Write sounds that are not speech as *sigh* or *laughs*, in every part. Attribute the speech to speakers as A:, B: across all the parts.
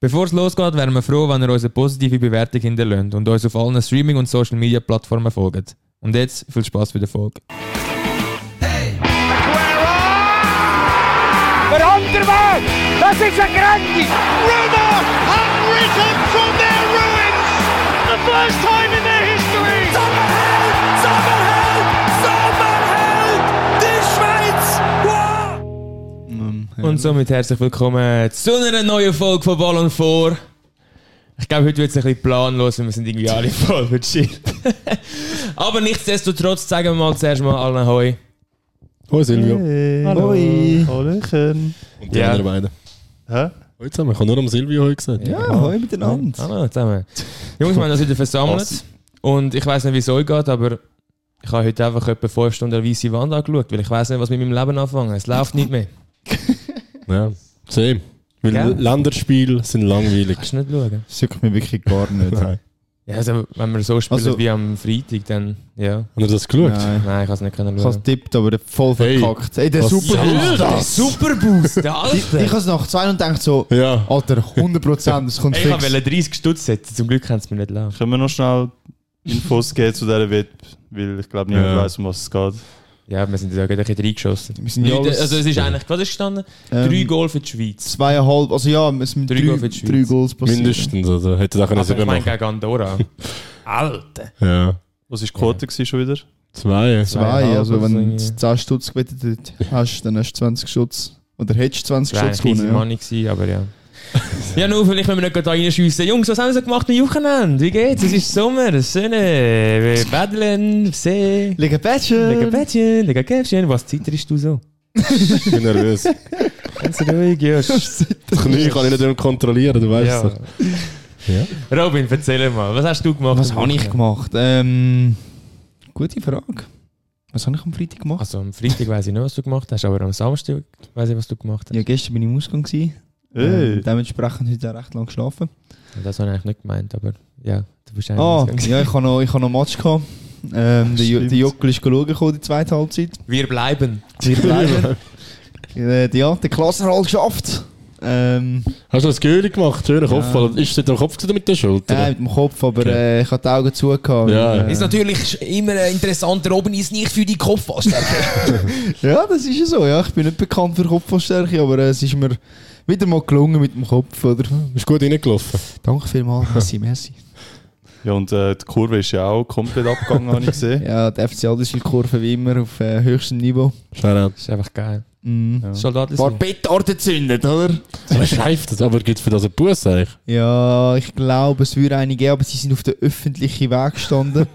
A: Bevor es losgeht, wären wir froh, wenn ihr uns eine positive Bewertung hinterlässt und uns auf allen Streaming- und Social-Media-Plattformen folgt. Und jetzt viel Spaß bei der Folge.
B: Verhandelberg, das ist ein Grandi.
C: Rumour have risen from their ruins. The first time in their history.
A: Und somit herzlich willkommen zu einer neuen Folge von Ball und Vor. Ich glaube, heute wird es ein bisschen planlos, weil wir sind irgendwie alle voll mit *laughs* Shit. Aber nichtsdestotrotz sagen wir mal zuerst mal allen Hoi.
D: Hoi Silvio.
E: Hallo. Hallöchen.
D: Und die
A: Ja.
D: anderen beiden.
E: Hä?
D: Hoi zusammen. Ich habe nur am Silvio heute gesagt.
F: Ja, hoi miteinander.
A: Hallo zusammen. Jungs, wir haben uns wieder versammelt.
D: Was?
A: Und ich weiß nicht, wie es euch geht, aber ich habe heute einfach etwa 5 Stunden eine weiße Wand angeschaut, weil ich weiß nicht, was mit meinem Leben anfangen. Es läuft nicht mehr.
D: Ja. Same. Weil
A: Gell?
D: Länderspiele sind
A: *laughs*
D: langweilig.
A: Kannst du nicht schauen.
F: Das juckt mich wirklich gar nicht.
D: Nein.
A: Ja, also, wenn wir so spielen
F: Also-
A: wie am Freitag, dann ja.
D: Haben ihr das geschaut?
F: Nein.
A: Nein, ich kann es nicht können
F: Ich habe
A: schauen.
F: getippt, aber voll
D: Hey,
F: verkackt. Ey, der
D: was
F: Superboost.
A: der
D: soll
F: das?
A: Superboost, der
F: Ich, ich habe es nach zwei und denke so,
D: Ja.
F: Alter, 100%, das kommt
A: Ey, ich habe
F: fix.
A: 30 Stutz setzen, zum Glück haben sie mir nicht laufen.
E: Können wir noch schnell Infos geben zu dieser Web? Weil ich glaube, niemand
D: Ja.
E: weiß, um was es geht.
A: Ja, wir sind da gerade ein bisschen reingeschossen.
F: Wir sind ja
A: Leute,
F: alles-
A: also es ist eigentlich, was ist gestanden?
F: Ähm,
A: Drei Goal für die Schweiz.
F: Zweieinhalb, also ja, es sind
A: Drei
F: drei,
A: Goal für die
F: drei,
A: Schweiz.
F: Goals passiert.
D: Mindestens. Also hätte das auch können
A: Also ich
D: sieben
A: meine
D: machen.
A: gegen
F: *laughs*
A: Andorra. Alter.
D: Ja.
E: Was war die Quote gewesen schon wieder?
D: Zwei.
F: Zwei, also wenn du
A: Zweieinhalb,
F: 10 Stutz gewettet hast, dann hast du 20 Stutz. Oder hättest 20
A: Das war
F: Stutz
A: eigentlich easy
F: gewonnen. Ja.
A: money, gewesen, aber
F: *laughs*
A: ja. ja, nun, vielleicht müssen wir nicht gerade da reinschiessen. Jungs, was haben wir so gemacht am Wochenende? Wie geht's? Es ist Sommer, Sonne, wir baden, See.
F: Liegen
A: Legen
F: Bettchen!
A: Bettchen, legen Käffchen. Was zitterst du so?
D: Ich bin nervös.
A: Ganz ruhig, ja.
D: Das Knie kann ich nicht mehr kontrollieren, du weißt
A: ja.
D: es. Ja.
A: Robin, erzähl mal, was hast du gemacht?
F: *laughs* Was
A: am
F: habe ich
A: Wochenende?
F: gemacht? Ähm, gute Frage. Was habe ich am Freitag gemacht?
A: Also am Freitag weiß ich nicht, was du gemacht hast, aber am Samstag weiß ich, was du gemacht hast.
F: Ja, gestern bin ich im Ausgang. gewesen.
E: Ey.
F: Ähm, dementsprechend heute auch recht lang geschlafen.
A: Das habe ich eigentlich nicht gemeint, aber ja, du bist
F: Ah,
A: eigentlich
F: ja, ich habe noch, ich habe noch einen Match gehabt. Ähm, der, Jo-
E: Stimmt.
F: der Jockel ist schauen gekommen, die zweite Halbzeit.
A: Wir bleiben.
F: Wir bleiben. Äh, ja, der Klassenerhalt geschafft. Ähm,
D: Hast du das Göhle gemacht? Schöner Kopfball. Ist das der Kopf gewesen mit der
F: nein,
D: Schulter?
F: mit dem Kopf, aber
D: Okay.
F: äh, ich habe die Augen zu gehabt.
D: Ja.
F: Äh,
D: Ist
A: natürlich immer interessanter, oben ist nicht für die
G: *laughs*
A: Kopfballstärke.
F: ja, das ist ja so. Ja. Ich bin nicht bekannt für Kopfballstärke, aber äh, es ist mir wieder mal gelungen mit dem Kopf. Oder?
D: Ist gut reingelaufen.
F: Danke vielmals. Merci, merci.
E: Ja, und äh, die Kurve ist ja auch komplett abgegangen, *laughs* habe ich gesehen.
F: Ja, der FC Alderswil-Kurve wie immer auf äh, höchstem Niveau.
D: Shoutout.
A: Das ist einfach geil.
F: Mhm.
E: Ja.
A: Soldat
F: Ein paar Bettarten gezündet, oder?
D: Aber schreift das. Aber gibt es für das einen Bus eigentlich?
F: Ja, ich glaube, es würde eine geben, aber sie sind auf den öffentlichen Weg gestanden.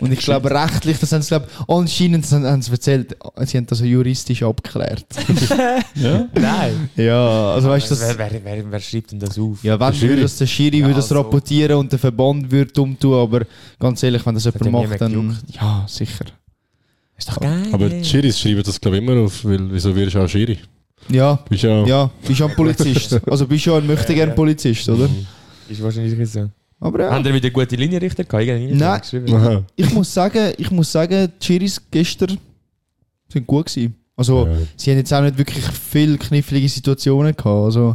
F: Und ich glaube, rechtlich, das haben sie, glaube anscheinend das haben, haben sie erzählt, sie haben das so juristisch abgeklärt.
E: Ja.
A: Nein.
F: Ja, also weißt du, das.
A: wer, wer, wer, wer schreibt denn das auf?
F: Ja, wenn
D: Schiri.
F: würde das der Schiri
A: Ja,
F: würde das
A: also.
F: rapportieren und der Verband würde dumm tun, aber ganz ehrlich, wenn das
A: Hat
F: jemand
A: ja
F: macht,
A: niemand
F: dann. Ja, sicher.
A: Ist doch geil.
D: Aber die Schiris schreiben das, glaube ich, immer auf. Weil, wieso wirst du auch Schiri?
F: Ja,
D: Bist *laughs* ja.
F: ja, bist ja ein Polizist. Also bist ja ein möchte
A: Ja,
F: gern
A: ja.
F: Polizist, oder?
A: ist wahrscheinlich so.
F: Aber ja.
A: Haben ihr wieder gute Linienrichter gehabt? Ich habe nicht
F: Nein.
A: geschrieben.
D: Aha.
F: Ich muss sagen, ich muss sagen, die Chiris gestern sind gut gewesen. Also,
D: Ja.
F: sie haben jetzt auch nicht wirklich viel knifflige Situationen gehabt. Also,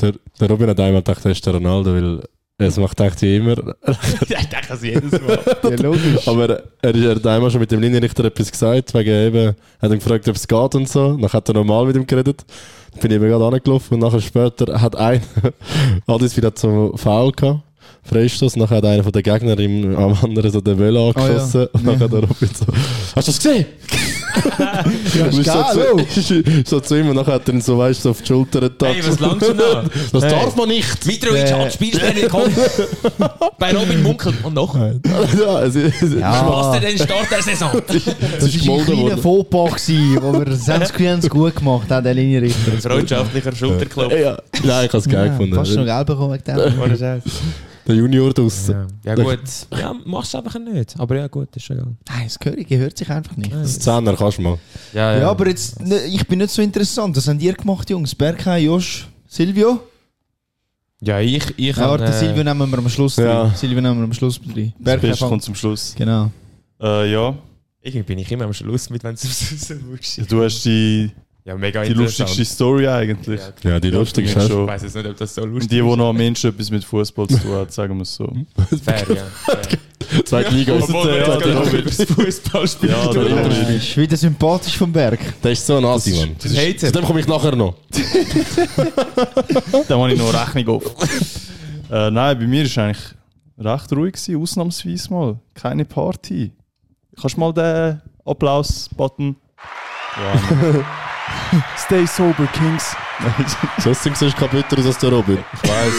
D: Der, der Robin hat einmal gedacht, er ist der Ronaldo, weil es macht echt wie immer.
A: ich denke das jedes Mal.
F: ja, logisch.
D: Aber er, er hat einmal schon mit dem Linienrichter etwas gesagt, wegen eben, er hat ihn gefragt, ob es geht und so. Dann hat er normal mit ihm geredet. Dann bin ich eben gerade angelaufen und nachher später hat ein, *laughs* Adis wieder zum Foul gehabt. Freistoß, nachher hat einer von den Gegnern ihm am anderen so den Velo
F: Ah, ja.
D: angeschossen und nachher der Robin so, hast du das gesehen? *laughs*
F: Ja,
D: Und
F: ist
D: ist so,
F: geil, oh.
D: zu, *laughs* ist so zu ihm und nachher hat er ihn so, weißt du, so auf die Schulter getan.
A: Hey, was langst du noch?
D: Das
A: Hey.
D: darf man *laughs* nicht!
G: Äh.
A: Mitrovic
F: Der-
A: hat Spielstelle
G: *laughs*
A: bekommen. Bei Robin Munkel. Und noch.
D: ja, es, es,
A: Was
F: Ah,
A: denn den Start der Saison?
D: es
F: das
D: ist
F: war ein
D: gemolden
F: kleiner
D: worden.
F: Fauxpas, gewesen, wo wir selbst gut gemacht haben, der Linienrichter.
A: Freundschaftlicher Schulterklopf.
D: Ja, ja. Nein, ich habe es geil gefunden.
F: Fast noch Geld bekommen wegen dem.
A: Ohne Scheiß.
D: Der Junior draussen.
A: Ja, ja gut. Ja, machst du einfach nicht. Aber ja, gut, ist schon egal.
F: Nein, das gehört, gehört sich einfach nicht.
D: Das Zehner kannst du mal.
A: Ja,
F: Ja, aber jetzt, ne, ich bin nicht so interessant. Das habt ihr gemacht, Jungs. Berkay, Josh, Silvio.
A: Ja, ich, ich
F: Ja,
A: kann,
F: warte, Silvio
A: äh,
F: nehmen wir am Schluss
D: Ja.
F: drin. Silvio nehmen wir am Schluss drin.
E: Das
F: Berkay,
E: Beste
F: fang-
E: kommt zum Schluss.
F: genau.
E: Äh, ja.
G: *laughs*
A: irgendwie bin ich immer am Schluss mit, wenn es so
E: Du hast die
G: Ja, mega
E: Die lustigste Story eigentlich.
G: Ja,
D: Ja, die lustigste.
E: finde ich
G: Ich
E: schon.
G: weiß jetzt nicht, ob das so
E: Die,
G: lustig
E: die noch am Menschen etwas mit Fußball zu tun hat, sagen wir es so.
G: ist.
D: *laughs*
G: Fair, ja. Genau, Fair.
D: Zweite Liga.
G: Obwohl wir
E: Ja,
G: jetzt gerade
E: der
G: noch über
E: Robert.
G: das *laughs* Fußballspiel
E: Ja, der
G: reden.
E: Robert.
F: Ist wieder sympathisch vom Berg.
D: Der ist so ein Asi, Mann.
G: Das ist-
D: Zu dem komme ich nachher noch.
E: Da habe ich noch Rechnung auf. *laughs* äh, nein, bei mir war eigentlich recht ruhig, gewesen, ausnahmsweise mal. Keine Party. Kannst du mal den Applaus-Button? Ja, Mann. *laughs* Stay sober, Kings.
D: Trotzdem siehst du kapütter aus als der Robin.
E: Ich weiß,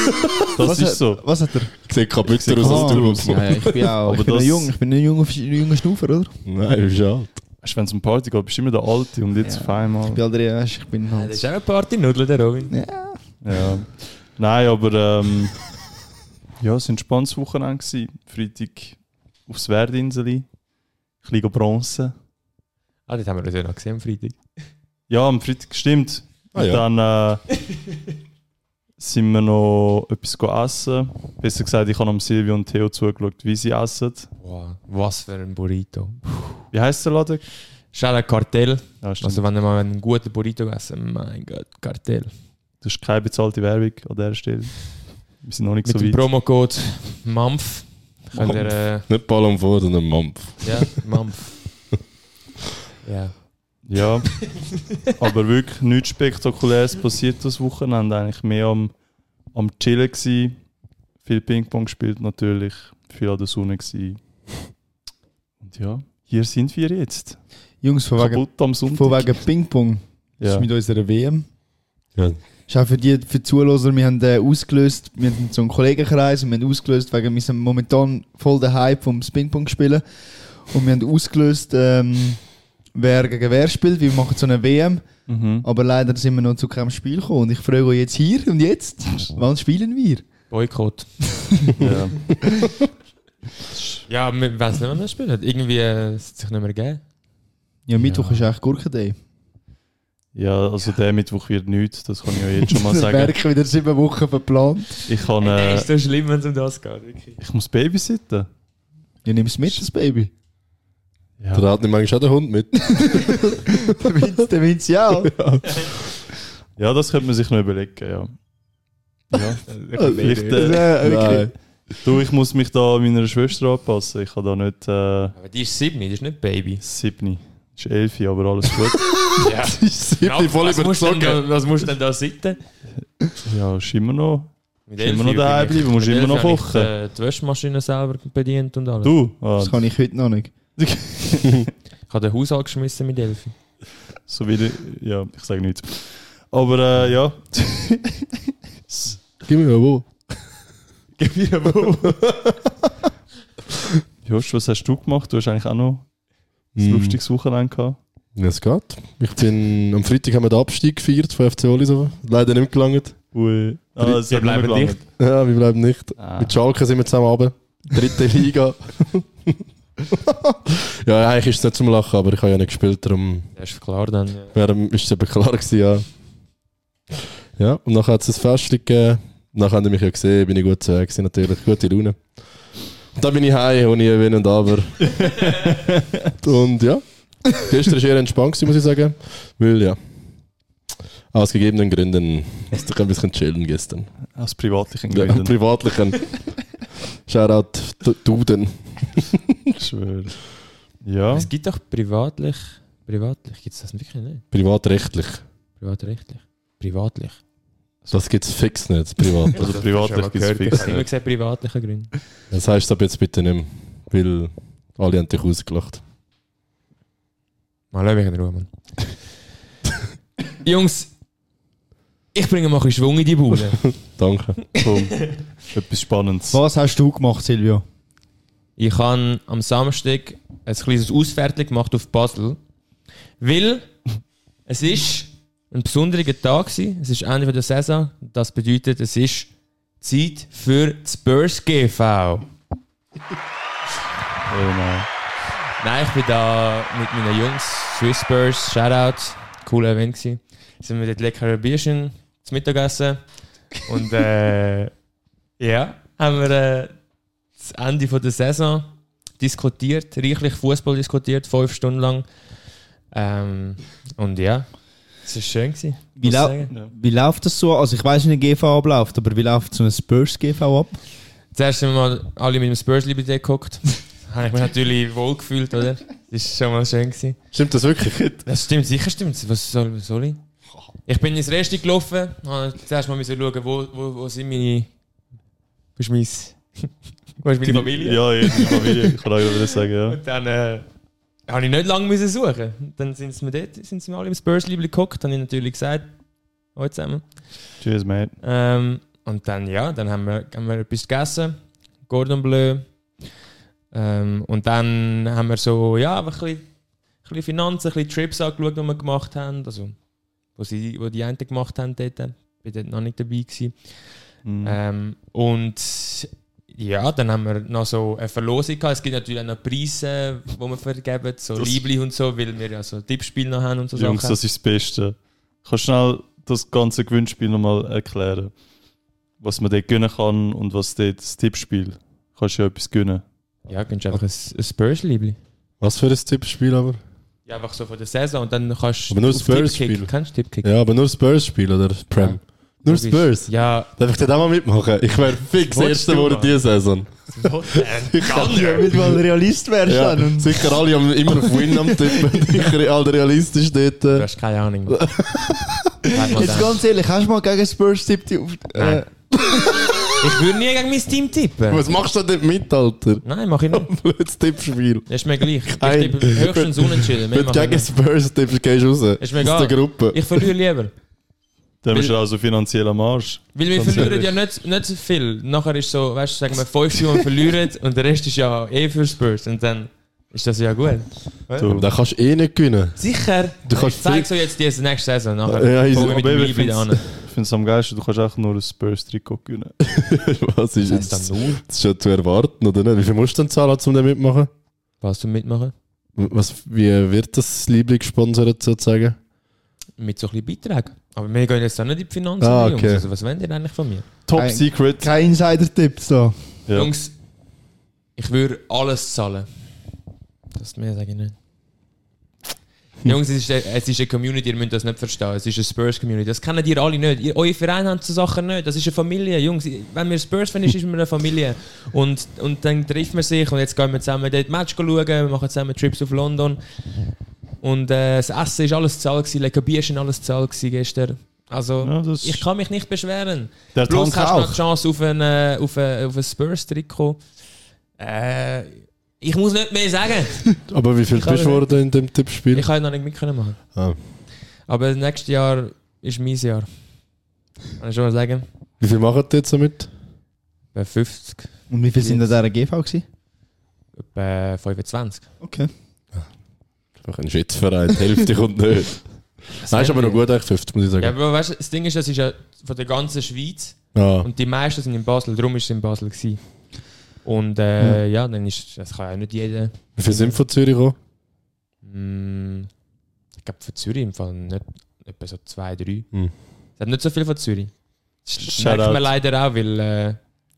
E: das
F: was hat,
E: ist so.
F: Was hat er?
D: Sieht kapütter aus
F: Ah,
D: als der Robin.
F: ja, ja, ich *laughs* bin auch
E: Aber
F: ich bin noch
E: das-
F: jung. Ich bin ein junger, ein junger Schnaufer, oder?
D: Nein, du bist alt.
E: Wenn es um Party geht, bist du immer der Alte und jetzt
F: Ja.
E: auf einmal.
F: Ich bin Andrea, weisst du, ich bin
G: Das
F: halt...
G: ist auch eine Partynudel, der Robin.
E: Ja. Nein, aber ähm, ja, es war ein spannendes Wochenende. gewesen. Freitag aufs Werdinsel, ein bisschen Bronze.
G: Ah, das haben wir uns ja noch gesehen am Freitag.
E: Ja, am Freitag stimmt.
D: Ah, ja.
E: Und dann äh, sind wir noch etwas go essen. Besser gesagt, ich habe am Silvio und Theo zugeschaut, wie sie essen.
G: Wow, was für ein Burrito.
E: Wie heißt der Laden?
G: Schade Kartell.
E: Ja, stimmt.
G: Also, wenn ihr mal einen guten Burrito essen, mein Gott, Kartell.
E: das ist keine bezahlte Werbung an dieser Stelle. Wir sind noch nicht
G: Mit
E: so
G: dem
E: weit.
G: Promocode MAMF könnt ihr.
E: Mampf.
G: Äh,
D: Nicht Ballon vor, sondern Mampf.
G: ja, MAMF. *laughs* ja.
E: Ja, aber wirklich nichts Spektakuläres passiert das Wochenende. Eigentlich mehr am, am Chillen gsi, viel Ping-Pong gespielt natürlich, viel an der Sonne gsi. Und ja, hier sind wir jetzt.
F: Jungs, von wegen,
E: Kaputt am
F: von
E: Sonntag.
F: wegen Ping-Pong. Das
E: Ja.
F: ist mit unserer WM.
D: Ja.
F: Ist auch für die, für die Zuhörer, wir haben äh, ausgelöst, wir haben so einen Kollegenkreis und wir haben ausgelöst, wegen wir sind momentan voll der Hype vom Ping-Pong spielen. Und wir haben ausgelöst, ähm, wer gegen wer spielt. Wir machen so eine WM,
E: Mhm.
F: aber leider sind wir noch zu keinem Spiel gekommen. Und ich frage euch jetzt hier und jetzt, wann spielen wir?
G: Boykott.
E: Ja.
G: Ja, ich weiß nicht, wann das Spiel hat. Irgendwie äh, es hat sich nicht mehr gegeben.
F: Ja, Mittwoch ist eigentlich Gurkenday.
E: ja, also der Mittwoch wird nichts, das kann ich ja jetzt schon
F: *laughs*
E: mal
F: Wir
E: sagen.
F: merken wieder sieben Wochen verplant.
E: Ich, kann,
G: Nein,
E: äh,
G: ist so schlimm, wenn es um das geht. Wirklich.
E: ich muss babysitten.
F: Ja, nimm's mit, das Baby. *laughs*
E: Ja.
D: Der hat nicht manchmal auch den Hund mit.
F: Der Vince, der Vince, ja.
E: ja, das könnte man sich noch überlegen, ja. ja. Vielleicht,
G: Aber
E: äh,
F: Ja, okay.
D: Nein.
E: du, ich muss mich da meiner Schwester anpassen. Ich kann da nicht... Äh,
G: die ist 7, die ist nicht Baby.
E: Siebni. Ist elfi, aber alles gut.
G: Ja.
D: Ich bin voll
G: Genau. was, musst du denn
D: überzogen.
G: da, was musst du denn da sitzen?
E: ja, ist immer noch.
G: Mit
E: Immer
G: elf
E: noch daheim
G: übrigens.
E: bleiben, musst
G: Mit
E: immer
G: elf
E: noch
G: habe ich,
E: kochen.
G: äh, Die Wäschmaschine selber bedient und alles.
E: Du? Ah,
F: Das kann ich heute noch nicht.
G: Ich habe den Haushalt geschmissen mit Elfi.
E: so wieder. Ja, ich sage nichts. Aber äh, ja.
D: Gib mir mal wo.
E: Gib mir Josh, was hast du gemacht? Du hast eigentlich auch noch
D: Hm.
E: ein lustiges Wochenende gehabt.
D: Ja, es geht. Ich bin, am Freitag haben wir den Abstieg gefeiert von FC Olisova. Leider nicht gelangt.
E: Ui. Ah, es
G: Wir
E: hat nicht mehr
G: bleiben
E: gelangt.
D: Ja, wir bleiben nicht.
E: Ah.
D: Mit Schalke sind wir zusammen runter. Dritte Liga. *laughs* ja, eigentlich ist es nicht zum Lachen, aber ich habe ja nicht gespielt, darum
G: Das ist klar dann. Ja.
D: wäre- ist es eben klar gewesen, ja. Ja, und nachher hat es ein Fest gegeben. Nachher haben sie mich ja gesehen, bin ich gut zu Hause gewesen, natürlich. Gute Laune. Und dann bin ich heim, ohne Wenn und
G: *laughs*
D: Aber. und ja, gestern war eher entspannt, gewesen, muss ich sagen. Weil ja, aus gegebenen Gründen musste ich ein bisschen chillen gestern.
E: Aus privatlichen
D: Ja, *laughs*
E: Gründen.
D: privatlichen. Shoutout D- Duden.
E: ich schwöre. Ja.
G: Es gibt doch privatlich. Privatlich gibt es das wirklich nicht.
D: Privatrechtlich.
G: Privatrechtlich. Privatlich.
D: Das gibt es fix nicht, privat.
E: *laughs* Also privatlich gibt es
G: Ich
E: fix.
G: habe immer gesagt, privatliche Gründe.
D: Das heisst aber jetzt bitte nicht mehr, weil alle haben dich ausgelacht.
G: Mal lass mich in Ruhe, Mann. Jungs, ich bringe mal ein bisschen Schwung in die Bude.
D: Danke.
E: Komm. Etwas Spannendes.
F: Was hast du gemacht, Silvio?
G: Ich habe am Samstag ein kleines Ausfertig gemacht auf Basel, weil es ist ein besonderer Tag gewesen. Es ist Ende der Saison. Das bedeutet, es ist Zeit für die Spurs GV.
E: Oh nein.
G: Nein, ich bin da mit meinen Jungs, Swiss Spurs, Shoutout. Cooler Event gewesen. Sind wir dort leckere Bierchen zum Mittagessen. Und äh, *laughs* ja, haben wir äh, das Ende von der Saison diskutiert, reichlich Fußball diskutiert, fünf Stunden lang. Ähm, und ja,
A: Das war schön. Gewesen,
F: Wie,
A: muss
F: lau
A: ich sagen.
F: wie läuft das so? Also ich weiß, wie ein GV abläuft, aber wie läuft so ein Spurs-GV ab?
A: Zuerst sind wir mal alle mit dem spurs bei dir geguckt. Habe ich mich natürlich wohl gefühlt, oder? Das war schon mal schön. Gewesen.
D: Stimmt das wirklich?
A: Das stimmt, sicher stimmt Was soll, was soll ich? Ich bin ins Reste gelaufen, habe zuerst mal müssen schauen, wo, wo, wo sind meine. Wo ist mein. *laughs* Wo ist meine Familie?
E: Ja, ja, die Familie. Ich kann auch wieder sagen, ja.
A: Und dann äh, habe ich nicht lange müssen suchen. Dann sind sie mir dort, sind sie mir alle im Spurs-Liebling geguckt, habe ich natürlich gesagt, heute zusammen.
E: Tschüss, mate.
A: Ähm, und dann, ja, dann haben wir, haben wir etwas gegessen, Gordon Bleu. Ähm, und dann haben wir so, ja, einfach ein bisschen, ein bisschen Finanzen, ein bisschen Trips angeschaut, die wir gemacht haben. Also, wo, sie, wo die einen gemacht haben dort. Ich war dort noch nicht dabei. Gewesen.
E: Mhm.
A: Ähm, und ja, dann haben wir noch so eine Verlosung gehabt. Es gibt natürlich auch noch Preise, die wir vergeben, so
E: Das-
A: Liebling und so, weil wir ja so Tippspiele noch haben und so
E: Jungs, das ist das Beste. Kannst du schnell das ganze Gewinnspiel nochmal erklären? Was man dort gönnen kann und was dort das Tippspiel. Kannst du ja etwas gönnen.
A: ja, gönnst du einfach ein, ein Spurs-Liebling.
D: Was für ein Tippspiel aber?
A: Ja, einfach so von der Saison und dann kannst
D: Aber nur
A: auf
D: Spurs
A: Tippkick.
D: spielen.
A: Kennst du Tippkick?
D: Ja, aber nur Spurs-Spiel oder Prem?
A: Ja.
D: Nur
A: Logisch.
D: Spurs?
A: Ja,
D: Darf ich dort auch mal mitmachen? Ich wäre fix
A: Wolltest
D: Erster
A: du
D: geworden
A: mal?
D: diese Saison. *laughs* Ich
F: Weil du mal Realist wärst
D: ja,
F: dann. Und
D: sicher alle haben immer auf Win am Tippen. Ich re- all realistisch dort.
A: du
D: äh,
A: hast keine
F: *laughs*
A: Ahnung. Mann. Sag mal
F: jetzt
A: das.
F: ganz ehrlich, hast du mal gegen Spurs tippt? Äh,
A: Nein. Ich würde nie gegen mein Team tippen.
D: Was machst du denn dort mit, Alter?
A: Nein, mach ich nicht.
D: Blödes Tippspiel.
A: Das ist mir gleich. Ich
D: Ein-
A: tippe höchstens unentschieden. Mehr
D: Wenn du
A: mach ich
D: gegen
A: nicht.
D: Spurs tippst, gehst du raus.
A: Ist mir
D: aus der
A: egal.
D: Gruppe.
A: Ich verliere lieber.
E: Dann bist
A: Weil-
E: du also finanziell am Arsch.
A: Weil wir
E: Ganz
A: verlieren
E: ehrlich.
A: ja nicht, nicht so viel. Nachher ist so, weißt du, sagen wir fünf Spiele, die wir verlieren und der Rest ist ja eh für Spurs. Und dann ist das ja gut.
E: Du.
D: Dann kannst du eh nicht gewinnen.
A: Sicher.
D: Du kannst
A: ich zeig
D: viel-
A: so jetzt diese nächste Saison. Nachher
D: Ja, ist-
A: kommen wir mit
E: aber
A: dem
E: ich
A: Liebe wieder an.
E: find's- Ich finde es am geilsten, du kannst auch nur ein Spurs-Trikot gewinnen.
D: Was ist jetzt?
A: Das
D: Das
A: ist dann nur.
D: ist schon zu erwarten, oder nicht? Wie viel musst du denn zahlen, um da mitmachen?
A: Was du mitmachen?
D: Was, wie wird das Liebling gesponsert, sozusagen?
A: Mit so ein bisschen Beitrag. Aber wir gehen jetzt auch nicht in die Finanzen.
D: Ah,
A: rein, Jungs.
D: okay.
A: Also, was wollt ihr eigentlich von mir?
E: Top
F: Ein-
E: Secret.
F: kein Insider-Tipp so.
E: Ja.
A: Jungs, ich würde alles zahlen. Das mehr sage ich nicht. *laughs* Jungs, es ist, eine, es ist eine Community, ihr müsst das nicht verstehen. Es ist eine Spurs-Community. Das kennen ihr alle nicht. Ihr, eure Vereine haben so Sachen nicht. Das ist eine Familie. Jungs, wenn wir Spurs finden, ist man eine Familie. Und, und dann treffen wir sich und jetzt gehen wir zusammen dort Match schauen. Wir machen zusammen Trips auf London. Und äh, das Essen ist alles zahlt. Lecker Bier ist alles zahlt gestern. Also,
E: Ja, das-
A: ich kann mich nicht beschweren.
E: Der
A: Plus
E: Tank
A: hast du noch die
E: auch.
A: Chance auf ein, äh, auf ein, auf ein Spurs-Trikot. Äh, ich muss nicht mehr sagen.
D: Aber wie viel
A: kann
D: bist du
A: nicht.
D: geworden in dem Tippspiel?
A: Ich kann noch nicht mitmachen. können.
D: Ah.
A: Aber nächstes Jahr ist mein Jahr. Kann ich schon mal sagen?
D: Wie viel machen die jetzt damit?
A: Bei 50,
F: Und wie viel sind da dieser GV gewesen?
A: bei 25.
F: Okay.
D: Einfach ein Schätzverein, die
A: *laughs*
D: Hälfte kommt nicht. Nein, ist aber noch gut, eigentlich 50, muss ich
A: Ja,
D: sagen.
A: aber weißt, du, das Ding ist, das ist ja von der ganzen Schweiz
D: Ja.
A: und die meisten sind in Basel, darum war es in Basel. Gewesen. Und äh, ja. dann ist, das kann ja nicht jeder.
D: Wie viel sind von Zürich gekommen?
A: Mm, ich glaube, von Zürich im Fall nicht etwa so zwei, drei.
D: Hm.
A: Es hat nicht so viel von Zürich. Das
E: Shoutout.
A: merkt man leider auch, weil äh,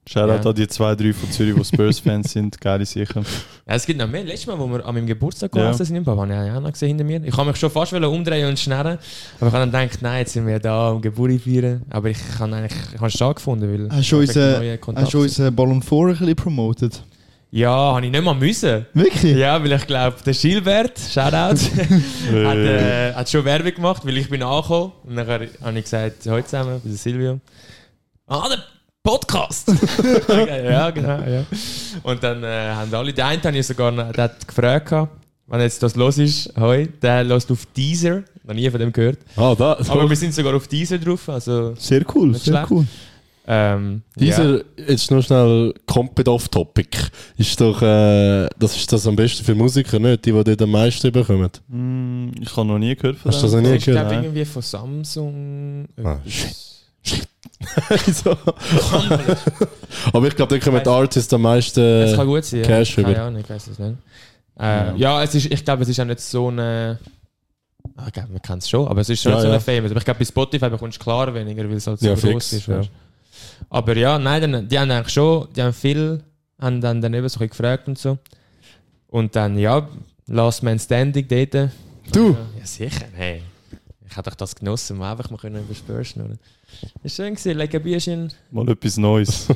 A: ja,
E: Shoutout
A: Ja.
E: an die zwei, drei von Zürich, die Spurs-Fans sind. Geile sicher.
A: es gibt noch mehr. Letztes Mal, wo wir an meinem Geburtstag
E: Ja.
A: gelassen sind, im Papa, habe ich auch noch gesehen hinter mir. Ich habe mich schon fast wollen umdrehen und schnarren, aber ich habe dann gedacht, nein, jetzt sind wir da, um Geburtstag zu feiern. Aber ich habe eigentlich, ich habe es schade gefunden, weil
F: Hast du
A: ich habe
F: unseren-
A: neuen
F: Hast du
A: Kontakt.
F: unseren Ballon 4 ein bisschen promotet?
A: Ja, habe ich nicht mal müssen.
F: Wirklich?
A: Ja, weil ich glaube, der Gilbert,
F: *laughs*
A: Shoutout, hat,
E: Äh,
A: äh, hat schon Werbung gemacht, weil ich bin angekommen. Und nachher habe ich gesagt, heute zusammen, bei der Silvio. Ah, der
F: *laughs*
A: Podcast! Okay, ja, genau, ja. Und dann äh, haben alle, der eine habe ich sogar noch, der hat gefragt, gehabt, wenn jetzt das los ist, hoi, der lässt auf Deezer, noch nie von dem gehört.
D: Ah, da.
A: Aber wir sind sogar auf Deezer drauf, also,
F: Sehr cool,
A: Nicht
F: sehr
A: schlecht.
F: cool.
A: ähm, ja.
D: Dieser, jetzt nur schnell komplett off-topic. Ist doch, äh, das ist das am besten für Musiker, nicht? Die, die dort am meisten bekommen.
E: mm, ich habe noch nie gehört von
D: Hast du das
E: dem.
D: noch nie
A: Das ist, glaube
D: gehört?
A: ich,
E: nein.
A: irgendwie von Samsung.
D: Ah,
A: etwas.
D: shit. *laughs* Wieso? Aber ich glaube, dort kommen die Artists am meisten.
A: Es kann gut sein.
D: Cash
A: ja.
D: über.
A: Keine Ahnung, ich weiß es nicht. Äh, ja, es ist, ich glaube, es ist auch nicht so eine. Ah, Ich glaube, man kennt es schon, aber es ist schon
D: Ja,
A: nicht so
D: ja.
A: eine Famous. Aber ich glaube, bei Spotify bekommst du klar weniger, weil es halt so
D: Ja,
A: groß
D: fix,
A: ist.
D: ja.
A: weißt du. Aber ja, nein, dann, die haben eigentlich schon, die haben viel, haben dann, dann eben so ein bisschen gefragt und so. Und dann, ja, Last Man Standing dort.
D: Du!
A: Ja, sicher, hey.
G: Ich hätte doch das
A: um
G: genossen, mal einfach mal können über Spurs schnurren. Ist schön gewesen, lecker
F: *laughs*
G: Bierchen.
E: Mal etwas Neues.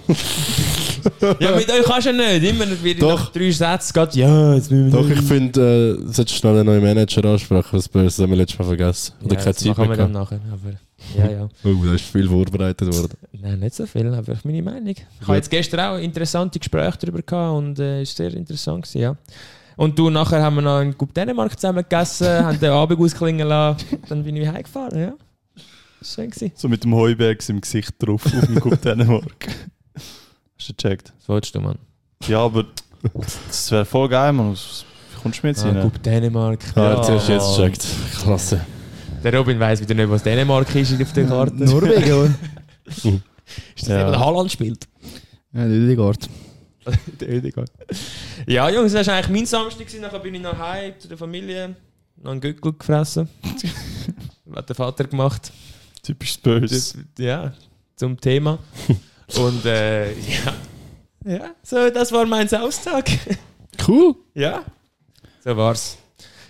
G: Ja, mit euch kannst du ja nicht. Immer wieder
D: Doch.
G: nach drei Sätzen geht, ja, jetzt müssen wir
D: Doch, ich finde, äh, du solltest schnell einen neuen Manager ansprechen, das Spurs haben wir letztes Mal vergessen. Oder
G: ja,
D: keine
G: das
D: Zeit
G: machen
D: mehr
G: wir dann
D: gehabt.
G: nachher. Aber, ja, ja.
D: Oh, da ist viel vorbereitet worden.
G: Nein, nicht so viel, aber ich meine Meinung. Ich habe jetzt gestern auch interessante Gespräche darüber gehabt und äh, ist sehr interessant gewesen, ja. Und du, nachher haben wir noch in Cup Dänemark zusammen *laughs* gegessen, haben den Abend ausklingen lassen, dann bin ich heimgefahren, ja. Schön gewesen.
E: so mit dem Heubergs im Gesicht drauf auf dem Cup Dänemark. Hast du gecheckt?
G: Was wolltest du, Mann?
E: Ja, aber das wäre voll geil, man. Was- Wie kommst du mir jetzt
G: Ah,
E: hin?
G: Cup Dänemark.
D: Ah,
E: Ja.
D: jetzt hast du jetzt gecheckt. Klasse.
G: Der Robin weiss wieder nicht, was Dänemark ist auf der Karte.
F: Norwegen, *laughs* oder?
G: Ist das ja. der Holland spielt?
F: Ja, Lüdegard.
G: Der Ödegaard. Ja, Jungs, das war eigentlich mein Samstag. gewesen. Nachher bin ich noch heim zu der Familie. Noch einen Gürtel *laughs* gefressen. Hat der Vater gemacht.
E: Typisch Spurs.
G: Das, ja, zum *laughs* Thema. Und äh, ja. ja, so, das war mein Samstag.
D: Cool.
G: ja, so war's.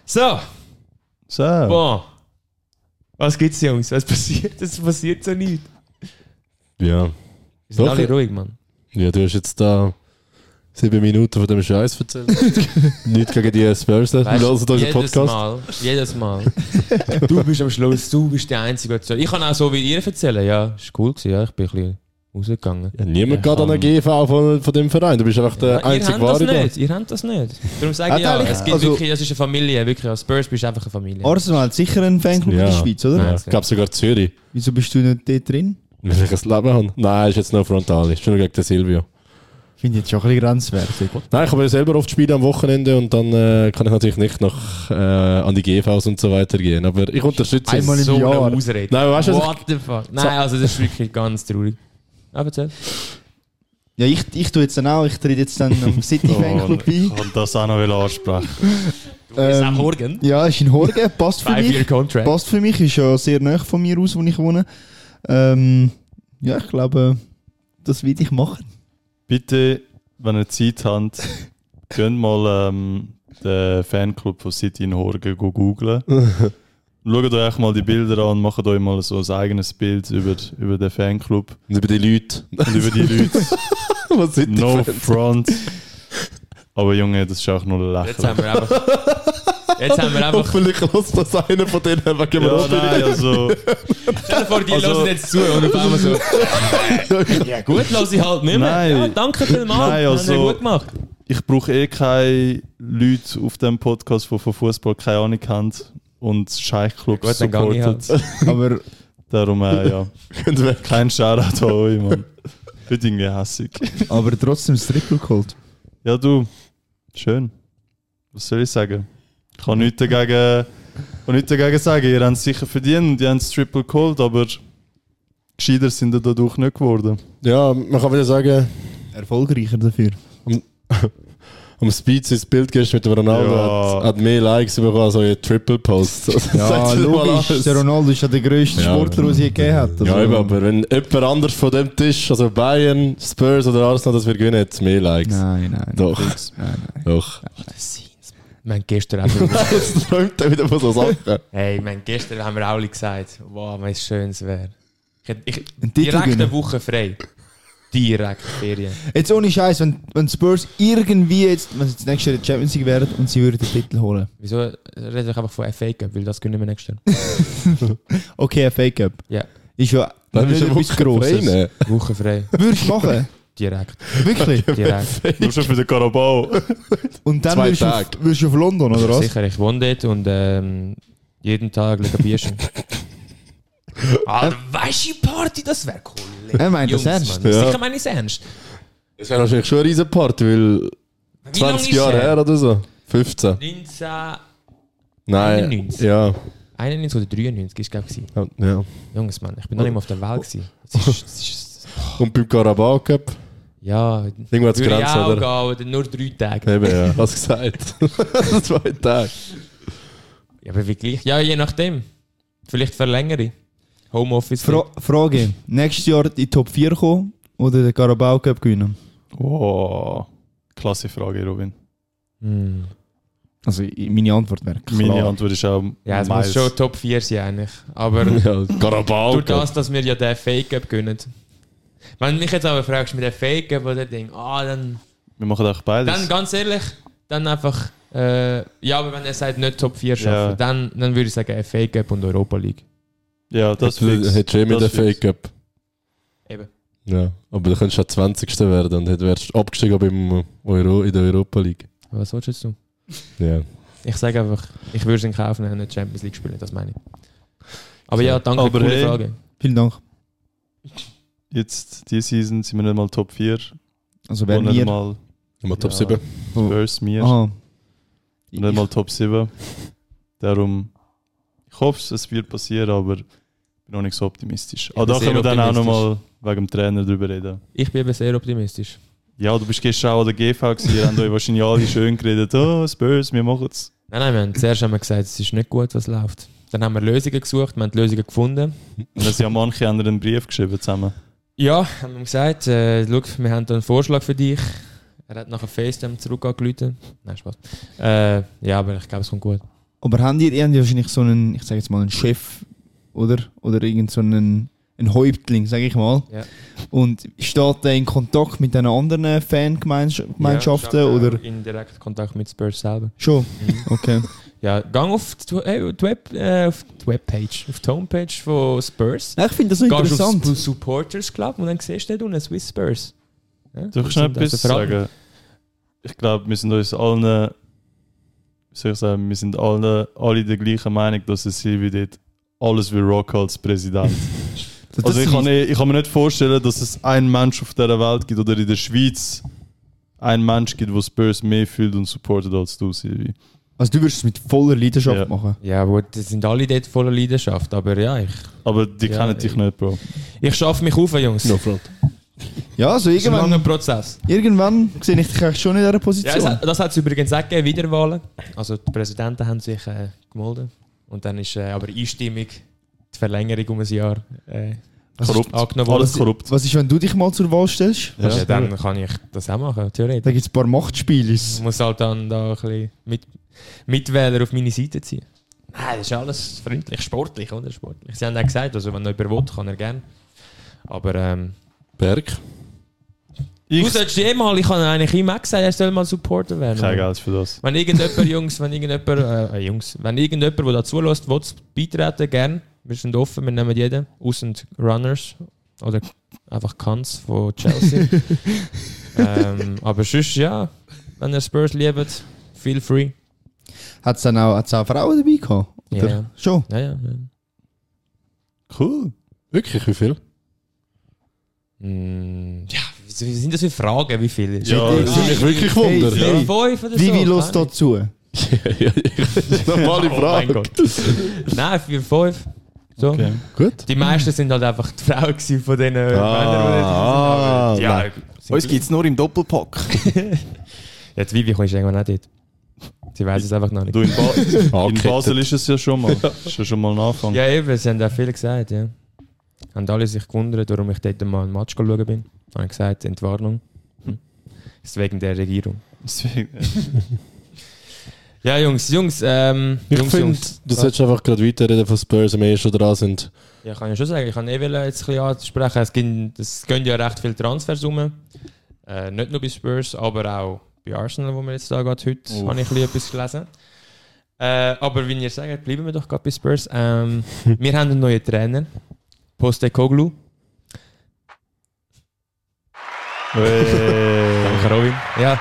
G: So,
E: So.
G: bon. Was gibt's, Jungs? Was passiert? Es passiert so nicht.
D: Ja.
G: Wir sind
D: Doch.
G: alle ruhig, Mann.
D: Ja, du hast jetzt da sieben Minuten von dem
G: *laughs*
D: Scheiß erzählt. Nicht gegen die Spurs, wir
G: Weißt,
D: hören unseren
G: jedes
D: Podcast.
G: Mal, jedes
D: *laughs*
G: Mal. du bist am Schluss, du bist der Einzige, der erzählt. Ich kann auch so wie ihr erzählen, ja. Ist cool gewesen, ja. Ich bin ein bisschen rausgegangen.
D: Ja, niemand geht an den GV von, von dem Verein. Du bist einfach der
G: Ja, ihr
D: einzige
G: habt das
D: Wahre da.
G: nicht, ihr habt das nicht. Darum sage
F: Hat
G: ich ja,
F: eigentlich-
G: es gibt
F: also-
G: wirklich, das ist eine Familie, wirklich. Als Spurs bist du einfach eine Familie.
F: Arsenal hat sicher einen Fanclub in
D: Ja.
F: der Schweiz, oder?
G: Nein.
D: Ja, ich glaube sogar Zürich.
F: Wieso bist du nicht dort drin?
D: Wenn ich ein Leben habe. Nein, ist jetzt noch frontal. Ist schon gegen den Silvio.
F: Finde ich jetzt schon ein bisschen grenzwertig.
D: Nein, ich habe ja selber oft Spiele am Wochenende und dann äh, kann ich natürlich nicht nach, äh, an die GVs und so weiter gehen. Aber ich unterstütze es.
F: Einmal im
G: so eine
F: Jahr.
G: Ausrede.
D: Nein, aber
F: Also,
D: weißt du, was
G: What the fuck? Nein, also das ist wirklich ganz traurig. Aber erzähl.
F: Ja, ich, ich tue jetzt dann auch, ich trete jetzt dann *laughs* am City Fanclub
E: ich
F: bei.
E: kann das auch noch ansprechen.
G: Bis
F: Ähm,
G: am Morgen.
F: Ja, ist in Horgen, passt für mich.
G: Five-Year-Contract.
F: Äh, Passt für mich, ist ja sehr nah von mir aus, wo ich wohne. Ähm, ja, ich glaube, das will ich machen.
E: Bitte, wenn ihr Zeit habt, könnt mal ähm, den Fanclub von City in Horgen go googlen. Schaut euch mal die Bilder an und macht euch mal so ein eigenes Bild über, über den Fanclub
D: Und über die Leute. *laughs*
E: und über die Leute.
D: was sind die
E: No
D: Fans?
E: front. Aber Junge, das ist auch nur ein
G: Jetzt
E: Lächeln.
G: haben wir einfach... Jetzt haben wir einfach...
D: Hoffentlich lässt das einer von denen wegen
E: Ja,
D: Robin.
E: nein, also,
G: Stell dir vor, die
E: Also-
G: hören jetzt zu und auf einmal so... ja gut, lass ich halt nicht mehr.
E: Nein.
G: Ja, danke vielmals.
E: Nein,
G: Haben
E: also-
G: wir gut gemacht.
E: ich brauche eh keine Leute auf dem Podcast, die von Fußball keine Ahnung haben und Scheichclubs
G: Gut, dann gang ich
E: supportet.
G: halt.
F: *laughs* Aber
E: *laughs* Darum, äh, ja.
D: Könnt ihr weg.
E: Kein Shoutout an euch, Mann. Wird irgendwie hässig.
F: Aber trotzdem das Triple geholt.
E: Ja, du. Schön. Was soll ich sagen? Ich kann nichts dagegen, kann nichts dagegen sagen. Ihr habt es sicher verdient, ihr habt das Triple geholt, aber gescheiter sind ihr dadurch nicht geworden.
D: Ja, man kann wieder sagen,
F: Erfolgreicher dafür.
D: am Speed ins Bild gehst mit dem Ronaldo,
E: Ja.
D: hat, hat mehr Likes bekommen als eure Triple-Posts. Das
F: *laughs*
D: *laughs*
F: Ja,
D: sagt schon mal
F: logisch.
D: alles.
F: Der Ronaldo ist ja der grösste
D: Ja.
F: Sportler, den es je gegeben hat. Also,
D: Ja, eben, aber wenn jemand anders von dem Tisch, also Bayern, Spurs oder Arsenal, das wir gewinnen, hat es mehr Likes.
F: Nein, nein.
D: Doch.
F: Nein, nein.
D: Doch.
G: Wir haben gestern auch...
D: *laughs* Jetzt träumt er wieder von so Sachen.
G: Hey, ich meine, gestern haben wir alle gesagt, wow, mein schönes wäre. Ich, hätte- ich,
F: Ein Titel
G: direkt eine
F: gewinnen.
G: Woche frei. Direkt Ferien.
F: Jetzt ohne Scheiß, wenn, wenn die Spurs irgendwie jetzt, wenn sie jetzt nächstes Jahr in der Champions League wären und sie würden den Titel holen.
G: Wieso reden wir einfach von FA Cup, weil das können wir nächstes Jahr.
F: Okay, ein Fake Up.
G: Ja,
F: Ist ja
D: Dann ist
F: nicht
D: er
F: etwas
D: wirklich
F: Grosses.
D: Grosses.
G: Woche frei.
F: Würdest du *laughs* machen?
G: Direkt,
F: Wirklich?
G: direkt.
E: Nur schon für den Karabau.
F: Und dann
D: Zwei
F: würdest du, auf,
D: Tage.
F: würdest du auf London, oder was?
G: Sicher, ich wohne dort und ähm, jeden Tag liegt ein Bierchen. *laughs* Alter, weißt du, die Party, das wäre cool.
F: Er meint das
G: Jungs,
F: ernst.
G: Mann.
D: Ja.
G: Sicher meine ich es ernst.
D: Das wäre wahrscheinlich schon eine riesen Party, weil
G: Wie lange
D: 20
G: ist
D: Jahre
G: er?
D: her oder so. 15.
G: 19,
D: Nein.
G: 91.
D: Ja.
G: 91 oder 93 ist glaube ich.
D: Ja, Ja.
G: Jungs, Mann, ich bin noch nicht mal auf der Welt *laughs* gewesen. Es ist, es ist,
D: Und beim Carabao Cup,
G: ja,
D: irgendwo hat es
G: würde ich
D: Grenzen,
G: auch
D: oder?
G: gehen, oder nur drei Tage.
D: Eben, ja. Hast gesagt. *laughs* Zwei Tage.
G: Ja, aber wie gleich? Ja, je nachdem. Vielleicht verlängere ich. Homeoffice.
F: Fra Frage: Nächstes Jahr in die Top 4 kommen oder den Carabao Cup gewinnen?
E: Wow. Klasse Frage, Robin.
G: Hm.
F: Also i- meine Antwort wäre klar.
E: Meine Antwort ist auch
G: Ja, es muss
E: Miles.
G: schon Top 4 sein eigentlich. Aber
D: Ja, Karabau.
G: durch das, dass wir ja den Fake Cup gönnen. Wenn du mich jetzt aber fragst mit dem Fake Cup oder Ding, ah, dann,
E: Wir machen auch beides.
G: dann ganz ehrlich, dann einfach, äh, ja, aber wenn er sagt, nicht Top 4 schaffen,
E: Ja.
G: dann, dann würde ich sagen, Fake Cup und Europa League.
E: ja, das fix.
D: Hättest du eh mit
E: Das
D: der
E: fix.
D: Fake Cup.
G: Eben.
D: Ja, aber du könntest ja 20. werden und hätt- wärst abgestiegen beim Euro, in der Europa League.
G: Was willst du jetzt tun?
D: Ja.
G: Ich sage einfach, ich würde es in Kauf nehmen, nicht Champions League spielen, das meine ich. Aber eh- ja, danke
E: Aber
G: für die
E: hey.
G: Frage.
F: Vielen Dank.
E: Jetzt, diese Season, sind wir nicht mal Top 4.
F: Also
E: Wo
F: wer
E: nicht
F: mir...
E: mal
D: Nochmal Top
E: Ja.
D: 7.
E: Spurs, mir.
F: Ah,
E: Und nicht mal Top 7. Darum, ich hoffe, es, es wird passieren, aber ich bin noch nicht so optimistisch. Aber da
G: sehr
E: können wir dann auch
G: optimistisch.
E: nochmal wegen dem Trainer drüber reden.
G: Ich bin eben sehr optimistisch.
E: Ja, du bist gestern auch an der GV gewesen, ihr habt euch wahrscheinlich alle schön geredet. Oh, Spurs, wir machen es.
G: Nein, nein, wir haben zuerst haben wir gesagt, es ist nicht gut, was läuft. Dann haben wir Lösungen gesucht, wir haben die Lösungen gefunden.
E: Und dann sind ja manche haben einen Brief geschrieben zusammen.
G: Ja, haben ihm gesagt, äh, schau, wir haben da einen Vorschlag für dich. Er hat nachher FaceTime zurück angerufen. Nein, Spaß. Äh, ja, aber ich glaube, es kommt gut.
F: Aber haben die, die haben ja wahrscheinlich so einen, ich sage jetzt mal einen Chef, oder? Oder irgend so einen, einen Häuptling, sage ich mal.
G: Ja.
F: Und steht der in Kontakt mit den anderen Fangemeinschaften
G: Ja,
F: oder
G: In direkten Kontakt mit Spurs selber.
F: schon?
E: Mhm.
F: Okay.
G: Ja, gang auf die, äh, die, Web, äh, auf die Webpage, auf die Homepage von Spurs.
F: *laughs* Ja, ich finde das so
G: Gehst auf
F: interessant.
G: Sp- Supporters Club und dann siehst du da unten Swiss Spurs. Ja, Also,
E: Darf ich schnell
G: das
E: etwas
G: ist der Verein.
E: sagen? Ich glaube, wir sind uns allen, wie soll ich sagen, wir sind alle, alle der gleichen Meinung, dass es hier wieder alles wie Rock als *laughs* Präsident.
F: Das,
E: Also
F: das
E: ich
F: sind-
E: kann, eh- ich kann mir nicht vorstellen, dass es einen Mensch auf dieser Welt gibt oder in der Schweiz einen Mensch gibt, der Spurs mehr fühlt und supportet als du, Silvi.
F: also du würdest es mit voller Leidenschaft
E: Ja.
F: machen.
G: Ja, gut, das sind alle dort voller Leidenschaft, aber ja, ich,
E: Aber die
G: Ja,
E: kennen dich
G: ich-
E: nicht, Bro.
G: ich schaffe mich auf, Jungs.
D: No front.
F: Ja, also
G: Das ist ein langer
F: irgendwann,
G: Prozess.
F: irgendwann sehe ich dich eigentlich schon in dieser
G: Ja, es
F: Position.
G: hat, das hat es übrigens auch gegeben, Wiederwahlen. Also die Präsidenten haben sich äh, gemeldet. Und dann ist äh, aber Einstimmung, die Verlängerung um ein Jahr äh,
E: Korrupt.
G: angenommen
E: Alles
G: worden.
E: korrupt.
F: Was ist, wenn du dich mal zur Wahl stellst?
G: Ja. dann kann ich das auch machen,
F: Da
G: theoretisch.
F: gibt es ein paar Machtspielis.
G: Ich muss halt dann da ein bisschen mit, Mitwähler auf meine Seite ziehen. Nein, das ist alles freundlich, sportlich, oder? Sportlich. Sie haben auch gesagt, also wenn noch jemand will, kann er gerne. Aber ähm,
D: Berg.
G: du
E: Ich
G: solltest eh mal, ich habe eigentlich ihm auch gesagt, er soll mal Supporter werden.
E: kein Geld für das.
G: Wenn irgendjemand, *laughs* Jungs, wenn irgendjemand, äh, äh, Jungs, wenn irgendjemand, der da zulässt, will beitreten, gerne. Wir sind offen, wir nehmen jeden. Aussen die Runners oder einfach Kants von *laughs* Chelsea. ähm, aber sonst, ja, wenn ihr Spurs liebt, feel free.
F: Hat es dann auch, hat's auch Frauen dabei gehabt?
G: Ja,
F: Oder?
G: ja.
F: Schon?
G: ja, ja.
D: Cool. Wirklich, wie
E: *laughs*
D: viel?
G: Mm, ja, wieso- wieso sind das für Fragen, wie viel? ist?
E: Ja,
G: Sind-
E: das
G: sind-
D: Mich
E: ist-
D: wirklich
F: Hey,
D: wundert.
F: hey.
G: sind fünf oder so?
F: Wie, wie los
G: Keine
F: dazu?
D: Normale
G: Ahnung. Oh mein
D: Frage.
G: Gott. Nein, vier, fünf. So.
E: Okay.
D: Gut.
G: Die meisten sind halt einfach die Frauen gewesen von den äh,
D: Ah,
G: Männern, die dort sind. Aber, ja, sind
E: es nur im Doppelpack.
G: Jetzt Vivi kommst du irgendwann auch dort. Sie weiß es einfach noch nicht.
E: Du, in, *laughs* ba in
D: Angekettet.
E: Basel ist es ja schon *laughs* mal. Ist ja schon mal ein Anfang.
G: Ja, eben, sie haben auch viel gesagt, ja. Haben alle sich gewundert, warum ich dort mal einen Match schauen bin. Haben gesagt, Entwarnung. Hm. Ist wegen der Regierung.
E: Deswegen, äh,
G: Ja, Jungs, Jungs, ähm,
D: Ich
G: Jungs,
D: finde,
G: Jungs.
D: du solltest einfach gerade weiterreden von Spurs, wenn wir eh schon dran sind.
G: Ja, kann ich schon sagen. Ich kann eh wollen jetzt ein bisschen ansprechen. Es, gibt, es gehen ja recht viele Transfers rum. Äh, nicht nur bei Spurs, aber auch bei Arsenal, wo wir jetzt da gerade heute,
E: Uff.
G: habe ich ein bisschen etwas gelesen. Äh, aber wie ihr sagt, bleiben wir doch gerade bei Spurs. Ähm, *laughs* wir haben einen neuen Trainer, Postecoglou.
E: hey.
G: Danke, Robin. Ja.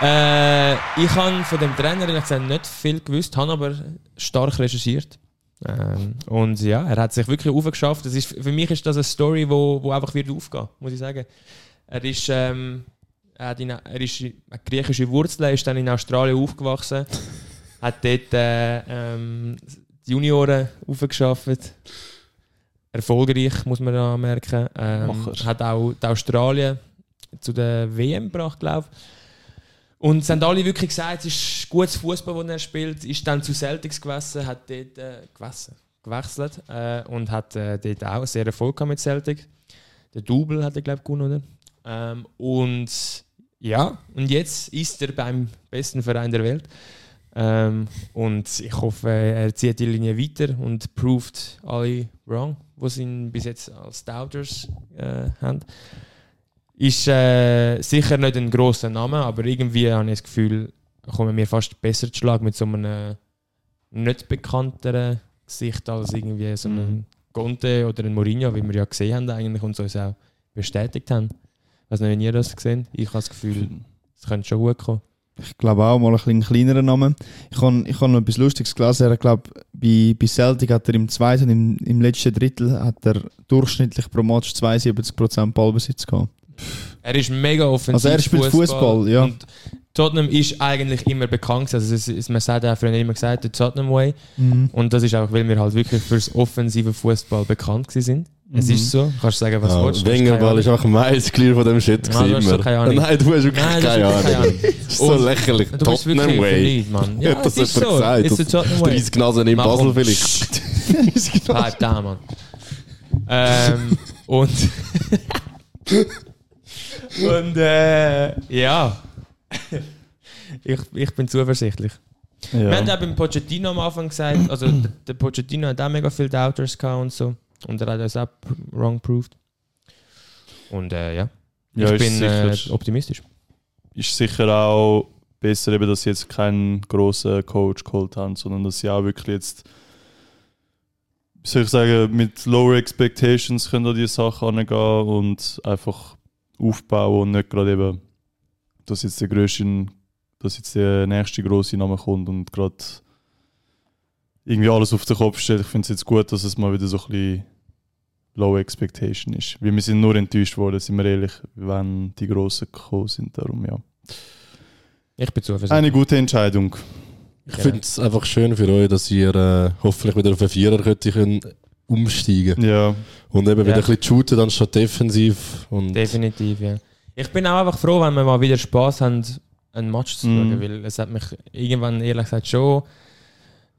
G: Äh, ich habe von dem Trainer ehrlich gesagt nicht viel gewusst, habe aber stark recherchiert. Ähm, und ja, er hat sich wirklich aufgeschafft. Das ist, für mich ist das eine Story, wo, wo einfach wird aufgehen, muss ich sagen. Er ist, ähm, er hat in, er ist hat griechische Wurzeln, ist dann in Australien aufgewachsen, hat dort äh, ähm, die Junioren aufgeschafft. Erfolgreich, muss man anmerken. Ähm,
E: Macher.
G: hat auch die Australien zu der WM gebracht, glaube ich. Und es haben alle wirklich gesagt, es ist gutes Fußball, den er spielt. Ist dann zu Celtics gewesen, hat dort äh, gewesen, gewechselt äh, und hat äh, dort auch sehr Erfolg gehabt mit Celtic. Der Double hat er, glaube ich, gewonnen, oder? Ähm, und ja, und jetzt ist er beim besten Verein der Welt. Ähm, und ich hoffe, er zieht die Linie weiter und proved alle wrong, was ihn bis jetzt als Doubters äh, haben. Ist äh, sicher nicht ein grosser Name, aber irgendwie habe ich das Gefühl, kommen wir fast besser zu Schlag mit so einem äh, nicht bekannteren Gesicht als irgendwie so einen Conte oder einen Mourinho, wie wir ja gesehen haben eigentlich und uns auch bestätigt haben. Also nicht, wenn ihr das gesehen habt. ich habe das Gefühl, es könnte schon gut kommen.
F: Ich glaube auch mal ein bisschen kleinerer Name. Ich habe ich hab noch etwas Lustiges gelesen. Ich glaube, bei, bei Celtic hat er im zweiten und im, im letzten Drittel hat er durchschnittlich pro Match 72% Ballbesitz gehabt.
G: Er ist mega offensiv.
F: Also er spielt Fußball, ja.
G: Und Tottenham ist eigentlich immer bekannt. Also es, ist- man sagt auch früher immer gesagt, der Tottenham Way.
F: Mhm.
G: Und das ist auch, weil wir halt wirklich fürs offensive Fußball bekannt gewesen sind. Es
F: Mhm.
G: ist so. Kannst sagen, was du willst.
D: Ja,
G: Du hast keine
D: Wengerball
G: Ahnung.
D: ist einfach meist clear von dem Shit.
G: Nein, du hast
D: gewesen,
G: doch keine Ahnung.
D: Mann. Nein, du hast wirklich
G: Nein, du hast
D: keine
G: wirklich keine
D: Ahnung.
G: Ahnung.
D: Das ist so
G: Und
D: lächerlich.
G: Du bist
D: Tottenham
G: wirklich
D: Way.
G: verliebt, Mann.
D: *laughs*
G: Ja,
D: Hat
G: das ist so.
D: jemand
G: It's the Tottenham Way.
D: 30 Nasen in
G: Mach
D: Basel
G: um.
D: vielleicht.
G: Bleib da, Mann. ähm,
D: *laughs*
G: und. *laughs* und äh, ja. *laughs* ich, ich bin zuversichtlich. Wir haben
E: Ja.
G: auch beim Pochettino am Anfang gesagt, also der, der Pochettino hat auch mega viele Doubters gehabt und so. Und er hat uns auch pr- wrong proved. Und äh, ja. Ich
E: Ja, ist
G: bin äh,
E: sicher-
G: optimistisch.
E: ist sicher auch besser, eben, dass sie jetzt keinen grossen Coach geholt haben, sondern dass sie auch wirklich jetzt, wie soll ich sagen, mit lower expectations können an die Sache angehen und einfach aufbauen und nicht gerade eben, dass jetzt der größte, dass jetzt der nächste große Name kommt und gerade irgendwie alles auf den Kopf stellt. Ich finde es jetzt gut, dass es mal wieder so ein bisschen Low Expectation ist. Weil wir sind nur enttäuscht worden, sind wir ehrlich, wenn die Grossen gekommen sind. Darum, ja.
G: Ich bin zuversichtlich.
E: Eine gute Entscheidung.
D: Ich
G: Genau.
D: finde es einfach schön für euch, dass ihr äh, hoffentlich wieder auf einen Vierer könnt, ihr könnt umsteigen
E: Ja,
D: Und eben wieder
G: Ja.
D: ein bisschen shooten, anstatt defensiv. Und
G: Definitiv, ja. Ich bin auch einfach froh, wenn wir mal wieder Spaß haben, einen Match zu
E: Mhm.
G: schauen, weil es hat mich irgendwann ehrlich gesagt schon.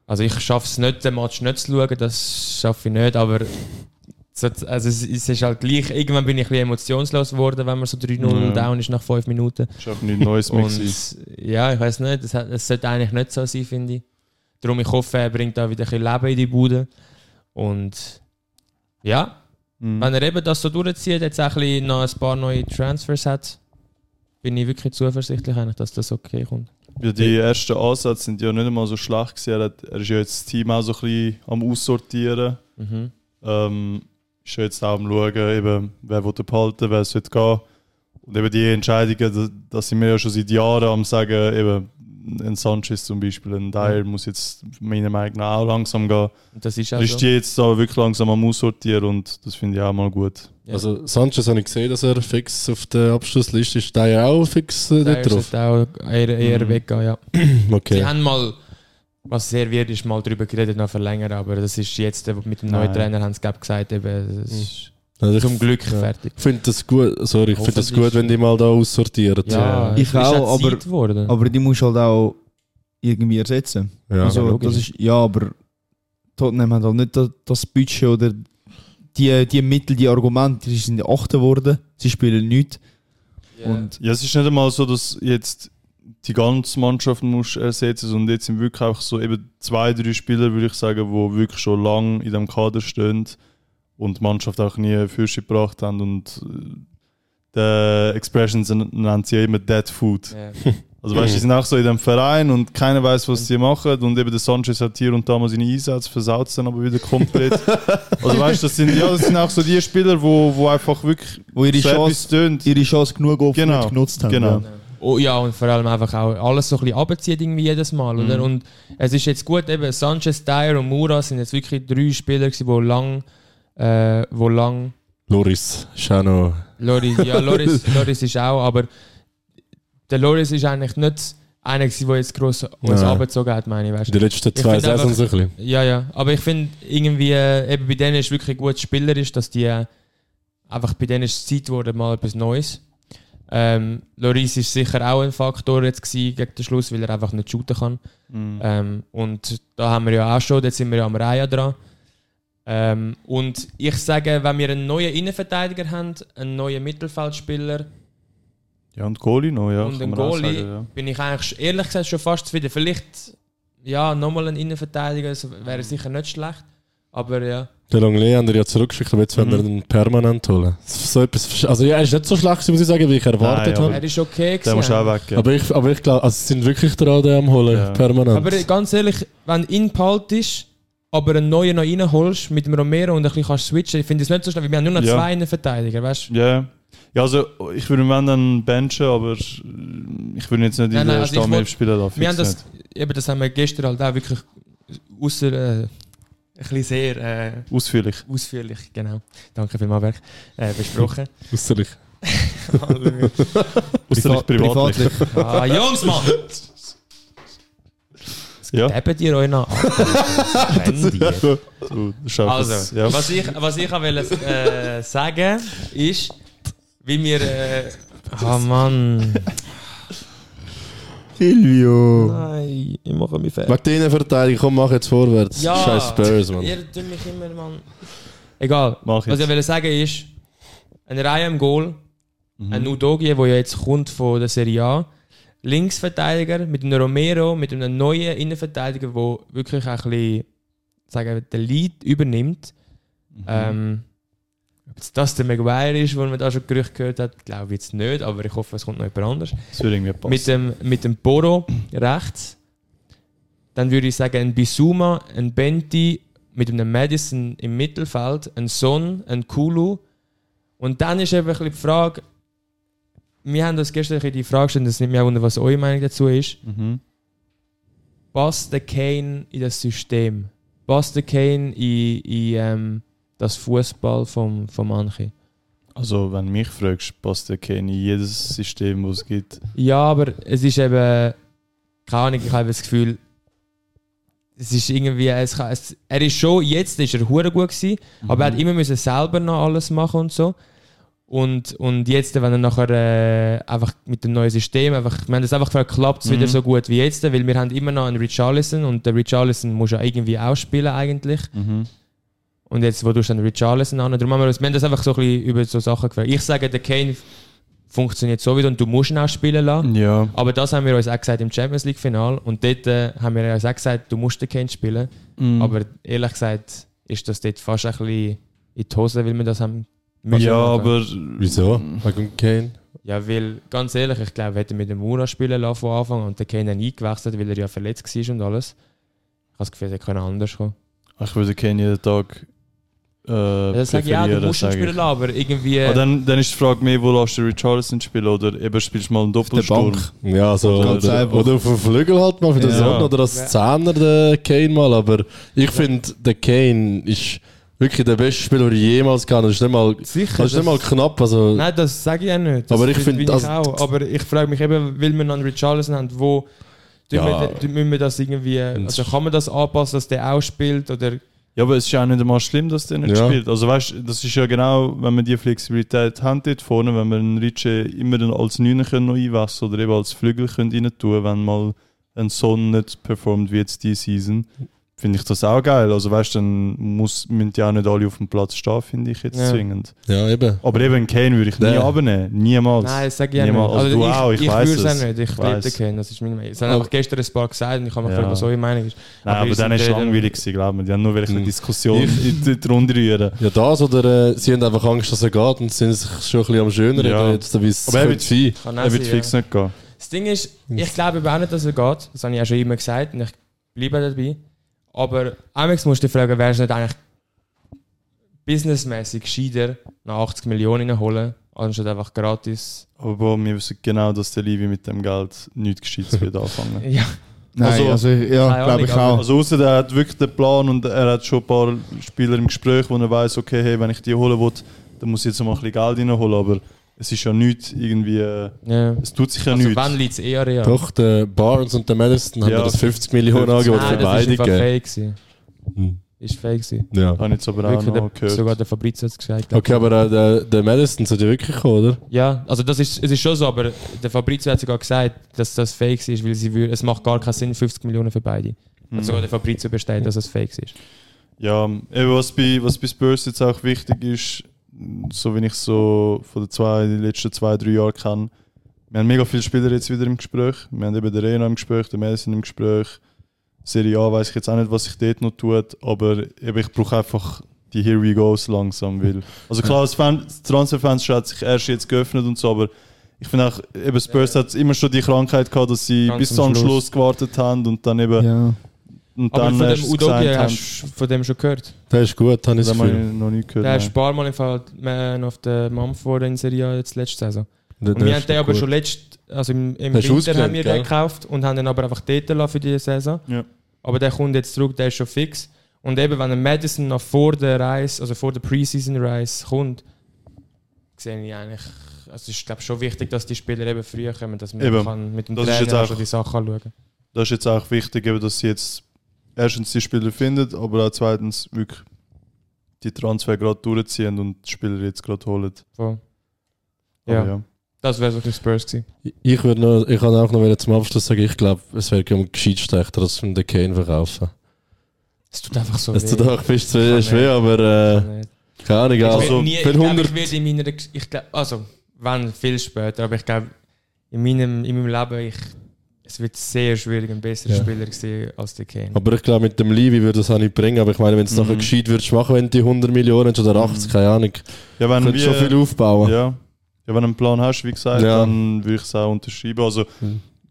G: Also ich schaffe es nicht, den Match nicht zu schauen, das schaffe ich nicht, aber so- also es, es ist halt gleich, irgendwann bin ich ein bisschen emotionslos geworden, wenn man so 3-0
E: Ja.
G: down ist nach 5 Minuten.
E: ist auch nichts Neues mehr.
G: Und
E: gewesen.
G: ja, ich weiß nicht, das, hat, das sollte eigentlich nicht so sein, finde ich. Darum, ich hoffe, er bringt da wieder ein bisschen Leben in die Bude. Und ja,
E: Mhm.
G: wenn er eben das so durchzieht, jetzt auch ein bisschen noch ein paar neue Transfers hat, bin ich wirklich zuversichtlich, eigentlich, dass das okay kommt.
E: Ja, die ersten Ansätze sind ja nicht einmal so schlecht. Gewesen. Er, hat, er ist ja jetzt das Team auch so ein bisschen am Aussortieren.
G: Mhm.
E: Ähm, ist ja jetzt auch am Schauen, eben, wer will behalten, wer sollte gehen. Und eben die Entscheidungen, das, das sind wir ja schon seit Jahren am Sagen, eben ein Sanchez zum Beispiel, ein Dyer muss jetzt meiner Meinung nach auch langsam gehen.
G: Und das ist auch
E: Er ist
G: so.
E: die jetzt da wirklich langsam am Aussortieren und das finde ich auch mal gut.
G: Ja.
D: Also Sanchez habe ich gesehen, dass er fix auf der Abschlussliste ist. Da ja auch fix äh,
G: Dyer
D: dort drauf.
G: sollte auch eher, eher
E: Mhm.
G: weggehen, ja. Sie
D: *laughs* Okay.
G: haben mal, was sehr wird, ist mal darüber geredet, noch verlängern, aber das ist jetzt äh, mit dem neuen
E: Nein.
G: Trainer, haben sie glaub, gesagt, eben, es ist
D: Also ich
G: zum Glück
D: ja.
G: fertig.
D: finde das gut. Sorry, ich finde das
G: Hoffentlich.
D: gut, wenn die mal da aussortieren.
G: Ja,
F: Ich
G: es ist auch
F: auch, aber-
G: Zeit geworden.
F: Aber die musst du halt auch irgendwie ersetzen.
D: Ja.
F: also,
G: Ja, logisch.
F: das ist, ja, aber Tottenham hat halt nicht das, das Budget oder die, die Mittel, die Argumente. Sie sind achten worden, sie spielen nichts. Und
E: Ja, es ist nicht einmal so, dass jetzt die ganze Mannschaft muss ersetzen, sondern jetzt sind wirklich auch so eben zwei, drei Spieler, würde ich sagen, wo wirklich schon lange in dem Kader stehen und die Mannschaft auch nie Fürsche gebracht haben und äh, der Expressions nennt sie ja immer Dead Food.
G: Ja.
E: *laughs* Also weißt du, die sind auch so in dem Verein und keiner weiß, was sie machen und eben der Sanchez hat hier und da mal seine Einsätze, versaut es dann aber wieder komplett. also weißt du, das sind, ja, das sind auch so die Spieler, wo, wo einfach wirklich
F: wo ihre
E: so
F: Chance,
E: etwas tun.
F: ihre Chance genug offen
E: Genau,
F: nicht genutzt haben.
E: genau.
F: Ja.
G: Oh, ja, und vor allem einfach auch alles so ein bisschen runterzieht irgendwie jedes Mal, oder? Und es ist jetzt gut, eben Sanchez, Dyer und Mura sind jetzt wirklich drei Spieler gewesen, die lang, äh, wo lang,
D: Loris, ist auch noch.
G: Loris, ja, Loris, Loris ist auch, aber der Loris ist eigentlich nicht einer gewesen, der jetzt gross uns
D: Nein.
G: runtergezogen hat, meine ich, weißt
D: In den letzten
G: Ich
D: zwei
G: finde
D: Saisons ein bisschen.
G: ja, ja. Aber ich finde irgendwie, äh, eben bei denen ist wirklich ein guter Spieler, ist, dass die äh, einfach bei denen ist Zeit wurde mal etwas Neues. Ähm, Loris ist sicher auch ein Faktor jetzt gewesen gegen den Schluss, weil er einfach nicht shooten kann.
E: Mhm.
G: Ähm, und da haben wir ja auch schon, jetzt sind wir ja am Reihe dran. Ähm, und ich sage, wenn wir einen neuen Innenverteidiger haben, einen neuen Mittelfeldspieler,
E: Ja, und Goalie noch, ja.
G: und
E: kann
G: ein
E: man auch
G: Goalie
E: sagen, ja.
G: bin ich eigentlich sch- ehrlich gesagt schon fast zufrieden. Vielleicht, ja, nochmal ein Innenverteidiger das wäre sicher nicht schlecht. Aber ja.
D: Der Longley haben wir ja zurückgeschickt, aber jetzt wollen
G: Mhm.
D: wir ihn permanent holen. So etwas, also ja, er ist nicht so schlecht, gewesen, muss ich sagen, wie ich erwartet
E: Nein, aber-
G: Er ist okay gewesen.
E: Den musst du auch
D: habe.
E: weggeben.
D: Aber ich, aber ich glaube, also sie sind wirklich dran den am holen,
E: Ja.
D: permanent.
G: Aber ganz ehrlich, wenn du ihn behaltest, aber einen neuen noch reinholst mit dem Romero und ein bisschen kannst switchen, ich finde es nicht so schlimm. weil Wir haben nur noch
E: Ja.
G: zwei Innenverteidiger, weißt du?
E: Ja. Ja, also ich würde ihn wenn dann benchen, aber äh, ich würde ihn jetzt nicht
G: Nein,
E: in der
G: nein, also ich
E: Stammelf
G: wollt-
E: spielen da
G: Wir
E: fix
G: haben das,
E: nicht.
G: eben, das haben wir gestern halt auch wirklich außer äh, ein bisschen sehr äh,
E: Ausführlich.
G: ausführlich, genau. Danke vielmals, Berg, äh, besprochen.
D: Ausserlich.
E: Ausführlich privatlich. *laughs*
G: ah, Jungs, Mann!
E: Ja.
G: Gebt ihr euch noch an.
E: Du schaffst
G: Also,
E: es. Ja.
G: was ich, was ich auch wollte, äh, sagen ist, wie wir. Äh, oh Mann!
F: Silvio!
G: Nein, ich mache mich fertig.
D: Äh, Wegen der Innenverteidigung, komm, mach jetzt vorwärts.
G: Ja.
D: Scheiß Spurs, Mann.
G: Ihr tut mich immer, Mann. Egal.
E: Mach
G: Was
E: jetzt.
G: ich will sagen ist, eine Reihe am Goal,
E: Mhm.
G: ein Udogie, der ja jetzt kommt von der Serie A, Linksverteidiger mit einem Romero, mit einem neuen Innenverteidiger, der wirklich auch ein bisschen, sagen wir, den Lead übernimmt. Ähm, ob jetzt das der Maguire ist, wo man da schon Gerüchte gehört hat, glaube ich jetzt nicht, aber ich hoffe, es kommt noch jemand anders.
E: Das würde irgendwie passen.
G: Mit dem, mit dem Boro rechts. Dann würde ich sagen, ein Bisuma, ein Benti, mit einem Madison im Mittelfeld, ein Son, ein Kulu. Und dann ist eben ein bisschen die Frage, wir haben uns gestern ein bisschen die Frage gestellt, das nimmt mich auch wunder, was eure Meinung dazu ist.
E: Mhm.
G: Passt der Kane in das System? Passt der Kane in, in ähm, das Fußball vom, vom Anchi?
E: Also, wenn du mich fragst, passt der Kane in jedes System, das es gibt.
G: Ja, aber es ist eben. Keine Ahnung, ich habe das Gefühl, es ist irgendwie. Es kann, es, er ist schon, jetzt ist er hure gut gewesen, aber
A: Mhm.
G: er hat immer müssen selber noch alles machen und so. Und, und jetzt, wenn er nachher äh, einfach mit dem neuen System, einfach, wir haben das einfach gefragt, klappt es wieder so gut wie jetzt, weil wir haben immer noch einen Richarlison und der Richarlison muss ja irgendwie auch spielen eigentlich.
D: Mhm.
G: Und jetzt, wo du dann Richarlison an, darum haben wir, uns, wir haben das einfach so ein bisschen über so Sachen gefragt. Ich sage, der Kane funktioniert sowieso und du musst ihn auch spielen lassen.
E: Ja.
G: Aber das haben wir uns auch gesagt im Champions League Final und dort äh, haben wir uns auch gesagt, du musst den Kane spielen.
E: Mhm.
G: Aber ehrlich gesagt ist das dort fast ein bisschen in die Hose, weil wir das haben müssen
E: Ja,
G: machen.
E: aber
D: Wieso? Wegen Kane?
G: ja, weil ganz ehrlich, ich glaube, hätte mit dem Mura spielen lassen von Anfang an und den Kane dann eingewechselt, weil er ja verletzt war und alles. Ich habe das Gefühl, es könnte anders kommen.
E: ich würde Kane jeden Tag. Äh,
G: Das sage ich auch, du
E: präferieren,
G: musst ihn
E: sag ich.
G: spielen lassen, aber irgendwie.
E: Ah, dann, dann ist die Frage mehr, wo lässt du Richarlison spielen oder eben spielst du mal einen Doppelsturm?
F: Bank.
D: Ja, so.
E: Ganz
D: Oder,
F: einfach.
D: oder auf dem Flügel halt mal für den
E: Ja.
D: Sohn oder als Zehner den Kane mal. Aber ich finde, der Kane ist wirklich der beste Spieler, den ich jemals kann. Das ist nicht mal,
G: Sicher,
D: das ist nicht
G: das-
D: mal knapp. Also,
G: Nein, das sage ich auch nicht. Das
D: Aber ich
G: bin-
D: find,
G: bin
D: also-
G: auch. Aber ich frage mich eben, weil wir noch einen Richarlison haben, wo tun
D: Ja.
G: wir, tun- müssen wir das irgendwie, also kann man das anpassen, dass der auch spielt oder
E: Ja, aber es ist ja auch nicht einmal schlimm, dass der nicht
D: Ja.
E: spielt. Also weißt du, das ist ja genau, wenn wir die Flexibilität haben dort vorne, wenn wir einen Ricci immer dann als Neuner können noch einwachsen oder eben als Flügel können rein tun, wenn mal ein Son nicht performt wie jetzt diese Season, finde ich das auch geil. Also weißt du, dann muss, müssen die auch nicht alle auf dem Platz stehen, finde ich jetzt
G: Ja.
E: zwingend.
D: ja, eben.
E: Aber eben Kane würde ich nie
D: Nee.
E: abnehmen. Niemals.
G: Nein, das sage ich auch nicht.
E: Niemals. Also du auch, ich weiss
G: würde
E: es.
G: auch nicht. Ich
E: Ich
G: liebe den
E: weiss.
G: Ken, das ist meine Meinung. Es haben einfach gestern ein paar gesagt und ich habe mich
E: Ja.
G: gefragt, was eure Meinung ist.
E: Nein, aber,
G: wir
E: dann
G: sind Hm.
E: ist es
G: dort-
E: langweilig gewesen, glaub mir. Die haben nur welche eine Diskussion in die- in die Runde rühren.
D: Ja, das oder äh, sie haben einfach Angst, dass er geht und sind sich schon ein bisschen am Schöneren.
E: Ja.
D: Jetzt, wie es
E: Aber er
D: könnte sein.
G: Kann auch
E: Er wird
G: sein,
E: fix
G: ja.
E: nicht gehen.
G: Das Ding ist, ich glaube eben auch nicht, dass er geht. Das habe ich auch schon immer gesagt und ich bleibe dabei. Aber Amex musst du dich fragen, wärst du nicht eigentlich businessmäßig gescheiter nach 80 Millionen holen, anstatt einfach gratis.
E: Aber Bro, wir wissen genau, dass der Levi mit dem Geld nichts Gescheites wird anfangen.
G: *laughs* Ja.
F: Nein,
E: Also-
F: also, ich, ja,
G: Keine
F: glaube ich
G: Ahnung, aber-
F: auch.
E: Also außer der hat wirklich den Plan und er hat schon ein paar Spieler im Gespräch, wo er weiß, okay, hey, wenn ich die holen will, dann muss ich jetzt noch mal ein bisschen Geld reinholen, aber es ist ja nichts irgendwie, äh,
G: ja.
E: es tut sich ja
G: Also
E: nichts.
G: wann liegt es eher ja?
D: Doch, der Barnes und der Madison haben
E: Ja.
D: ja. das 50 Millionen Angebot für
G: Nein, das ist
D: beide
G: einfach
D: gegeben.
G: fake gewesen.
D: Hm.
G: Ist fake gewesen.
D: Ja.
E: Habe ich jetzt aber auch
G: Wirklich,
E: noch
G: der, sogar
E: gehört.
G: der Fabrizio hat es gesagt.
D: Okay, aber äh, der, der Madison sollte ja wirklich kommen, oder?
G: Ja, also das ist, es ist schon so, aber der Fabrizio hat sogar gesagt, dass das fake ist, weil sie wür- es macht gar keinen Sinn, 50 Millionen für beide.
E: Hm.
G: Hat sogar der Fabrizio bestellt, dass es fake ist.
E: Ja, eben was bei, was bei Spurs jetzt auch wichtig ist, so wie ich so von den zwei, die letzten zwei, drei Jahren kenne, Wir haben mega viele Spieler jetzt wieder im Gespräch. Wir haben eben den Reno im Gespräch, den Madison im Gespräch. Serie A weiß ich jetzt auch nicht, was sich dort noch tut, aber eben, ich brauche einfach die Here We Go's langsam. Weil. Also klar, als Fan, das Transferfenster hat sich erst jetzt geöffnet und so, aber ich finde auch, eben Spurs hat immer schon die Krankheit gehabt, dass sie
G: Ganz
E: bis
G: am
E: zum Schluss.
G: Schluss
E: gewartet haben und dann
G: also-
E: eben
F: Ja.
E: und
G: Aber
E: dann
G: von
E: erst
G: dem Udogi
E: gesagt haben.
G: hast du von dem schon gehört.
D: Der ist gut, habe ich
E: Das
D: das
E: habe ich
D: Gefühl.
E: Also noch nie gehört.
G: Der ist
E: nein.
G: ein paar Mal im Fall Man of the Month wurde in Serie A jetzt letzte Saison.
D: Der,
G: Und wir haben den aber
D: gut.
G: schon letzt, also im, im
D: Hast
G: Winter haben wir
D: du ausgelernt,
G: den
D: gell?
G: gekauft und haben den aber einfach dort lassen für diese Saison.
E: Ja.
G: Aber der kommt jetzt zurück, der ist schon fix. Und eben, wenn der Madison noch vor der Reise, also vor der Preseason Reise kommt, sehe ich eigentlich, also es ist glaube schon wichtig, dass die Spieler eben früher kommen, dass man
E: Eben.
G: kann mit dem
E: Das ist jetzt
G: Trainer
E: auch-
G: schon die Sachen anschauen kann.
E: Das ist jetzt auch wichtig, eben, dass sie jetzt erstens die Spieler finden, aber auch zweitens wirklich die Transfer gerade durchziehen und die Spieler jetzt gerade holen.
G: Voll.
E: Aber
G: Ja, das wäre so ein Spurs gewesen.
D: Ich würde noch, ich kann auch noch wieder zum Abschluss sagen, ich glaube, es wäre um am gescheitschlechter, als wir den Kane verkaufen.
G: Es tut einfach so
D: Es tut auch fest
G: Kann
D: weh,
G: nicht.
D: schwer, aber äh, keine Ahnung.
G: Ich
D: Also,
G: also, nie, ich
D: für
G: glaube,
D: 100,
G: ich werde in meiner, Gesch- ich glaube, also, wenn, viel später, aber ich glaube, in meinem, in meinem Leben, ich, es wird sehr schwierig, ein besserer
D: Ja.
G: Spieler sein als der Kane.
D: aber ich glaube, mit dem Levi würde das auch nicht bringen. Aber ich meine, wenn es
G: Mhm.
D: nachher gescheit würdest machen, wenn du die 100 Millionen hast oder 80, keine Ahnung,
E: ja wenn
D: könntest du schon
E: wir,
D: viel aufbauen.
E: ja, ja, wenn du einen Plan hast, wie gesagt,
D: Ja. Mhm.
E: dann würde ich es auch unterschreiben. Also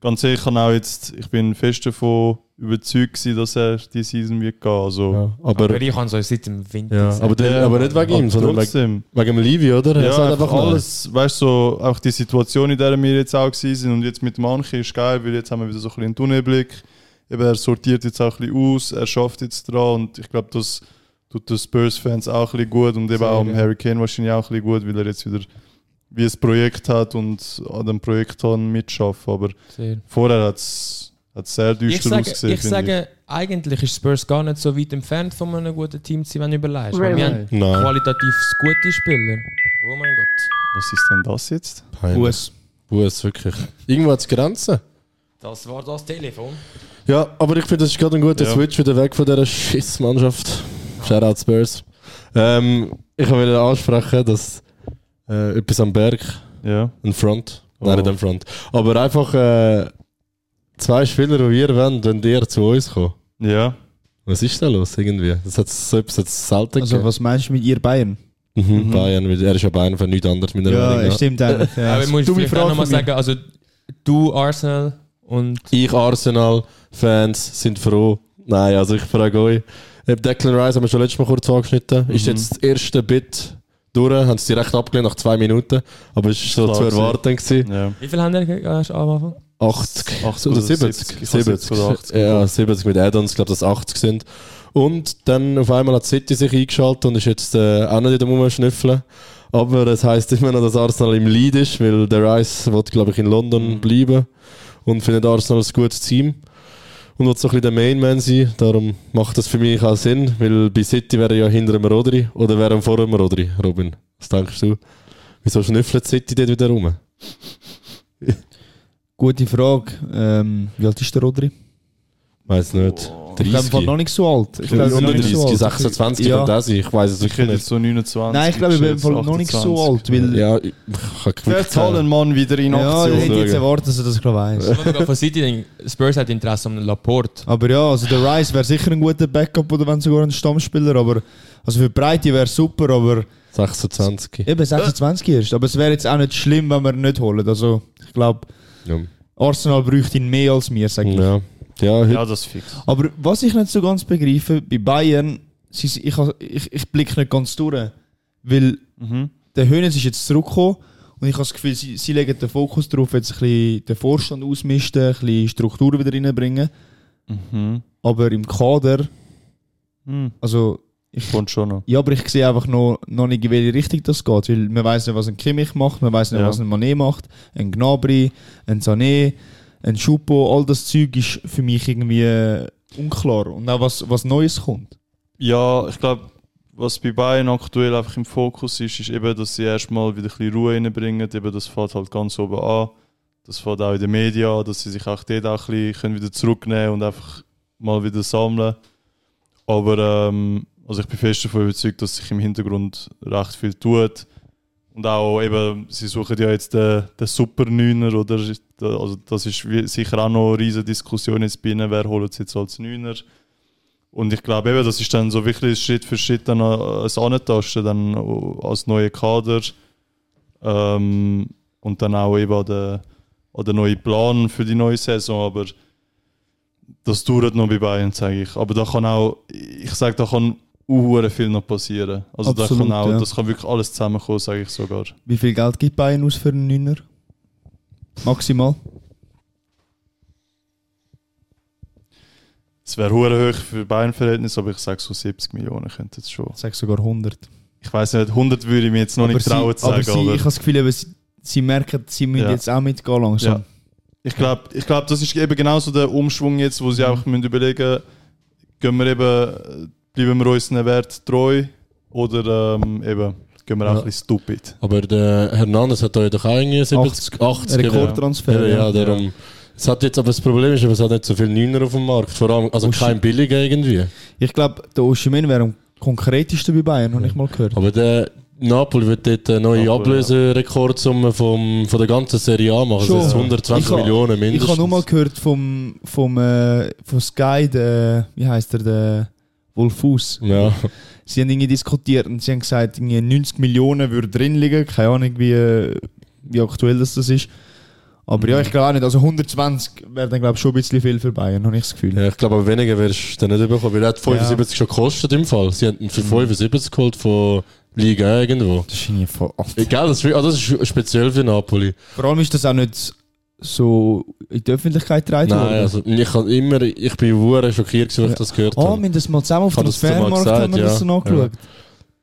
E: ganz ehrlich, ich, kann auch jetzt, ich bin fest davon überzeugt, gewesen, dass er die Season wird gehen. Also,
D: Ja, aber,
G: Aber ich kann so seit dem Winter
D: ja,
G: sagen.
D: aber, der, aber nicht wegen ihm, sondern wegen,
E: trotzdem.
D: wegen dem Levi, oder? Er
E: Ja,
D: sagt
E: einfach
D: nein.
E: alles, weißt du, so, auch die Situation, in der wir jetzt auch gewesen sind und jetzt mit Manchi ist geil, weil jetzt haben wir wieder so ein bisschen einen Tunnelblick. Eben, er sortiert jetzt auch ein bisschen aus, er schafft jetzt dran und ich glaube, das tut den Spurs-Fans auch ein bisschen gut und eben
G: Sehr,
E: auch dem
G: ja.
E: Harry Kane wahrscheinlich auch ein bisschen gut, weil er jetzt wieder wie ein Projekt hat und an dem Projekt dann mitschafft. Aber
G: Sehr.
E: vorher hat es sehr düster
G: Ich sage,
E: ausgesehen.
G: ich
E: finde
G: sage eigentlich ist Spurs gar nicht so weit entfernt von einem guten Team zu sein, wenn du überlegst. Weil Wir haben
D: Nein,
G: qualitativ gute Spieler. Oh mein Gott.
E: Was ist denn das jetzt?
D: peinlich. Bus, wirklich. Irgendwo hat es Grenzen.
G: Das war das Telefon.
D: Ja, aber ich finde, das ist gerade ein guter
E: Ja.
D: Switch wieder weg von dieser Schissmannschaft. Shoutout Spurs. Ähm, ich wollte ansprechen, dass äh, etwas am Berg,
E: Ja.
D: ein Front,
E: Oh.
D: nein, nicht ein Front, aber einfach äh, zwei Spieler, die wir wollen, wenn die zu uns kommen.
E: Ja.
D: Was ist da los irgendwie? Das hat so etwas hat's selten
F: Also, was meinst du mit ihr Bayern?
D: gegeben. Mhm. Bayern, weil er ist ja Bayern für nichts anderes mit einer
F: Ja,
D: Meinung.
G: *laughs*
D: ne?
F: stimmt eigentlich. Ja.
G: Aber ich muss
D: dumme
G: vielleicht auch
D: Frage
G: nochmal
D: von mir.
G: sagen, also du, Arsenal und
D: Ich, Arsenal-Fans, sind froh. Nein, also ich frage euch. Äh, Declan Rice haben wir schon letztes Mal kurz angeschnitten. Ist
E: Mhm.
D: jetzt das erste Bit durch, haben sie direkt abgelehnt nach zwei Minuten. Aber es war so
E: Klar
D: zu
E: gewesen.
D: erwarten. Gewesen.
E: ja.
G: wie viel haben wir gekriegt, äh, am Anfang?
D: 80,
E: 80
D: oder
E: oder
D: 70.
E: 70. Ich hab 70 oder 80
D: ja, 70 mit Add-ons, ich glaube, dass 80 sind. Und dann auf einmal hat City sich eingeschaltet und ist jetzt äh, auch nicht in der Rumschnüffeln. Aber es heisst immer noch, dass Arsenal im Lead ist, weil der Rice wird, glaube ich, in London
E: Mhm.
D: bleiben und findet Arsenal ein gutes Team. Und wird so ein bisschen der Mainman sein, darum macht das für mich auch Sinn, weil bei City wäre er ja hinter dem Rodri oder wäre er vor dem Rodri, Robin. Was denkst du? Wieso schnüffelt City dort wieder rum?
F: Gute Frage. Ähm, wie alt ist der Rodri?
D: Weiß nicht.
F: Ich glaube, im
D: 30.
F: Fall noch nicht so alt. Ich
E: glaub,
F: noch
D: unter
F: nicht
D: 30,
F: so alt.
D: 26
F: also Ja.
D: ja. und das, ich weiß es
E: Ich
D: wirklich
E: hätte jetzt
D: nicht.
E: so 29.
F: Nein, ich glaube, ich bin im Fall noch nicht
E: 28.
F: so alt, weil
D: Ja, ich ich kann
E: Vielleicht
D: sagen.
E: zahlen Mann wieder in
F: Ja, ich
E: Aktion.
F: hätte jetzt erwartet, dass er das gerade weiss. *laughs*
G: Wenn wir gerade von City denken, Spurs hat Interesse an einem Laporte.
F: Aber ja, also der Rice wäre sicher ein guter Backup oder wenn sogar ein Stammspieler, aber also für die Breite wäre super, aber
D: 26.
F: eben 26 erst. Aber es wäre jetzt auch nicht schlimm, wenn wir ihn nicht holen. Also ich glaube,
D: Ja.
F: Arsenal bräuchte ihn mehr als mir, sage ich.
D: Ja. ja, heute
E: Ja, das ist fix.
F: Aber was ich nicht so ganz begreife, bei Bayern, sie, sie- ich, ha- ich, ich blicke nicht ganz durch. Weil der Hönes ist jetzt zurückgekommen und ich habe das Gefühl, sie, sie legen den Fokus darauf, jetzt ein bisschen den Vorstand ausmisten, ein bisschen Struktur wieder reinbringen. Aber im Kader,
E: Mhm.
F: also
E: Kommt schon noch.
F: ja, aber ich sehe einfach noch, noch nicht, in welche Richtung das geht. Weil man weiß nicht, was ein Kimmich macht, man weiß nicht,
E: Ja.
F: was ein Mané macht, ein Gnabry, ein Sané, ein Schupo. All das Zeug ist für mich irgendwie äh, unklar. Und auch was, was Neues kommt.
E: Ja, ich glaube, was bei Bayern aktuell einfach im Fokus ist, ist eben, dass sie erstmal wieder ein bisschen Ruhe reinbringen. Eben, das fällt halt ganz oben an. Das fällt auch in den Medien an, dass sie sich auch dort auch ein bisschen können wieder zurücknehmen und einfach mal wieder sammeln. Aber ähm, also ich bin fest davon überzeugt, dass sich im Hintergrund recht viel tut. Und auch eben, sie suchen ja jetzt den, den Super Neuner, oder? Also das ist wie- sicher auch noch eine riesige Diskussion jetzt bei ihnen, wer holt es jetzt als Neuner. Und ich glaube eben, das ist dann so wirklich Schritt für Schritt dann äh, ein Antasten, dann äh, als neue Kader. Ähm, und dann auch eben an den, an den neuen Plan für die neue Saison, aber das dauert noch bei Bayern, sage ich. Aber da kann auch, ich sage, da kann uhuere viel noch passieren. Also da
F: Absolut,
E: kann auch,
F: ja.
E: das kann wirklich alles zusammenkommen, sage ich sogar.
F: Wie viel Geld gibt Bayern aus für einen Neuner? Maximal?
E: Es wäre hure hoch für Bayern-Verhältnis, aber ich sage so 70 Millionen könnten es schon.
F: Ich sage sogar 100.
E: Ich weiß nicht, 100 würde ich mir jetzt noch nicht trauen zu
F: aber
E: sagen,
F: sie,
E: aber,
F: ich habe das Gefühl, eben, sie, sie merken, sie müssen
E: Ja.
F: jetzt auch mitgehen langsam.
E: Ja. ich glaube, ich glaub, das ist eben genauso der Umschwung jetzt, wo sie auch müssen überlegen gehen wir eben, äh, bleiben wir unseren Wert treu oder ähm, eben, gehen wir auch
D: Ja.
E: ein bisschen stupid.
D: Aber der Hernandez hat da ja doch auch irgendwie 70, 80. Ja,
F: Rekordtransfer. Ja.
D: ja, darum. Es hat jetzt, aber das Problem ist, eben, es hat nicht so viele Neuner auf dem Markt. Vor allem, also
F: Uschi.
D: kein billiger irgendwie.
F: Ich glaube, der Oshimin wäre am konkretesten bei Bayern, habe ich mal gehört.
D: Aber der Napoli wird dort eine neue
E: Napoli, ja.
D: Ablöserekordsumme vom, von der ganzen Serie A machen.
F: Schon.
D: Das ist 120
F: Ich ha-
D: Millionen mindestens.
F: Ich habe nur mal gehört vom, vom, äh, von Sky, der, wie heißt er, der Wolfus.
D: Ja,
F: Sie haben irgendwie diskutiert und sie haben gesagt, irgendwie 90 Millionen würde drin liegen. Keine Ahnung, wie, äh, wie aktuell das, das ist. Aber ja, ich glaube auch nicht. Also 120 wäre dann, glaube ich, schon ein bisschen viel für Bayern, habe ich das Gefühl.
D: ja ich glaube, aber weniger wirst du dann nicht bekommen, weil er hat 75 schon gekostet im Fall. Sie haben ihn für 75 geholt von Liga irgendwo.
F: Das ist irgendwie voll.
D: Äh, Gell, das ist, wirklich- ah, das ist speziell für Napoli.
F: Vor allem ist das auch nicht so in die Öffentlichkeit getragen
D: Nein,
F: worden.
D: also ich, hab immer, ich bin hure schockiert, gewesen, als ich das gehört
F: Ah, wir
D: habe.
F: haben das mal zusammen auf
D: Hat
F: dem
D: das zumal
F: Fernmarkt
D: gesagt,
F: haben wir das so
D: ja.
F: nachgeschaut.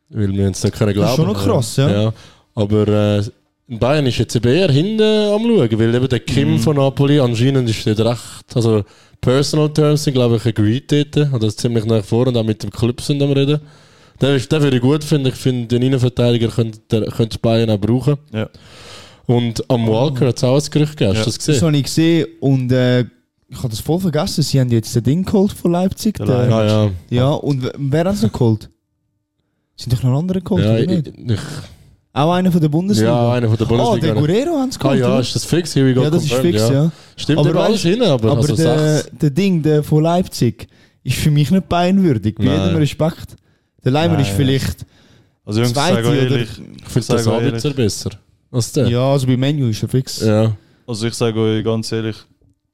D: Weil wir uns nicht können glauben
F: Das ist schon noch krass, ja.
D: Aber äh, in Bayern ist jetzt eben eher hinten am Schauen, weil eben der
F: Mhm.
D: Kim von Napoli anscheinend ist dort recht. Also Personal Terms sind, glaube ich, agreed dort. Und das ist ziemlich nach vor und auch mit dem Club sind am Reden. Den, ist- den würde ich gut finden. Ich finde, den Innenverteidiger könnte, der- könnte Bayern auch brauchen.
E: Ja.
D: Und am Walker hat es auch ein Gerücht gegeben. Hast du das
F: Das
D: gesehen?
F: habe ich gesehen und äh, ich habe das voll vergessen. Sie haben jetzt den Ding geholt von Leipzig.
E: Der
F: Den,
E: Leimer.
D: Ah, ja.
F: ja, und w- wer hat es noch geholt? Sind doch noch andere geholt,
D: Ja,
F: oder
D: ich,
F: nicht?
D: ich,
F: Auch einer von der
D: ja,
F: Bundesliga?
D: einer von der
F: ah, der
D: Bundesliga.
F: Guerrero haben sie
D: ah
F: geholt,
D: ja,
F: oder?
D: ist das fix? Here we go
F: ja, das ist
D: confirmed,
F: fix, ja.
D: Stimmt,
F: Aber
D: aber alles
F: weißt-
D: hin, aber,
F: Aber
D: also
F: der,
D: sechs.
F: der Ding der von Leipzig ist für mich nicht bayernwürdig, bei
D: Nein.
F: jedem Respekt. Der Leimer
E: Nein,
F: ist
E: ja.
F: vielleicht
E: Also Jungs, ich sage
F: zweite
E: euch
F: oder...
E: ehrlich,
D: Ich finde
E: Sag
D: das
E: ehrlich.
D: Sabitzer besser als der.
F: Ja, also bei Menu ist er fix.
D: Ja.
E: also ich sage euch ganz ehrlich,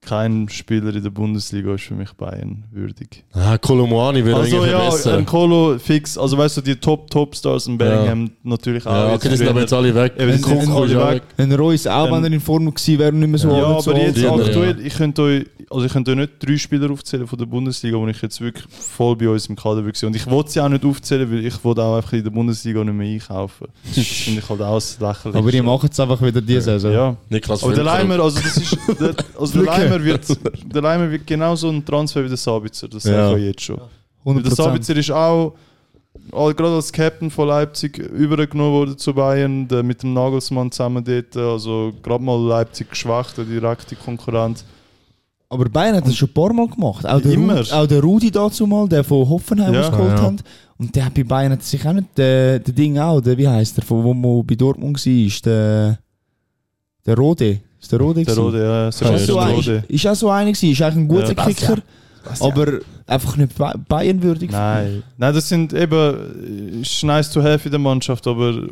E: kein Spieler in der Bundesliga ist für mich Bayern würdig.
D: Ah, Kolomani wäre
E: Also
D: eigentlich
E: ja,
D: besser.
E: ein Colo fix, also weißt du, die Top-Top-Stars in Bellingham natürlich auch.
D: ja, okay, die sind aber jetzt alle weg.
E: Eben, die sind
D: Kunku
E: alle
D: ist auch
E: weg.
F: Ein Reus, auch
E: Dann-
F: wenn er in Form gewesen wäre und nicht mehr so
E: Ja,
F: alt, so
E: aber
F: alt.
E: jetzt
D: Ähm, Ja.
E: aktuell, ich könnte euch, also ich könnte euch nicht drei Spieler aufzählen von der Bundesliga, die ich jetzt wirklich voll bei uns im Kader würde sehen. Und ich wollte sie auch nicht aufzählen, weil ich wollte auch einfach in der Bundesliga nicht mehr einkaufen. Das finde ich halt auch das lächerlich.
F: Aber die machen es einfach wieder diese Saison.
E: ja.
D: Niklas
E: Aber der
D: Füllkrug.
E: Leimer, also das ist, der, also der
F: Glück.
E: Leimer wird, der Leimer wird genauso ein Transfer wie der Sabitzer, das sage
D: Ja.
E: ich euch jetzt schon. Weil
F: 100%.
E: Der Sabitzer ist auch, auch gerade als Captain von Leipzig übergenommen worden zu Bayern, der mit dem Nagelsmann zusammen dort, also gerade mal Leipzig geschwächt, der direkte Konkurrent.
F: Aber Bayern hat das schon ein paar Mal gemacht. Auch der,
E: Immer.
F: Rudi, auch der Rudi dazu mal, der von Hoffenheim
E: Ja.
F: ja. geholt
D: Ja.
F: haben. Und der hat bei Bayern hat sich auch nicht, der, der Ding auch, der, wie heißt der, von wo man bei Dortmund war, der, der Rode. Ist der Rode?
E: Der
F: gewesen?
E: Rode, ja, ist
D: Ja,
F: Ist,
E: der
F: auch so
E: Rode.
F: ein, ist auch so einer gewesen, ist eigentlich ein guter
E: Ja.
F: Kicker, aber einfach nicht Ba- Bayernwürdig.
E: Nein. Nein, das sind eben, äh, ist nice to have in der Mannschaft, aber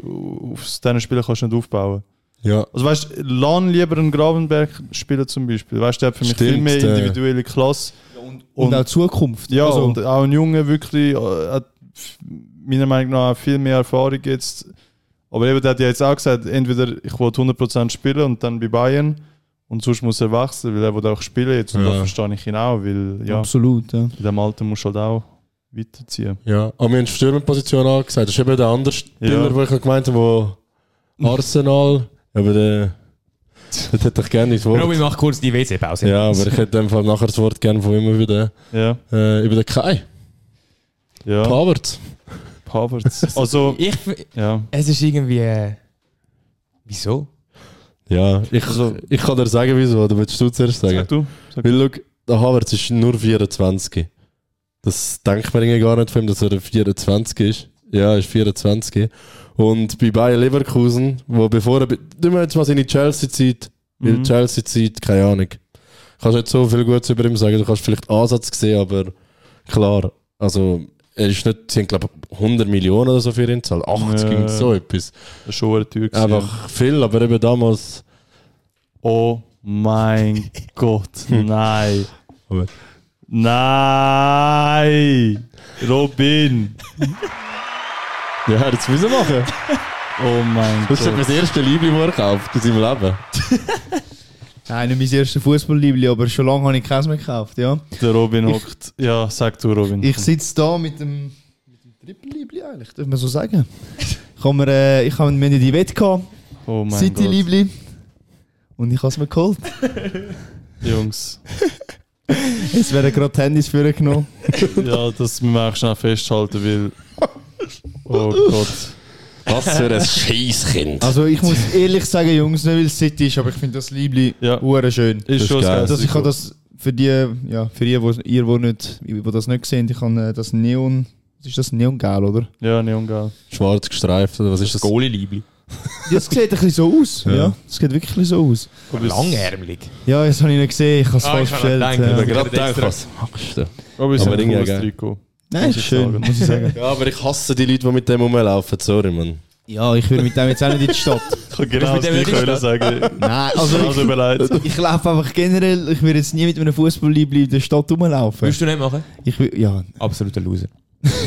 E: auf diesen Spielen kannst du nicht aufbauen.
D: Ja.
E: Also weißt du, Lahn lieber einen Grabenberg spielen zum Beispiel. Weißt du, der hat für mich viel
D: Stimmt,
E: mehr
D: der-
E: individuelle Klasse.
F: Und,
E: Und-
F: auch Zukunft.
E: Ja,
F: also,
E: und auch ein Junge wirklich äh, hat f- meiner Meinung nach viel mehr Erfahrung jetzt. Aber eben, der hat ja jetzt auch gesagt, entweder ich will 100% spielen und dann bei Bayern und sonst muss er wechseln, weil er will auch spielen jetzt. Und
D: Ja.
E: da verstehe ich ihn auch, weil ja,
F: absolut. Ja.
E: in dem Alter musst du halt auch weiterziehen.
D: ja. Aber wir haben die Stürmerposition angesagt. Das ist eben der andere Spieler,
E: Ja.
D: wo ich noch gemeint habe, wo Arsenal. Aber der. Das hätte ich gerne das Wort.
G: Robin, mach kurz die WC-Pause.
D: Ja, aber ich hätte in dem Fall nachher das Wort gerne von immer wieder.
E: Ja,
D: Äh, über den Kai.
E: ja.
D: Pavert.
F: *laughs*
E: Havertz. Also,
G: Ich,
E: ja.
G: es ist irgendwie. Äh, wieso?
D: Ja, ich,
E: Also-
D: ich kann dir sagen, wieso. Oder willst du zuerst sagen?
E: Sag du. Sag
D: Weil, schau, der Havertz ist nur 24. Das denkt man irgendwie gar nicht von ihm, dass er 24 ist. Ja, ist 24. Und bei Bayer Leverkusen, wo bevor er. be- Nehmen wir jetzt mal seine Chelsea-Zeit. Weil
E: Mhm.
D: Chelsea-Zeit, keine Ahnung. Kannst nicht so viel Gutes über ihn sagen. Du kannst vielleicht Ansatz sehen, aber klar. Also, er ist nicht. Sie haben, glaube ich, 100 Millionen oder so für ihn gezahlt. 80
E: Ja.
D: und so etwas.
E: Das ist schon eine Tür.
D: Einfach viel, aber eben damals.
E: Oh
F: *laughs*
E: mein Gott, nein.
D: Aber-
E: Nein! Robin!
D: Ja, jetzt müssen wir machen.
E: Oh
F: *laughs*
E: mein
D: Das ist
E: Gott.
D: etwa das erste Liebling, das er kauft in seinem Leben.
F: Nein, nicht mein erstes Fußballliebli, aber schon lange habe ich keins mehr gekauft, ja.
E: Der Robin hockt. Ja, sag du, Robin.
F: Ich sitze da mit dem, mit dem Triple-Liebli eigentlich, darf man so sagen. Ich habe mir, äh, ich habe mir die Wette gehabt,
E: oh mein Gott.
F: City-Liebli. Und ich habe es mir geholt.
E: Jungs.
F: Es werden gerade die Handys für genommen.
E: Ja, das müssen wir auch schnell
F: *laughs*
E: festhalten, weil. Oh Gott.
D: Was für ein Scheißkind.
F: Also ich muss ehrlich sagen, Jungs, nicht weil es City ist, aber ich finde das Liebli
E: Ja.
F: hure schön.
E: Ist,
D: ist
E: schon
D: geil.
E: geil.
F: Also ich habe das für die, ja, für ihr, wo, ihr, wo nicht, wo das nicht sehen, ich habe äh, das Neon, was ist das Neongeil, oder?
E: Ja, Neongal.
D: Schwarz gestreift, oder was ist das?
G: Goalie-Liebli.
F: Das sieht ein bisschen so aus,
D: Ja.
F: ja. Das sieht wirklich ein bisschen so aus.
G: Langärmelig.
F: Ja, das habe ich nicht gesehen, ich habe es
G: Ah,
F: falsch
G: ich habe
F: bestellt.
G: nicht
F: ja.
G: gedacht,
D: Ich
G: Ja,
D: habe gerade
G: extra.
D: gedacht, was machst du?
E: Aber es ist
D: Aber
E: ein
D: Ringe
E: cooles
D: geil.
E: Trikot.
F: Nein,
E: Muss
F: ist
E: ich
F: schön,
E: sagen.
F: muss ich sagen.
D: Ja, aber ich hasse die Leute, die mit dem rumlaufen. Sorry, Mann.
F: Ja, ich würde mit dem jetzt auch nicht in die Stadt.
E: *laughs* Ich kann genau
G: mit
E: das
G: dem
E: gleiche
G: Ringe
E: wollen sagen.
F: Nein, also
E: *laughs* Also überlegt.
F: ich, ich laufe einfach generell, ich würde jetzt nie mit einem Fußballliebli in der Stadt
E: Dus-
F: rumlaufen.
G: Würdest du nicht machen?
F: Ich will, ja, *laughs*
G: Absoluter Loser.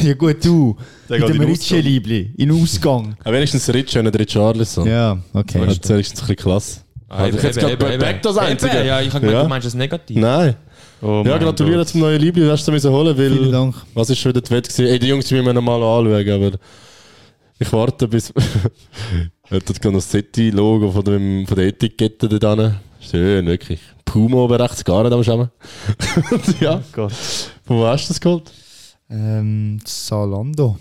F: ja gut, du.
E: Der
F: Mit
E: geht in
F: dem
E: den
F: Ritschenliebli, in Ausgang.
E: Oh.
D: Aber wenigstens Rich und nicht Richarlison. Ja.
F: Ja, okay.
D: Das ist wenigstens ein bisschen klasse.
G: Ah,
D: Habe ich jetzt gerade perfekt das Einzige?
G: Ja, ich habe gemeint,
D: Ja.
G: du meinst das negativ.
D: Nein.
E: Oh
D: Ja,
E: mein
D: gratuliere zum neuen Liebling, das hast du müssen holen, weil...
F: Vielen Dank.
D: Was ist schon wieder die Wette gewesen? Ey, die Jungs müssen wir nochmal anschauen, aber... Ich warte bis... *laughs* Er hat gerade noch das City-Logo von, dem- von der Etikette da dran. Schön, wirklich. Puma oben rechts, gar nicht am Schämen. ja,
E: Gott. Gott.
D: von wo hast du das geholt?
F: Ähm, Salando.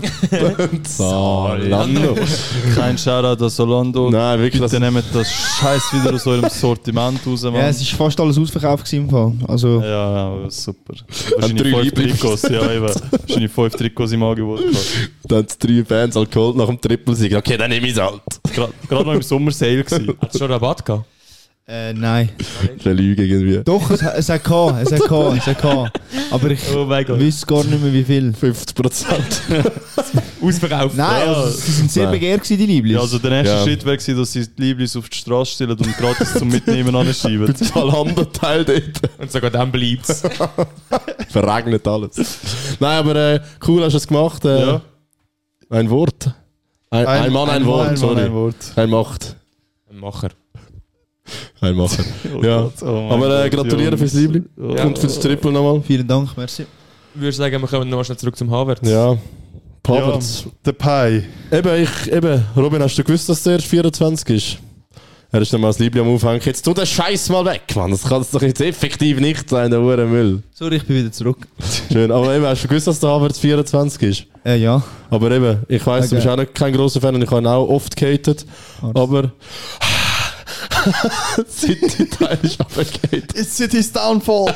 D: *laughs* Salando.
E: Kein Shoutout an Solando.
D: Nein, wirklich, das
E: Bitte nehmt das Scheiß wieder aus eurem Sortiment raus, Mann.
F: Ja, es ist fast alles ausverkauft gewesen im Fall. Also,
E: Ja, ja, super.
D: drei
E: Wahrscheinlich fünf
D: Lieblinge.
E: Trikots, ja, eben. Wahrscheinlich fünf Trikots im Angebot. gehabt.
D: Dann haben drei Fans halt geholt nach dem Trippelsieg. Okay, dann nehme ich es halt.
E: Gra- Gerade noch im Sommer Sale gewesen.
G: Hat es schon Rabatt gehabt?
E: Eh.
F: äh, nein.
D: Das ist eine Lüge irgendwie.
F: Doch, es, es hat gehabt, es hat gehabt, es hat gehabt. Aber ich
E: Oh mein Gott.
F: wüsste gar nicht mehr, wie viel.
D: 50 Prozent. *laughs*
G: Ausverkauft.
F: Nein,
E: Ja.
F: also, sie sind sehr
D: Nein.
F: begehrt gewesen, die Lieblis.
E: Ja, also der nächste
D: Ja.
E: Schritt wäre gewesen, dass sie die Lieblis auf die Straße stellen und gratis zum Mitnehmen anschieben.
D: Zalando-Teil dort. *laughs*
G: Und sogar dann bleibt es.
D: Verregnet alles. Nein, aber äh, cool hast du es gemacht. Äh,
E: Ja.
D: Ein Wort. Ein, ein, Mann, ein, Wort,
F: Mann, ein
D: sorry.
F: Mann,
D: Ein,
F: ein Wort.
D: Macht.
G: Macher.
D: Ein Macher.
E: Oh
D: Ja.
E: Gott, oh mein
D: aber äh,
E: Gott,
D: gratuliere
E: Jungs.
D: fürs Liebling.
E: Oh.
D: Und fürs Triple nochmal.
F: Vielen Dank, merci.
G: Ich würde sagen, wir kommen noch mal schnell zurück zum Havertz.
D: Ja.
E: Ja,
D: Pavertz.
E: der Pai.
D: Eben, ich, eben, Robin, hast du gewusst, dass der erst 24 ist? Er ist dann mal das Liebling am Aufhängen. Jetzt tu den Scheiß mal weg, Mann. Das kann es doch jetzt effektiv nicht sein, der Uhrenmüll.
F: Sorry, ich bin wieder zurück.
D: Schön. Aber eben, hast du gewusst, dass der Havertz 24 ist?
F: Äh, ja.
D: Aber eben, ich weiss, du
F: Okay.
D: bist auch nicht kein großer Fan und ich habe ihn auch oft gehatet. Aber. *laughs* City Teil ist abgehatet.
F: It's City's *laughs* downfall.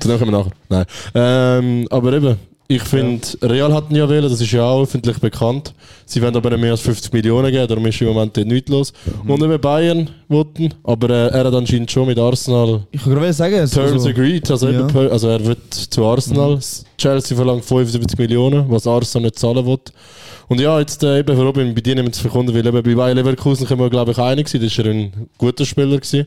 D: Dann kommen wir nachher. Nein. Ähm, aber eben, ich finde, Real hat ihn ja wählen, das ist ja auch öffentlich bekannt. Sie wollen aber nicht mehr als 50 Millionen geben, darum ist im Moment dort nichts los. Und eben Bayern wollten, aber äh, er hat anscheinend schon mit Arsenal
F: Ich kann gerade sagen, es-
D: Terms
F: also,
D: agreed, also, eben
F: Ja. Mhm.
D: per- also er wird zu Arsenal. Chelsea verlangt 75 Millionen, was Arsenal nicht zahlen will. Und ja, jetzt äh, eben, für Robin, bei dir nehmen wir es verkunden, weil eben bei Bayer Leverkusen können wir, glaube ich, einig sein, das war ein guter Spieler. Gewesen.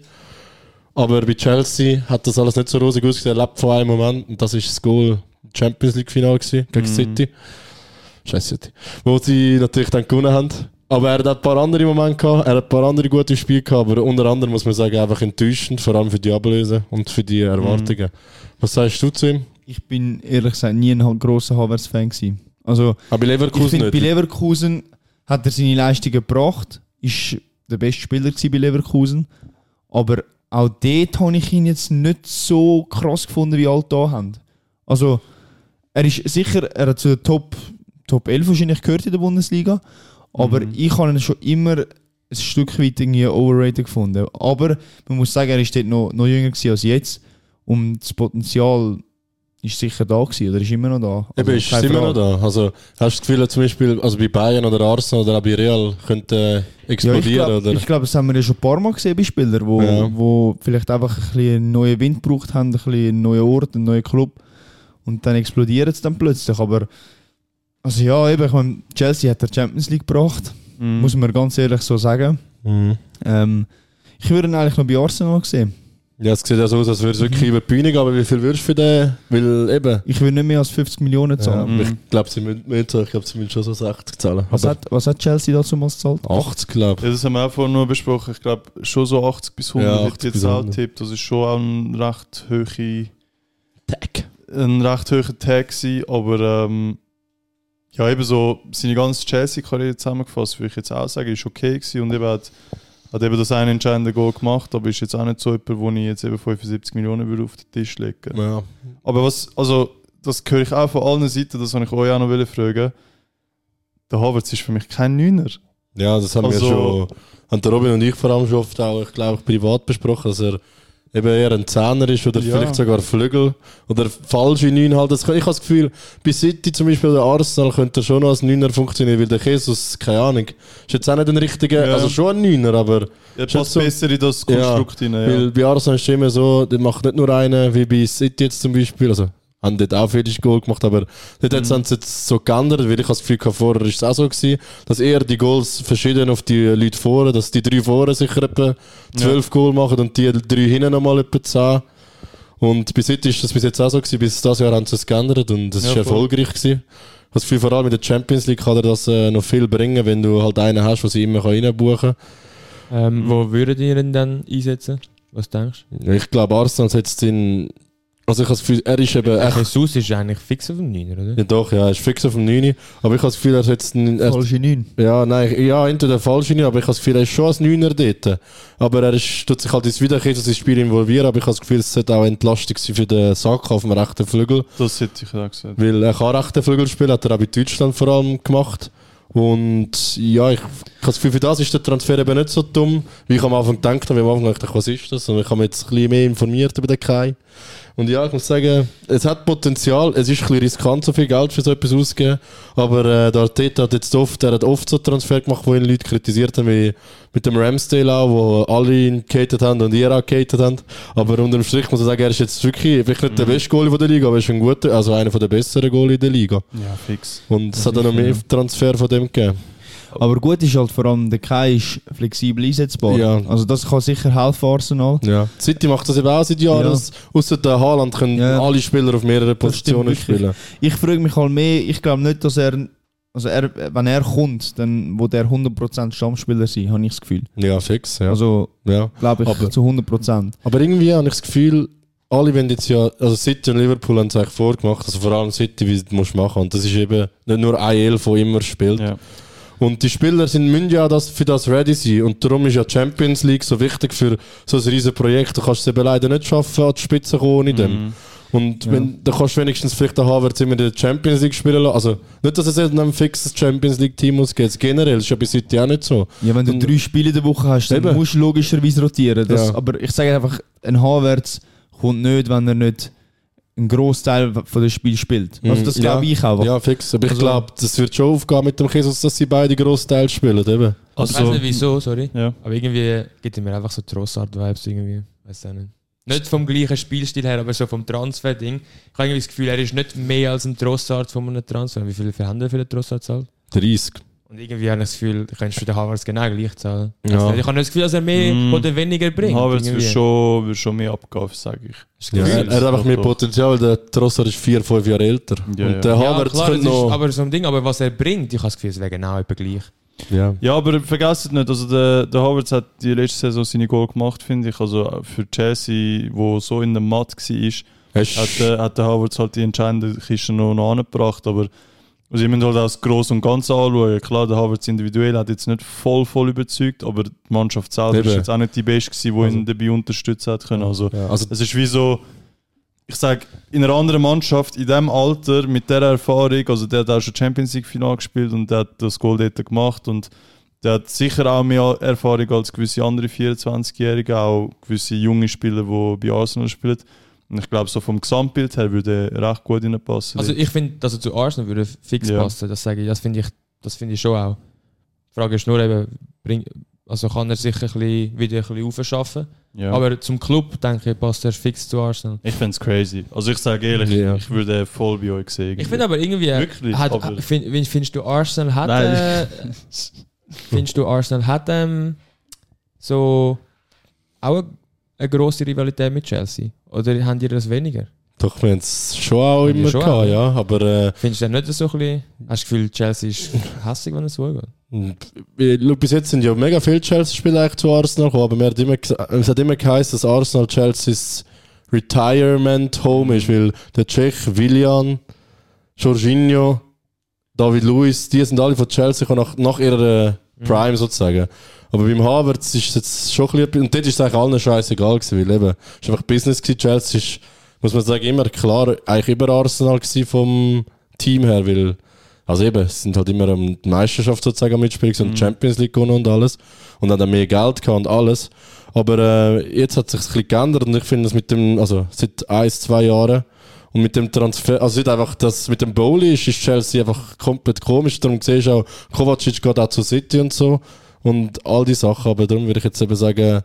D: Aber bei Chelsea hat das alles nicht so rosig ausgesehen, er lebt von einem Moment und das ist das Goal im Champions League-Final gegen
F: Mhm.
D: City. Scheiß City. Wo sie natürlich dann gewonnen haben. Aber er hat auch ein paar andere Momente gehabt, er hat ein paar andere gute Spiele gehabt, aber unter anderem muss man sagen, einfach enttäuschend, vor allem für die Ablöse und für die Erwartungen.
F: Mhm.
D: Was sagst du zu ihm?
F: ich bin ehrlich gesagt nie ein grosser Havertz-Fan gewesen. Also,
D: Aber bei
F: Ich
D: Leverkusen
F: finde, bei
D: nicht.
F: Leverkusen hat er seine Leistung gebracht, ist der beste Spieler gewesen bei Leverkusen. Aber auch dort habe ich ihn jetzt nicht so krass gefunden, wie alle da haben. Also, er ist sicher, er hat zu den Top, Top 11 wahrscheinlich gehört in der Bundesliga, aber
D: Mhm.
F: ich habe ihn schon immer ein Stück weit irgendwie overrated gefunden. Aber man muss sagen, er ist dort noch, noch jünger gewesen als jetzt und das Potenzial ist sicher da gewesen oder ist immer noch da.
D: Eben, ist
F: keine
D: immer noch
F: Frage.
D: da. Also, hast du das Gefühl, zum Beispiel also bei Bayern oder Arsenal oder auch bei Real könnte äh,
F: Ja, ich
D: explodieren?
F: glaube,
D: oder?
F: glaub, das haben wir ja schon ein paar Mal gesehen bei Spielern, wo,
D: Ja.
F: wo vielleicht einfach ein bisschen einen neuen Wind gebraucht haben, ein bisschen einen neuen Ort, einen neuen Club und dann explodiert es dann plötzlich. Aber also ja, eben, ich meine, Chelsea hat der Champions League gebracht,
E: Mhm.
F: muss man ganz ehrlich so sagen.
D: Hm. Mhm.
F: Ähm, ich würde ihn eigentlich noch bei Arsenal sehen.
D: Ja, es sieht ja so aus, als würde es
F: Mhm.
D: wirklich über die Bühne gehen, aber wie viel würdest du für den? Weil eben,
F: Ich würde nicht mehr als 50 Millionen
D: ja,
F: zahlen.
E: Mhm.
D: ich glaube, sie müssen, müssen so- ich glaube, sie müssen schon so 60 zahlen.
F: Was,
D: Aber
F: hat, was hat Chelsea dazu mal gezahlt?
D: 80, glaube
E: Ja, das haben wir auch vorhin nur besprochen. Ich glaube, schon so 80 bis 100
D: Ja,
E: wird
D: 80 bis
E: jetzt
D: 100.
E: angetipp. Das ist schon auch ein recht hohe,
D: Tag.
E: ein recht hoher Tag gewesen. Aber ähm, ja, eben so seine ganze Chelsea-Karriere zusammengefasst, würde ich jetzt auch sagen, ist okay gewesen. Und eben hat, hat eben das eine entscheidende Goal gemacht, aber ist jetzt auch nicht so jemand, wo ich jetzt eben 75 Millionen würde auf den Tisch legen würde.
D: Ja.
E: Aber was, also, das höre ich auch von allen Seiten, das wollte ich euch auch noch fragen. Der Havertz ist für mich kein Neuner.
D: ja, das haben wir
E: Also-
D: schon. Haben der Robin und ich vor allem schon oft auch, ich glaube, privat besprochen, dass er eben eher ein Zehner ist oder
E: Ja.
D: vielleicht sogar Flügel oder falsche Neun halt. Das, ich habe das Gefühl, bei City zum Beispiel oder Arsenal könnte er schon noch als Neuner funktionieren, weil der Jesus, keine Ahnung, ist jetzt auch nicht ein richtiger,
E: Ja.
D: also schon ein Neuner, aber
E: Er
D: Schon
E: passt
D: so-
E: besser in das Konstrukt hinein. Ja.
D: Weil bei Arsenal ist es immer so, der macht nicht nur einen, wie bei City jetzt zum Beispiel. Also, haben dort auch viele Goal gemacht, aber dort mhm. haben sie jetzt so geändert, weil ich habe das Gefühl hatte, vorher war es auch so, gewesen, dass eher die Goals verschieden auf die Leute vorne, dass die drei vorne sicher etwa zwölf Goal machen und die drei hinten nochmal etwa zehn. Und bis jetzt ist das bis jetzt auch so gewesen, bis das Jahr haben sie es geändert und es
E: Ja,
D: ist
E: voll.
D: erfolgreich gewesen. Ich habe Das Gefühl, vor allem in der Champions League kann er das äh, noch viel bringen, wenn du halt einen hast, den sie immer kann reinbuchen
G: Ähm, wo würdet ihr ihn dann einsetzen? Was denkst du?
D: Ja, Ich glaube, Arsenal setzt ihn. Also, ich habe das Gefühl, er ist eben echt.
G: Jesus ist eigentlich fix auf dem 9, oder?
D: Ja, doch, ja, er ist fix auf dem 9. Aber ich habe das Gefühl, er setzt ihn. Er,
F: Falsche 9.
D: ja, nein, ja, entweder falsch rein, aber ich habe das Gefühl, er ist schon als 9er dort. Aber er ist, tut sich halt ins Wiederkehr, das Spiel involvieren, aber ich habe das Gefühl, es sollte auch Entlastung sein für den Sack auf dem rechten Flügel.
E: Das hätte ich auch gesagt.
D: Weil er kann rechten Flügel spielen, hat er auch bei Deutschland vor allem gemacht. Und ja, ich habe das Gefühl, für das ist der Transfer eben nicht so dumm, wie ich am Anfang gedacht habe. Wie am Anfang dachte ich, was ist das? Und ich habe mich jetzt ein bisschen mehr informiert über den Kai. Und ja, ich muss sagen, es hat Potenzial. Es ist ein bisschen riskant, so viel Geld für so etwas auszugeben. Aber äh, der Arteta hat jetzt oft, er hat oft so Transfer gemacht, wo ihn Leute kritisiert haben, wie mit dem Ramsdale auch, wo alle ihn gehatet haben und ihr auch gehatet haben. Aber unterm Strich muss ich sagen, er ist jetzt wirklich, vielleicht nicht der
F: Mhm.
D: beste Goalie von der Liga, aber er ist ein guter, also einer von der besseren Goalie der Liga.
E: Ja, fix.
D: Und es hat auch noch mehr Transfer von dem gegeben.
F: Aber gut ist halt vor allem, der Kai ist flexibel einsetzbar.
D: Ja.
F: Also das kann sicher helfen Arsenal.
D: Ja. City macht das eben auch seit Jahren.
F: Ja.
D: dass Außer der Haaland können
F: Ja.
D: alle Spieler auf mehreren
F: Das stimmt
D: Positionen
F: wirklich.
D: spielen.
F: Ich frage mich halt mehr, ich glaube nicht, dass er, also er, wenn er kommt, dann wird er 100% Stammspieler sein, habe ich das Gefühl.
D: Ja, fix. Ja.
F: Also
D: ja.
F: glaube ich
D: Aber-
F: zu 100%.
D: Aber irgendwie habe ich das Gefühl, alle wollen jetzt ja, also City und Liverpool haben es eigentlich vorgemacht, also vor allem City, wie du musst machen. Und das ist eben nicht nur ein Elf, der immer spielt.
E: Ja.
D: Und die Spieler sind, müssen ja das, für das ready sein. Und darum ist ja die Champions League so wichtig für so ein riesen Projekt. Du kannst es eben leider nicht schaffen, an die Spitze zu kommen ohne
E: Mhm.
D: dem. Und wenn, dann kannst du wenigstens vielleicht den Havertz immer in der Champions League spielen lassen. Also nicht, dass es in einem fixes Champions League-Team muss gehen. Generell ist ja bis heute auch nicht so.
F: Ja, wenn du
D: Und-
F: drei Spiele in der Woche hast, dann
D: Eben.
F: musst du logischerweise rotieren. Das,
D: Ja.
F: Aber ich sage einfach, ein Havertz kommt nicht, wenn er nicht einen Großteil von des Spiel spielt. Also
D: Mhm.
F: das glaube
D: Ja.
F: ich auch.
D: Ja, fix. Aber ich
F: Also-
D: glaube, das wird schon aufgehen mit dem Jesus, dass sie beide Großteile spielen. Eben.
G: Also, ich weiß nicht wieso, sorry.
E: Ja.
G: Aber irgendwie gibt er mir einfach so Trossard-Vibes irgendwie. Weiß auch nicht. Nicht vom gleichen Spielstil her, aber so vom Transfer-Ding. Ich habe irgendwie das Gefühl, er ist nicht mehr als ein Trossard von einem Transfer. Wie viel verhandeln für den Trossard zahlt?
D: 30.
G: Und irgendwie habe ich das Gefühl, du könntest für den Havertz genau gleich zahlen.
D: Ja.
G: Also, ich habe nicht das Gefühl, dass er mehr
E: Mm.
G: oder weniger bringt.
E: Havertz wird
G: irgendwie.
E: schon, wird schon mehr abgegeben, sage ich.
G: Hast du
D: Ja,
G: das
D: er,
G: Gefühl?
E: Gefühl.
D: er hat einfach mehr
E: Doch, doch.
D: Potenzial, weil der Trossard ist vier, fünf Jahre älter.
E: Ja, ja.
D: Und der
G: Ja,
D: Havertz
G: klar, das
D: könnte
G: ist
D: noch...
G: aber also so ein Ding. Aber was er bringt, ich habe das Gefühl, es wäre genau etwa gleich.
D: Ja.
E: Ja, aber vergesst nicht, also der, der Havertz hat die letzte Saison seine Goal gemacht, finde ich. Also für Chelsea, wo so in der Matt war,
D: Er ist-
E: hat, der- hat der Havertz halt die entscheidende Kiste noch, noch angebracht. Aber also ich muss halt auch das Gross und Ganze anschauen. Klar, der Havertz individuell hat jetzt nicht voll, voll überzeugt, aber die Mannschaft selber
D: Eben. Also
E: war jetzt auch nicht die Beste, gewesen, die ihn dabei unterstützt hat können. Also
D: ja. Also,
E: Es ist wie so, ich sage, in einer anderen Mannschaft, in diesem Alter, mit dieser Erfahrung, also der hat auch schon Champions League-Final gespielt und der hat das Goal dort gemacht und der hat sicher auch mehr Erfahrung als gewisse andere 24-Jährige, auch gewisse junge Spieler, die bei Arsenal spielen. Und ich glaube, so vom Gesamtbild her würde er recht gut reinpassen.
G: Also ich finde, dass er zu Arsenal würde fix
E: Ja.
G: passen, das sage ich. Das finde ich, das finde ich schon auch. Die Frage ist nur eben, bring, also kann er sich ein bisschen, wieder ein bisschen aufschaffen.
E: ja.
G: Aber zum Club, denke ich, passt er fix zu Arsenal.
E: ich finde es crazy. Also ich sage ehrlich,
D: Ja.
E: ich würde voll bei euch sehen.
G: Ich finde aber irgendwie,
E: Wirklich,
G: hat,
E: aber-
G: find, wie findest du Arsenal hat, äh,
E: Nein.
G: findest du Arsenal hat ähm, so auch eine, eine grosse Rivalität mit Chelsea? Oder haben die das weniger?
D: Doch, wir haben es schon auch
G: Haben wir
D: immer
G: schon auch,
D: gehabt, ja. Aber äh,
G: Findest du das nicht so ein bisschen, hast du das Gefühl, Chelsea ist hässlich, wenn es so geht?
D: Weil, Schau, Äh, bis jetzt sind ja mega viele Chelsea-Spieler eigentlich zu Arsenal gekommen, aber man hat immer, gesa- es hat immer geheißen, dass Arsenal Chelseas Retirement Home ist, weil der Tschech, Willian, Jorginho, David Luiz, die sind alle von Chelsea gekommen nach, nach ihrer äh, Prime sozusagen. Aber beim Havertz ist es jetzt schon ein bisschen, und dort ist es eigentlich allen scheißegal gewesen, weil eben, es war einfach Business gewesen, Chelsea ist, muss man sagen, immer klar, eigentlich über Arsenal gewesen vom Team her, weil also eben, es sind halt immer ähm, die Meisterschaft sozusagen am Mitspielen gewesen und die Champions League gewonnen und alles. Und dann haben mehr Geld gehabt und alles. Aber äh, jetzt hat sich ein bisschen geändert und ich finde es mit dem, also seit ein, zwei Jahren und mit dem Transfer, also seit einfach das mit dem Bowley ist, ist Chelsea einfach komplett komisch. Darum siehst du auch, Kovacic geht auch zu City und so und all die Sachen. Aber darum würde ich jetzt eben sagen,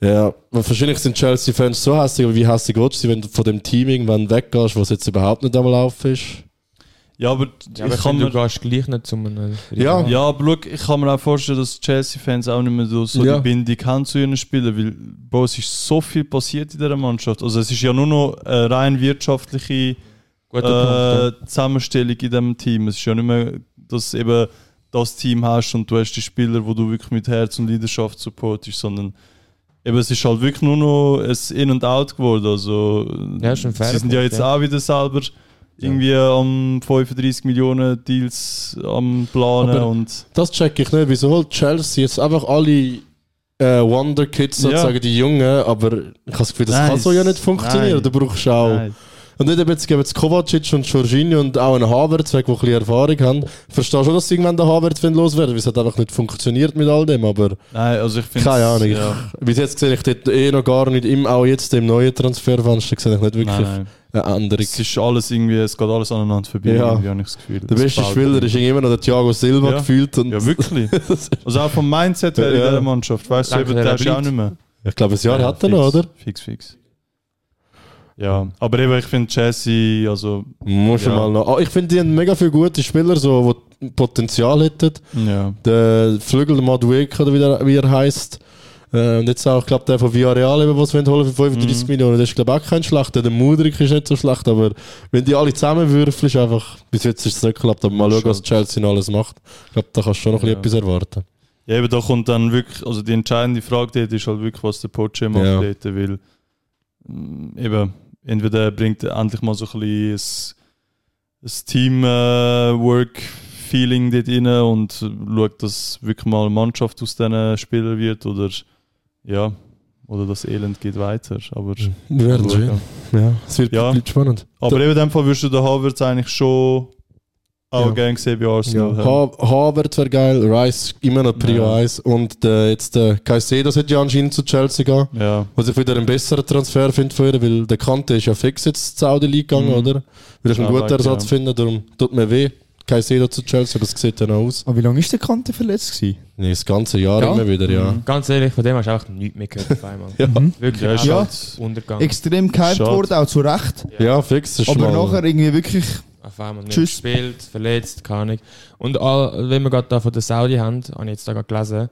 D: ja, wahrscheinlich sind Chelsea-Fans so hässlich, aber wie hässlich willst du sie, wenn du von dem Team irgendwann weggehst, was jetzt überhaupt nicht am Laufen ist?
E: ja, aber
G: Ja, aber
E: ich
G: ich
E: kann
G: finde, Äh,
E: mir
G: du gehst gleich nicht zu einem
D: Ja.
E: Ja, aber schau, ich kann mir auch vorstellen, dass Chelsea-Fans auch nicht mehr so, so
D: Ja.
E: die Bindung haben zu ihren Spielern, weil Bro, es ist so viel passiert in dieser Mannschaft. Also es ist ja nur noch eine rein wirtschaftliche
G: Guter
E: äh, Zusammenstellung in diesem Team. Es ist ja nicht mehr, dass du eben das Team hast und du hast die Spieler, wo du wirklich mit Herz und Leidenschaft supportest, sondern eben es ist halt wirklich nur noch ein In und Out geworden. Also
G: Ja, ist ein fairer
E: sie sind ja
G: Punkt,
E: jetzt
G: ja.
E: auch wieder selber irgendwie am 35 Millionen Deals am Planen
D: Aber-
E: und
D: Das check ich nicht. Wieso holt Chelsea jetzt einfach alle äh, Wonder Kids,
E: Ja.
D: sozusagen die Jungen, aber ich habe das Gefühl, das
E: Nein,
D: kann so ja nicht
E: es-
D: funktionieren.
E: nein.
D: Du brauchst auch.
E: Nein.
D: Und nicht eben jetzt geben jetzt Kovacic und Jorginho und auch einen Havertz weg, die ein bisschen Erfahrung haben. Ich verstehe schon, dass sie irgendwann der Havertz wollen loswerden weil es hat einfach nicht funktioniert mit all dem, aber
E: Nein, also ich finde
D: keine Ahnung.
E: Ja.
D: Ich, bis jetzt sehe ich dort eh noch gar nicht, im, auch jetzt im neuen Transferfenster, sehe ich nicht wirklich
E: Nein, nein.
D: eine Änderung.
E: Es ist alles irgendwie, es geht alles aneinander vorbei,
D: Ja.
E: irgendwie habe ich das Gefühl.
D: Der
E: Es
D: beste
E: baut
D: Spieler ist irgendwie immer noch der Thiago Silva
E: Ja.
D: gefühlt und
E: Ja,
D: *laughs*
E: wirklich. Also auch vom Mindset her in
D: Ja.
E: dieser Mannschaft. Weißt du,
G: Danke,
E: eben, der
G: der
E: ist ja auch
G: bleibt.
E: nicht mehr.
D: ich glaube, ein Jahr
E: Ja,
D: hat er
E: fix.
D: noch, oder?
E: Fix, fix. Ja, aber eben, ich finde Chelsea, also,
D: Muss ja.
E: Ja.
D: mal noch. Ah, Ich finde, die haben mega viele gute Spieler, so, die Potenzial hätten.
E: ja.
D: Der Flügel, der Madueke, oder wie, der, wie er heisst. Äh, Und jetzt auch, ich glaube, der von Villarreal, eben, was wir holen für 35
E: Mhm.
D: Millionen, das ist, glaube ich, auch kein schlechter. Der Mudrik ist nicht so schlecht, aber wenn die alle zusammenwürfeln, ist einfach, bis jetzt ist es nicht geklappt. Aber mal schauen, was Chelsea noch alles macht. Ich glaube, da kannst du schon noch ein
E: Ja.
D: bisschen etwas erwarten.
E: ja, eben da kommt dann wirklich, also die entscheidende Frage dort ist halt wirklich, was der Poche macht
D: Ja.
E: dort, weil mm, eben, entweder bringt er endlich mal so ein bisschen ein, ein Team-Work-Feeling dort rein und schaut, dass wirklich mal eine Mannschaft aus diesen Spielern wird oder ja, oder das Elend geht weiter, aber...
D: Wir werden sehen. Ja, es wird,
E: Ja.
D: bleibt spannend.
E: Aber eben in dem Fall würdest du den Havertz eigentlich schon auch
D: Ja.
E: gerne sehen bei Arsenal. Ja.
D: Ha Havertz wäre geil, Rice immer noch Prio
E: Ja.
D: 1 und der, jetzt der Caicedo sollte ja anscheinend zu Chelsea gehen.
E: Ja.
D: Was ich wieder einen besseren Transfer finde für ihn, weil der Kante ist ja fix jetzt zur Audi League gegangen,
E: Mhm.
D: oder? Will ich einen
E: Ja,
D: guten
E: danke,
D: Ersatz
E: ja.
D: finden, darum tut mir weh. Kein Sedo zu Chelsea, aber es sieht ja noch aus.
F: *laughs* Aber wie lange ist der Kante verletzt? Gewesen?
D: Nee, das ganze Jahr
F: Ja. Mhm.
D: immer wieder, ja.
G: Ganz ehrlich, von dem hast du einfach nichts mehr gehört auf
F: *laughs*
G: einmal.
D: Ja.
G: Wirklich,
E: Der ist
G: auch
E: halt-
G: Untergang.
F: Extrem gehypt
E: Schade.
F: worden, auch zu Recht.
D: Ja, fix. Ist
F: Aber
D: mal-
F: nachher irgendwie wirklich.
G: auf einmal nicht
F: Tschüss.
G: gespielt, verletzt, keine Ahnung. Und all, wenn wir gerade da von der Saudi haben, habe ich jetzt da gerade gelesen,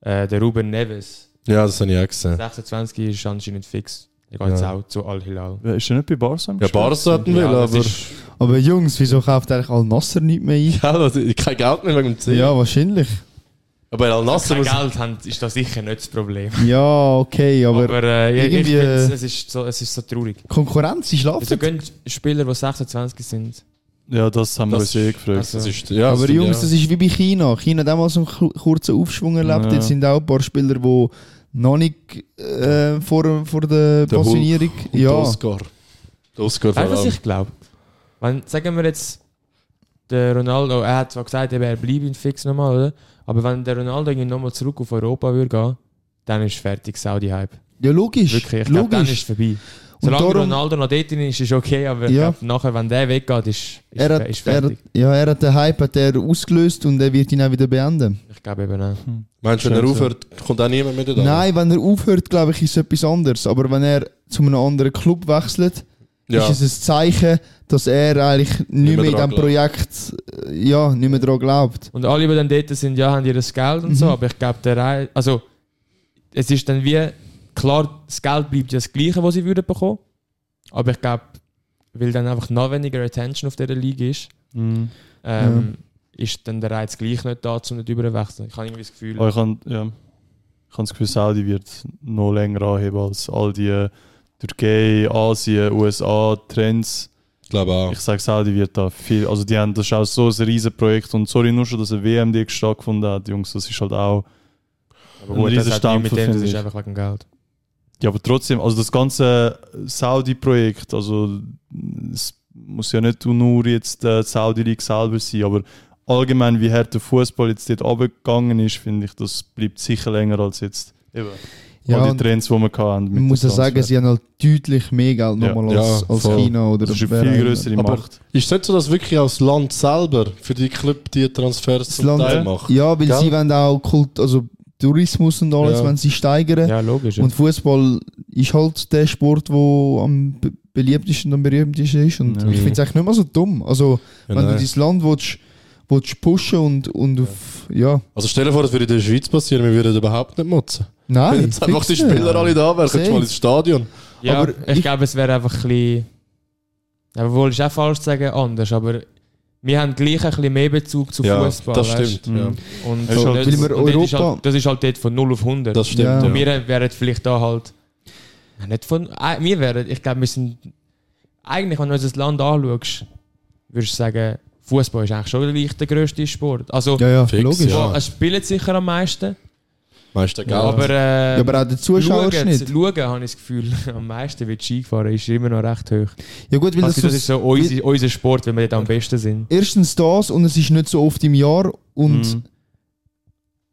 G: äh, der Ruben Neves,
D: Ja, das habe ich auch gesehen.
G: 26 ist anscheinend fix. Der geht jetzt
D: Ja.
G: auch zu Al-Hilal.
E: Ist er nicht bei Barca?
D: Ja, Barca hatten will,
G: Ja, das
D: aber.
G: ist-
F: Aber Jungs, wieso kauft eigentlich Al Nasser nicht mehr ein?
D: *laughs* Ja, das- kein Geld mehr wegen dem Ziel.
F: Ja, wahrscheinlich.
D: Aber Al Nasser
G: Kein
D: muss.
G: Geld haben, ist das sicher nicht das Problem.
F: Ja, okay, aber,
G: Aber, äh, ich- ich
F: irgendwie-
G: find's- es, ist so, es ist so traurig.
F: Konkurrenz, sie
G: Wieso
F: schlafen.
G: gehen Spieler, die 26 sind?
E: Ja, das haben wir
D: Das
E: uns eh gefragt.
G: Also-
D: Das ist, ja,
F: Aber
D: stimmt,
F: Jungs,
D: ja.
F: das ist wie bei China. China hat auch mal so einen ku- kurzen Aufschwung erlebt.
E: Ja.
F: Jetzt sind auch ein paar Spieler, die noch nicht äh, vor, vor der,
D: Der Hulk
F: Pensionierung.
D: Und
F: Ja.
D: der Oscar. Der Oscar vor
F: Also,
G: Weißt du, was
F: ähm,
D: allem.
G: ich glaube? Wenn, sagen wir jetzt, der Ronaldo, er hat zwar gesagt, eben, er bleibt fix nochmal, oder? Aber wenn der Ronaldo irgendwie nochmal zurück auf Europa würde gehen, dann ist fertig Saudi-Hype.
F: Ja, logisch.
G: Wirklich, ich glaube, dann ist es
F: logisch.
G: vorbei.
F: Und
G: Solange
F: darum-
G: Ronaldo noch dort drin ist, ist okay, aber ich
F: Ja.
G: glaub, nachher, wenn der weggeht, ist, ist,
F: Er hat,
G: ist
F: er,
G: fertig.
F: ja, er hat den Hype hat er ausgelöst und er wird ihn auch wieder beenden.
G: ich glaube eben auch.
D: Meinst du, wenn er aufhört, kommt auch niemand mit da?
F: Nein, wenn er aufhört, glaube ich, ist es etwas anderes. Aber wenn er zu einem anderen Club wechselt,
D: ja.
F: ist es ein Zeichen, dass er eigentlich nicht,
D: mehr
F: mehr in
D: dran
F: diesem Projekt äh, ja, nicht mehr daran glaubt.
G: Und alle, die dann dort sind, ja, haben ihr das Geld und
F: Mhm.
G: so, aber ich glaube, der Rei- also es ist dann wie, klar, das Geld bleibt ja das Gleiche, was sie würden bekommen, aber ich glaube, weil dann einfach noch weniger Attention auf dieser Liga ist,
E: Mhm.
G: ähm, ist dann der Reiz gleich nicht da, um nicht überwechseln. Ich habe irgendwie das Gefühl,
E: Aber ich habe ja, ich hab das Gefühl, Saudi wird noch länger anheben als all die Türkei, Asien, USA Trends.
D: Ich glaube auch.
E: Ich sage, Saudi wird da viel. Also, die haben das ist auch so ein riesen Projekt. Und sorry, nur schon, dass eine WM die stattgefunden hat, Jungs, das ist halt auch.
G: aber das
E: ein riesen
G: hat nichts mit
E: Stampfer,
G: dem, das
E: finde
G: ist
E: ich.
G: einfach wegen Geld.
E: Ja, aber trotzdem, also das ganze Saudi-Projekt, also es muss ja nicht nur jetzt äh, die Saudi-League selber sein, aber allgemein, wie hart der Fußball jetzt dort runtergegangen ist, finde ich, das bleibt sicher länger als jetzt eben
F: Ja,
E: all die
F: und
E: Trends, die wir hatten. mit
F: man muss
E: dem
F: ja sagen,
E: Transfer.
F: sie haben halt deutlich mehr Geld
E: Ja.
F: nochmal als,
D: Ja,
F: als
D: voll.
F: China oder
E: das ist
F: wer
E: eine
F: auch
E: viel
F: immer.
E: größere
D: Aber-
E: Macht.
D: Ist es nicht so, dass wirklich auch das Land selber für die Club die Transfers
F: Das
D: zum
F: Land-
D: Teil
E: Ja.
D: macht?
F: Ja, weil
D: Gell?
F: sie wollen auch Kult, also Tourismus und alles,
D: Ja.
F: wenn sie steigern.
G: Ja, logisch.
F: Und Fußball ist halt der Sport, der am be- beliebtesten und am berühmtesten ist. Und
E: Ja.
F: ich finde es eigentlich nicht mehr so dumm. Also,
D: Ja,
F: wenn du
D: nein.
F: dein Land willst, willst pushen und, und auf, ja.
D: Also stell dir vor, das würde in der Schweiz passieren, wir würden überhaupt nicht mutzen. Wenn
F: Nein,
D: jetzt einfach die
F: fix nicht.
D: Spieler alle da wären,
F: Safe.
D: könntest du mal ins Stadion.
G: Ja,
F: Aber
G: ich,
F: ich-
G: glaube, es wäre einfach ein bisschen. Ja, Obwohl, ist auch falsch zu sagen, anders. Aber wir haben gleich ein bisschen mehr Bezug zu Fußball.
D: das
G: weißt?
D: stimmt.
E: Mhm.
D: Ja.
G: Und
E: Das ist
G: so,
E: halt-
G: Also, das,
F: Weil wir
G: und dort ist
F: Europa-
G: halt, das ist halt dort von 0 auf 100.
D: Das stimmt.
F: Ja.
D: Ja.
G: und wir wären vielleicht da halt. Ja, Nicht von, äh, wir wären, ich glaube, wir sind. Eigentlich, wenn du unser Land anschaust, würdest du sagen, Fußball ist eigentlich schon gleich der grösste Sport. Also,
F: Ja, ja,
D: Fix,
F: logisch.
D: ja.
G: es spielt sicher am meisten.
D: Meistens Geld.
G: Aber, äh,
F: Ja, aber auch der Zuschauerschnitt.
G: Schauen, schauen, habe ich das Gefühl, *laughs* am meisten wird Ski gefahren, ist immer noch recht hoch.
F: Ja, gut, weil
G: Das, das
F: so-
G: ist so unser, unser Sport, wenn wir dort am besten sind.
F: erstens das und es ist nicht so oft im Jahr und
E: Mhm.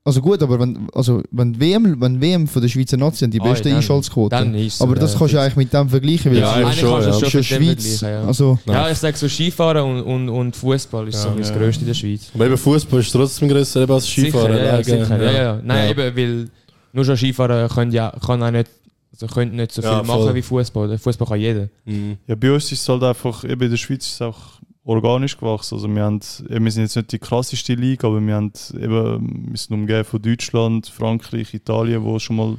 F: also gut, aber wenn also wenn die WM wenn die WM von der Schweizer Nation die
G: Ah, ja,
F: beste
G: dann-
F: Einschaltquote.
G: dann ist es,
F: aber das
G: äh,
F: kannst du eigentlich mit dem vergleichen, weil
D: Ja,
F: es
D: eigentlich
G: eigentlich kannst du
D: schon,
G: es
F: ist ja
G: mit dem
F: Schweiz.
G: vergleichen, ja.
F: Also
G: ja, ich sage so Skifahren und, und, und Fußball ist so
E: Ja.
G: das Größte in der Schweiz.
D: Aber eben Fußball ist trotzdem grösser eben als Skifahren.
G: sicher, ja, ja,
D: Allein, gell?
G: sicher. Ja, ja. Nein,
D: Ja.
G: eben, weil nur schon Skifahren können ja, kann auch nicht, also können nicht so viel
D: Ja, voll.
G: machen wie Fußball. Fußball kann jeder.
D: Mhm.
E: Ja, bei uns ist es halt einfach, eben in der Schweiz ist es auch organisch gewachsen. Also wir, haben, eben, wir sind jetzt nicht die krasseste Liga, aber wir, haben eben, wir sind umgeben von Deutschland, Frankreich, Italien, wo schon mal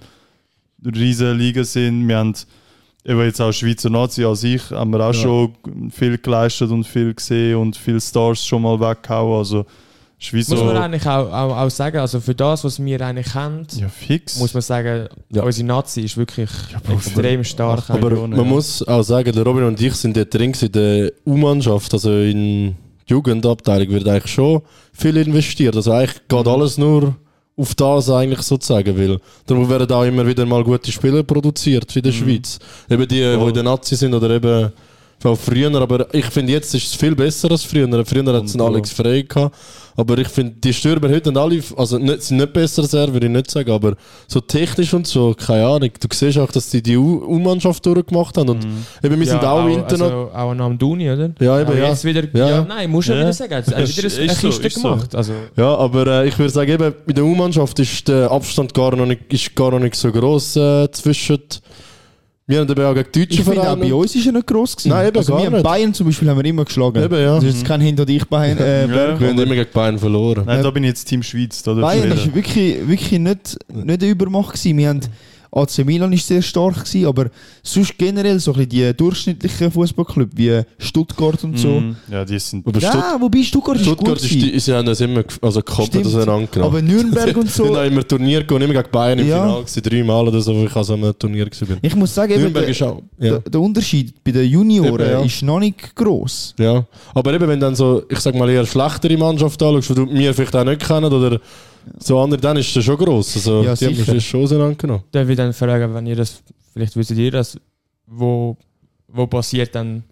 E: riesige Ligen sind. Wir haben eben jetzt auch Schweizer Nazi als ich, haben wir auch schon viel geleistet und viel gesehen und viele Stars schon mal weggehauen. Also Schweiz
G: Muss man
E: so,
G: eigentlich auch, auch, auch sagen, also für das, was wir eigentlich haben,
E: ja fix.
G: muss man sagen,
D: Ja.
G: unsere Nazi ist wirklich extrem stark.
D: Aber
E: Millionen,
D: man
E: ja.
D: muss auch sagen, der Robin und ich sind dort drin gewesen, in der U-Mannschaft, also in die Jugendabteilung wird eigentlich schon viel investiert. Also eigentlich geht
E: Mhm.
D: alles nur auf das eigentlich sozusagen, weil darum werden auch immer wieder mal gute Spieler produziert
E: Mhm.
D: wie in der Schweiz. Eben die, die in der Nazi sind oder eben von früher, aber ich finde jetzt ist es viel besser als früher. Früher hat es einen
E: Und,
D: Alex Frey gehabt, aber ich finde die Stürmer heute haben alle, also nicht, sind nicht besser als er, würde ich nicht sagen, aber so technisch und so, keine Ahnung. Du siehst auch, dass die die U- U-Mannschaft durchgemacht haben und
F: Mhm.
D: eben wir sind auch, international.
G: Also, auch noch am Duni, oder?
D: Ja, eben,
G: Aber
D: ja.
G: jetzt wieder, ja.
D: Ja.
G: nein, muss ich
E: Ja.
G: wieder sagen. Er hat
E: Ist-
G: wieder ein, ein
E: ist so,
G: Kiste
E: ist so.
G: gemacht. Also,
D: Ja, aber äh, ich würde sagen, eben, bei der U-Mannschaft ist der Abstand gar noch nicht, ist gar noch nicht so groß äh, zwischen. Wir haben eben auch gegen
F: ich
D: deutsche
F: finde auch
D: Vereine.
F: bei uns ist er nicht groß gewesen.
D: Nein, eben
F: also
D: gar
F: wir
D: nicht.
F: haben Bayern zum Beispiel haben wir immer geschlagen.
D: Eben, ja.
F: Das ist jetzt kein hinter dich *laughs* Bayern. Äh,
E: ja.
D: Wir haben immer gegen Bayern verloren.
E: Nein, da bin ich jetzt Team Schweiz. Da darf ich
F: Bayern
E: reden.
F: ist wirklich, wirklich nicht, nicht eine Übermacht gewesen. Wir haben AC Milan ist sehr stark gewesen, aber sonst generell so ein bisschen die durchschnittlichen Fußballclubs wie Stuttgart und so.
E: Mhm. Ja, die sind
D: Aber Stutt
F: Ja, wobei Stuttgart ist
D: Stuttgart
F: gut
D: ist die, sie haben das immer gef- also komplett
F: Stimmt.
D: auseinandergenommen.
F: Aber Nürnberg und *laughs*
D: Wir haben
F: so.
D: auch immer Turnier gegangen, immer gegen Bayern im
F: Ja.
D: Finale gewesen, dreimal oder so, wo ich an so einem Turnier gewesen bin.
F: Ich muss sagen, eben
D: Nürnberg
F: der,
D: ist auch. Ja.
F: der, der Unterschied bei den Junioren
D: Eben, ja.
F: ist noch nicht gross.
D: Ja, aber eben, wenn dann so, ich sag mal, eher schlechtere Mannschaft anschaust, die wir vielleicht auch nicht kennen oder so andere, dann ist das schon gross. Also,
F: Ja,
D: die haben
F: sicher.
D: das schon auseinandergenommen.
G: darf ich dann fragen, wenn ihr das, vielleicht wisst ihr das, wo, wo passiert dann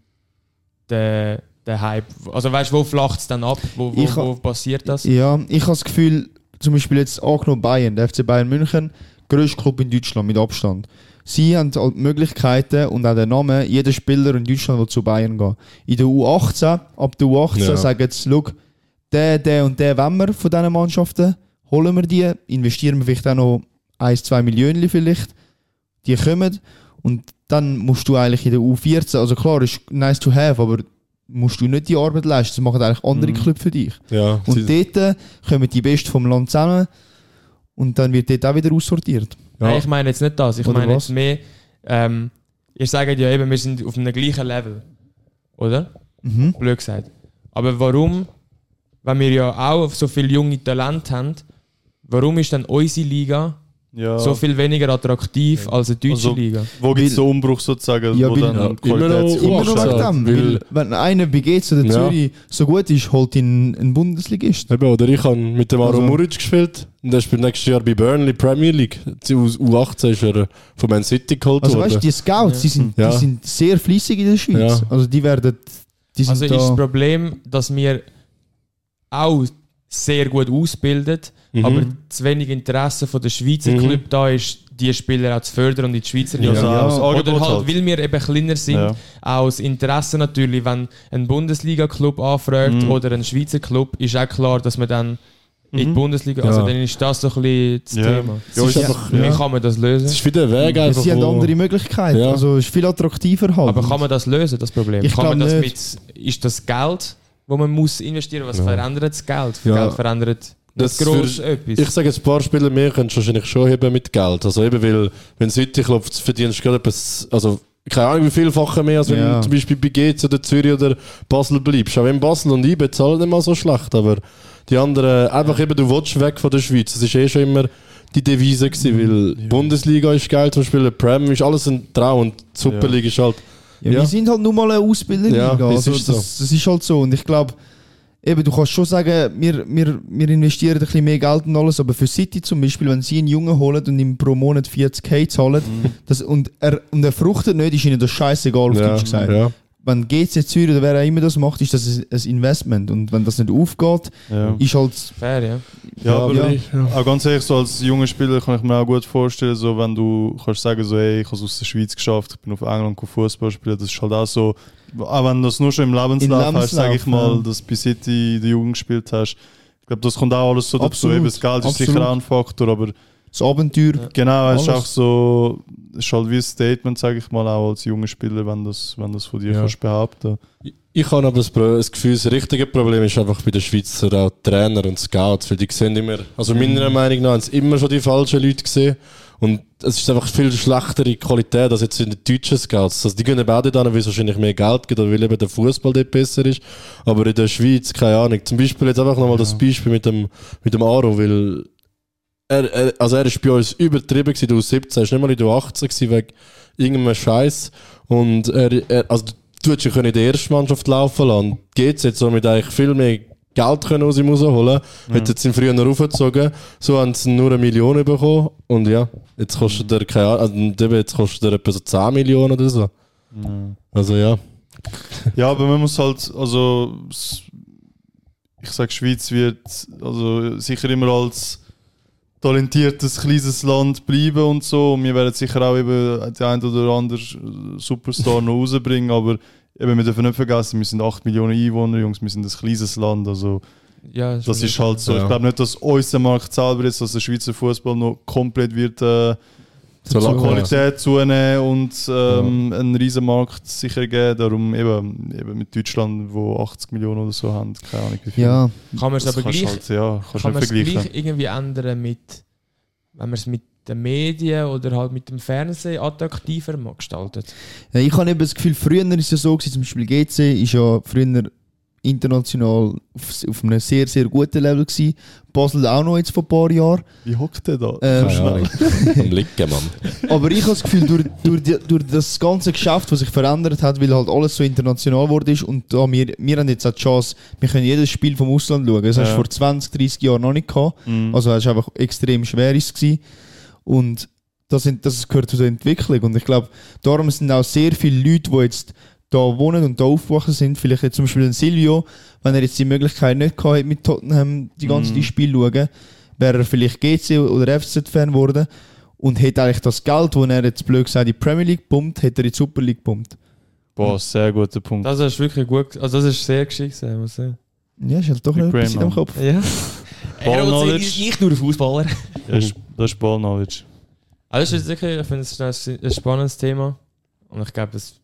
G: der, der Hype? Also, weißt du, wo flacht es dann ab? Wo, wo,
F: Ich ha-
G: wo passiert das?
F: Ja, ich habe das Gefühl, zum Beispiel jetzt angenommen Bayern, der FC Bayern München grösste Club in Deutschland mit Abstand. Sie haben halt die Möglichkeiten und auch den Namen, jeder Spieler in Deutschland will zu Bayern gehen. In der U18, ab der U18
D: Ja.
F: sagen sie, schau, der, der und der wollen wir von diesen Mannschaften, holen wir die, investieren wir vielleicht auch noch 1, 2 Millionen vielleicht, die kommen und dann musst du eigentlich in der U14, also klar, ist nice to have, aber musst du nicht die Arbeit leisten, das machen eigentlich andere Clubs für dich.
D: Ja,
F: Und
D: sie-
F: dort äh, kommen die Besten vom Land zusammen und dann wird dort auch wieder aussortiert.
D: Ja.
G: Nein, ich meine jetzt nicht das. Ich
F: Oder
G: meine
F: was?
G: jetzt mehr, ähm, ihr sagt ja eben, wir sind auf einem gleichen Level. Oder?
F: Mhm.
G: Blöd gesagt. Aber warum, wenn wir ja auch so viele junge Talente haben, warum ist dann unsere Liga
E: Ja.
G: so viel weniger attraktiv als eine deutsche
E: Also-
G: Liga?
E: wo gibt es
F: Weil-
E: den Umbruch sozusagen,
F: Ja,
E: wo
F: weil-
E: dann
F: Ja,
E: die
D: weil-
E: Qualität sich
D: Immer
F: Immer
D: noch
E: umschlägt?
D: wegen
F: noch
D: dem,
F: dem,
D: weil-
F: weil wenn einer bei GC oder
D: Ja.
F: Zürich so gut ist, holt ihn ein Bundesligist.
D: Eben, oder ich habe mit dem Aro
F: Also-
D: Muric gespielt und der spielt nächstes Jahr bei Burnley Premier League. Die U- U18 ist er von Man City geholt
F: Also weißt du,
D: worden.
F: die Scouts, die sind,
D: Ja.
F: die sind sehr fließig in der Schweiz.
D: Ja.
F: Also die werden, die sind
G: Also ist das
F: da,
G: Problem, dass wir auch sehr gut ausbilden,
D: Mhm.
G: aber zu wenig Interesse von der Schweizer
D: Mhm.
G: Club da ist, die Spieler auch zu fördern und in die Schweizer Liga.
E: Also
F: Ja.
E: auch das
G: Oder
E: Angebot
G: halt,
E: halt.
G: weil wir eben kleiner sind,
E: Ja.
G: auch das Interesse natürlich, wenn ein Bundesliga-Club anfragt
E: Mhm.
G: oder ein Schweizer Club, ist auch klar, dass man dann in die
E: Mhm.
G: Bundesliga, also
D: Ja.
G: dann ist das so ein bisschen das
E: Ja.
G: Thema.
D: Es ist
F: Ja.
D: einfach,
G: Wie
E: Ja.
G: kann man das
D: es
G: lösen?
D: ist wieder ein Weg einfach.
F: sie haben
D: wo-
F: andere Möglichkeiten.
D: Ja.
F: Also ist viel attraktiver halt.
G: Aber kann man das lösen, das Problem?
F: Ich
G: kann man
F: glaub
G: das mit, ist das Geld, wo man muss investieren, was
D: Ja.
G: verändert das Geld?
D: Ja.
G: Geld verändert
D: Das
G: das groß
D: für-
G: etwas.
D: Ich sage, jetzt, ein paar Spieler mehr könntest du wahrscheinlich schon heben mit Geld. Also eben, weil, wenn City klopft, verdienst du gerade etwas, also keine Ahnung, wie vielfache mehr, als wenn
F: Ja.
D: du zum Beispiel bei Gez oder Zürich oder Basel bleibst. Auch wenn Basel und IB zahlen nicht mal so schlecht, aber die anderen, einfach eben, du willst weg von der Schweiz. Das ist eh schon immer die Devise
F: Mhm.
D: gewesen, weil Bundesliga ist geil, zum Beispiel Prem ist alles ein Traum und die Superliga ist halt,
F: Ja,
D: Ja.
F: Wir sind halt nur mal eine Ausbilderliga.
D: Ja, das
F: also,
D: ist
F: ist
D: so.
F: das, das ist halt so. Und ich glaube, eben, du kannst schon sagen, wir, wir, wir investieren ein bisschen mehr Geld und alles, aber für City zum Beispiel, wenn sie einen Jungen holen und ihm pro Monat 40k zahlen das, und, er, und er fruchtet nicht, ist ihnen das scheißegal, auf
D: Mhm. ja,
F: Deutsch gesagt.
D: ja.
F: Wenn GC Zürich oder wer auch immer das macht, ist das ein ein Investment. Und wenn das nicht aufgeht,
E: Ja.
D: Mhm.
F: ist halt.
G: Fair, ja.
E: Ja, aber
F: Ja.
E: Ich, auch ganz ehrlich, so als junger Spieler kann ich mir auch gut vorstellen, so wenn du kannst sagen, so, hey, ich habe es aus der Schweiz geschafft, ich bin auf England Fußball spielen, das ist halt auch so, auch wenn du das nur schon im Lebenslauf, hast,
F: Lebenslauf,
E: sage ich mal,
F: ja.
E: dass du bei City in der Jugend gespielt hast. Ich glaube, das kommt auch alles so dazu.
F: Absolut,
E: Eben, das Geld ist
F: absolut.
E: sicher auch ein Faktor, aber
F: Das Abenteuer.
E: genau, es ist
F: Alles.
E: auch so, es ist halt wie ein Statement, sage ich mal, auch als junger Spieler, wenn das, wenn das von dir
D: Ja.
E: kannst behaupten.
D: Ich habe aber das, Pro- das Gefühl, das richtige Problem ist einfach bei den Schweizer auch Trainer und Scouts, weil die sehen immer, also meiner Meinung nach haben sie immer schon die falschen Leute gesehen und es ist einfach viel schlechtere Qualität als jetzt in den deutschen Scouts. Also die gehen eben auch dort hin, weil es wahrscheinlich mehr Geld gibt oder weil eben der Fußball dort besser ist, aber in der Schweiz, keine Ahnung. Zum Beispiel jetzt einfach nochmal das Beispiel mit dem, mit dem Aro, weil er, er, also er ist bei uns übertrieben gewesen, du 17, er ist nicht mal in der 18 gewesen, wegen irgendeinem Scheiß und er, er also du hättest ihn können in der ersten Mannschaft laufen lassen. Geht's jetzt somit eigentlich viel mehr Geld können aus ihm rausholen. Hätte jetzt ihn früher noch raufgezogen. So haben sie nur eine Million bekommen. Und ja, jetzt kostet er keine Ahnung, also eben, jetzt kostet er etwa so 10 Millionen oder so. Also ja.
E: Ja, aber man muss halt, also s- ich sage, Schweiz wird also sicher immer als talentiertes kleines Land bleiben und so. Und wir werden sicher auch eben die ein oder andere Superstar noch rausbringen, aber eben, wir dürfen nicht vergessen, wir sind 8 Millionen Einwohner, Jungs, wir sind ein kleines Land, also
G: ja
E: das ist halt so.
D: Ja.
E: Ich glaube nicht, dass unser Markt selber ist, dass der Schweizer Fußball noch komplett wird äh,
D: So
E: zur
D: lange-
E: Qualität zunehmen und ähm, einen riesen Markt sicher geben. Darum eben, eben mit Deutschland, wo 80 Millionen oder so haben, keine Ahnung wie viel.
F: Ja,
G: Kann man es
E: das
G: aber
E: kannst
G: gleich,
E: Halt, ja, kannst
G: kann man
E: nicht
G: es
E: vergleichen.
G: gleich irgendwie ändern mit, wenn man es mit den Medien oder halt mit dem Fernsehen attraktiver ma- gestaltet.
F: Ja, Äh, ich habe eben das Gefühl, früher war es ja so, gewesen, zum Beispiel GC ist ja früher international auf, auf einem sehr, sehr guten Level gewesen. Basel auch noch jetzt vor ein paar Jahren.
E: Wie hockt der da?
F: Ähm,
D: Keine Ahnung. *laughs* Am Licken, Mann.
F: aber ich habe das Gefühl, durch, durch, die, durch das ganze Geschäft, was sich verändert hat, weil halt alles so international geworden ist und da wir, wir haben jetzt auch die Chance, wir können jedes Spiel vom Ausland schauen. Das hast du
E: Ja.
F: vor 20, 30 Jahren noch nicht gehabt.
E: Mhm.
G: Mhm.
F: Also es war einfach extrem schwer. Ist gewesen. Und das, sind, das gehört zu der Entwicklung. Und ich glaube, darum sind auch sehr viele Leute, die jetzt da wohnen und da aufgewachsen sind, vielleicht jetzt zum Beispiel ein Silvio, wenn er jetzt die Möglichkeit nicht gehabt hätte, mit Tottenham die ganze Zeit Spiel zu schauen, wäre er vielleicht GC oder FZ-Fan geworden. und hätte eigentlich das Geld, das er jetzt blöd gesagt in die Premier League pumpt, hätte er in die Super League pumpt.
E: Boah, sehr guter Punkt.
G: Das ist wirklich gut. Also, das ist sehr geschickt, gewesen, muss ich sagen.
F: Ja, ist halt doch
E: Mit
F: noch etwas in
E: Graham.
F: dem Kopf.
G: Ja.
E: Ball
G: Er
E: knowledge.
G: ist nicht nur Fußballer.
E: Das ist, das ist Ball-Knowledge.
G: Aber das ist jetzt wirklich, ich finde es ein, ein spannendes Thema. Und ich glaube, das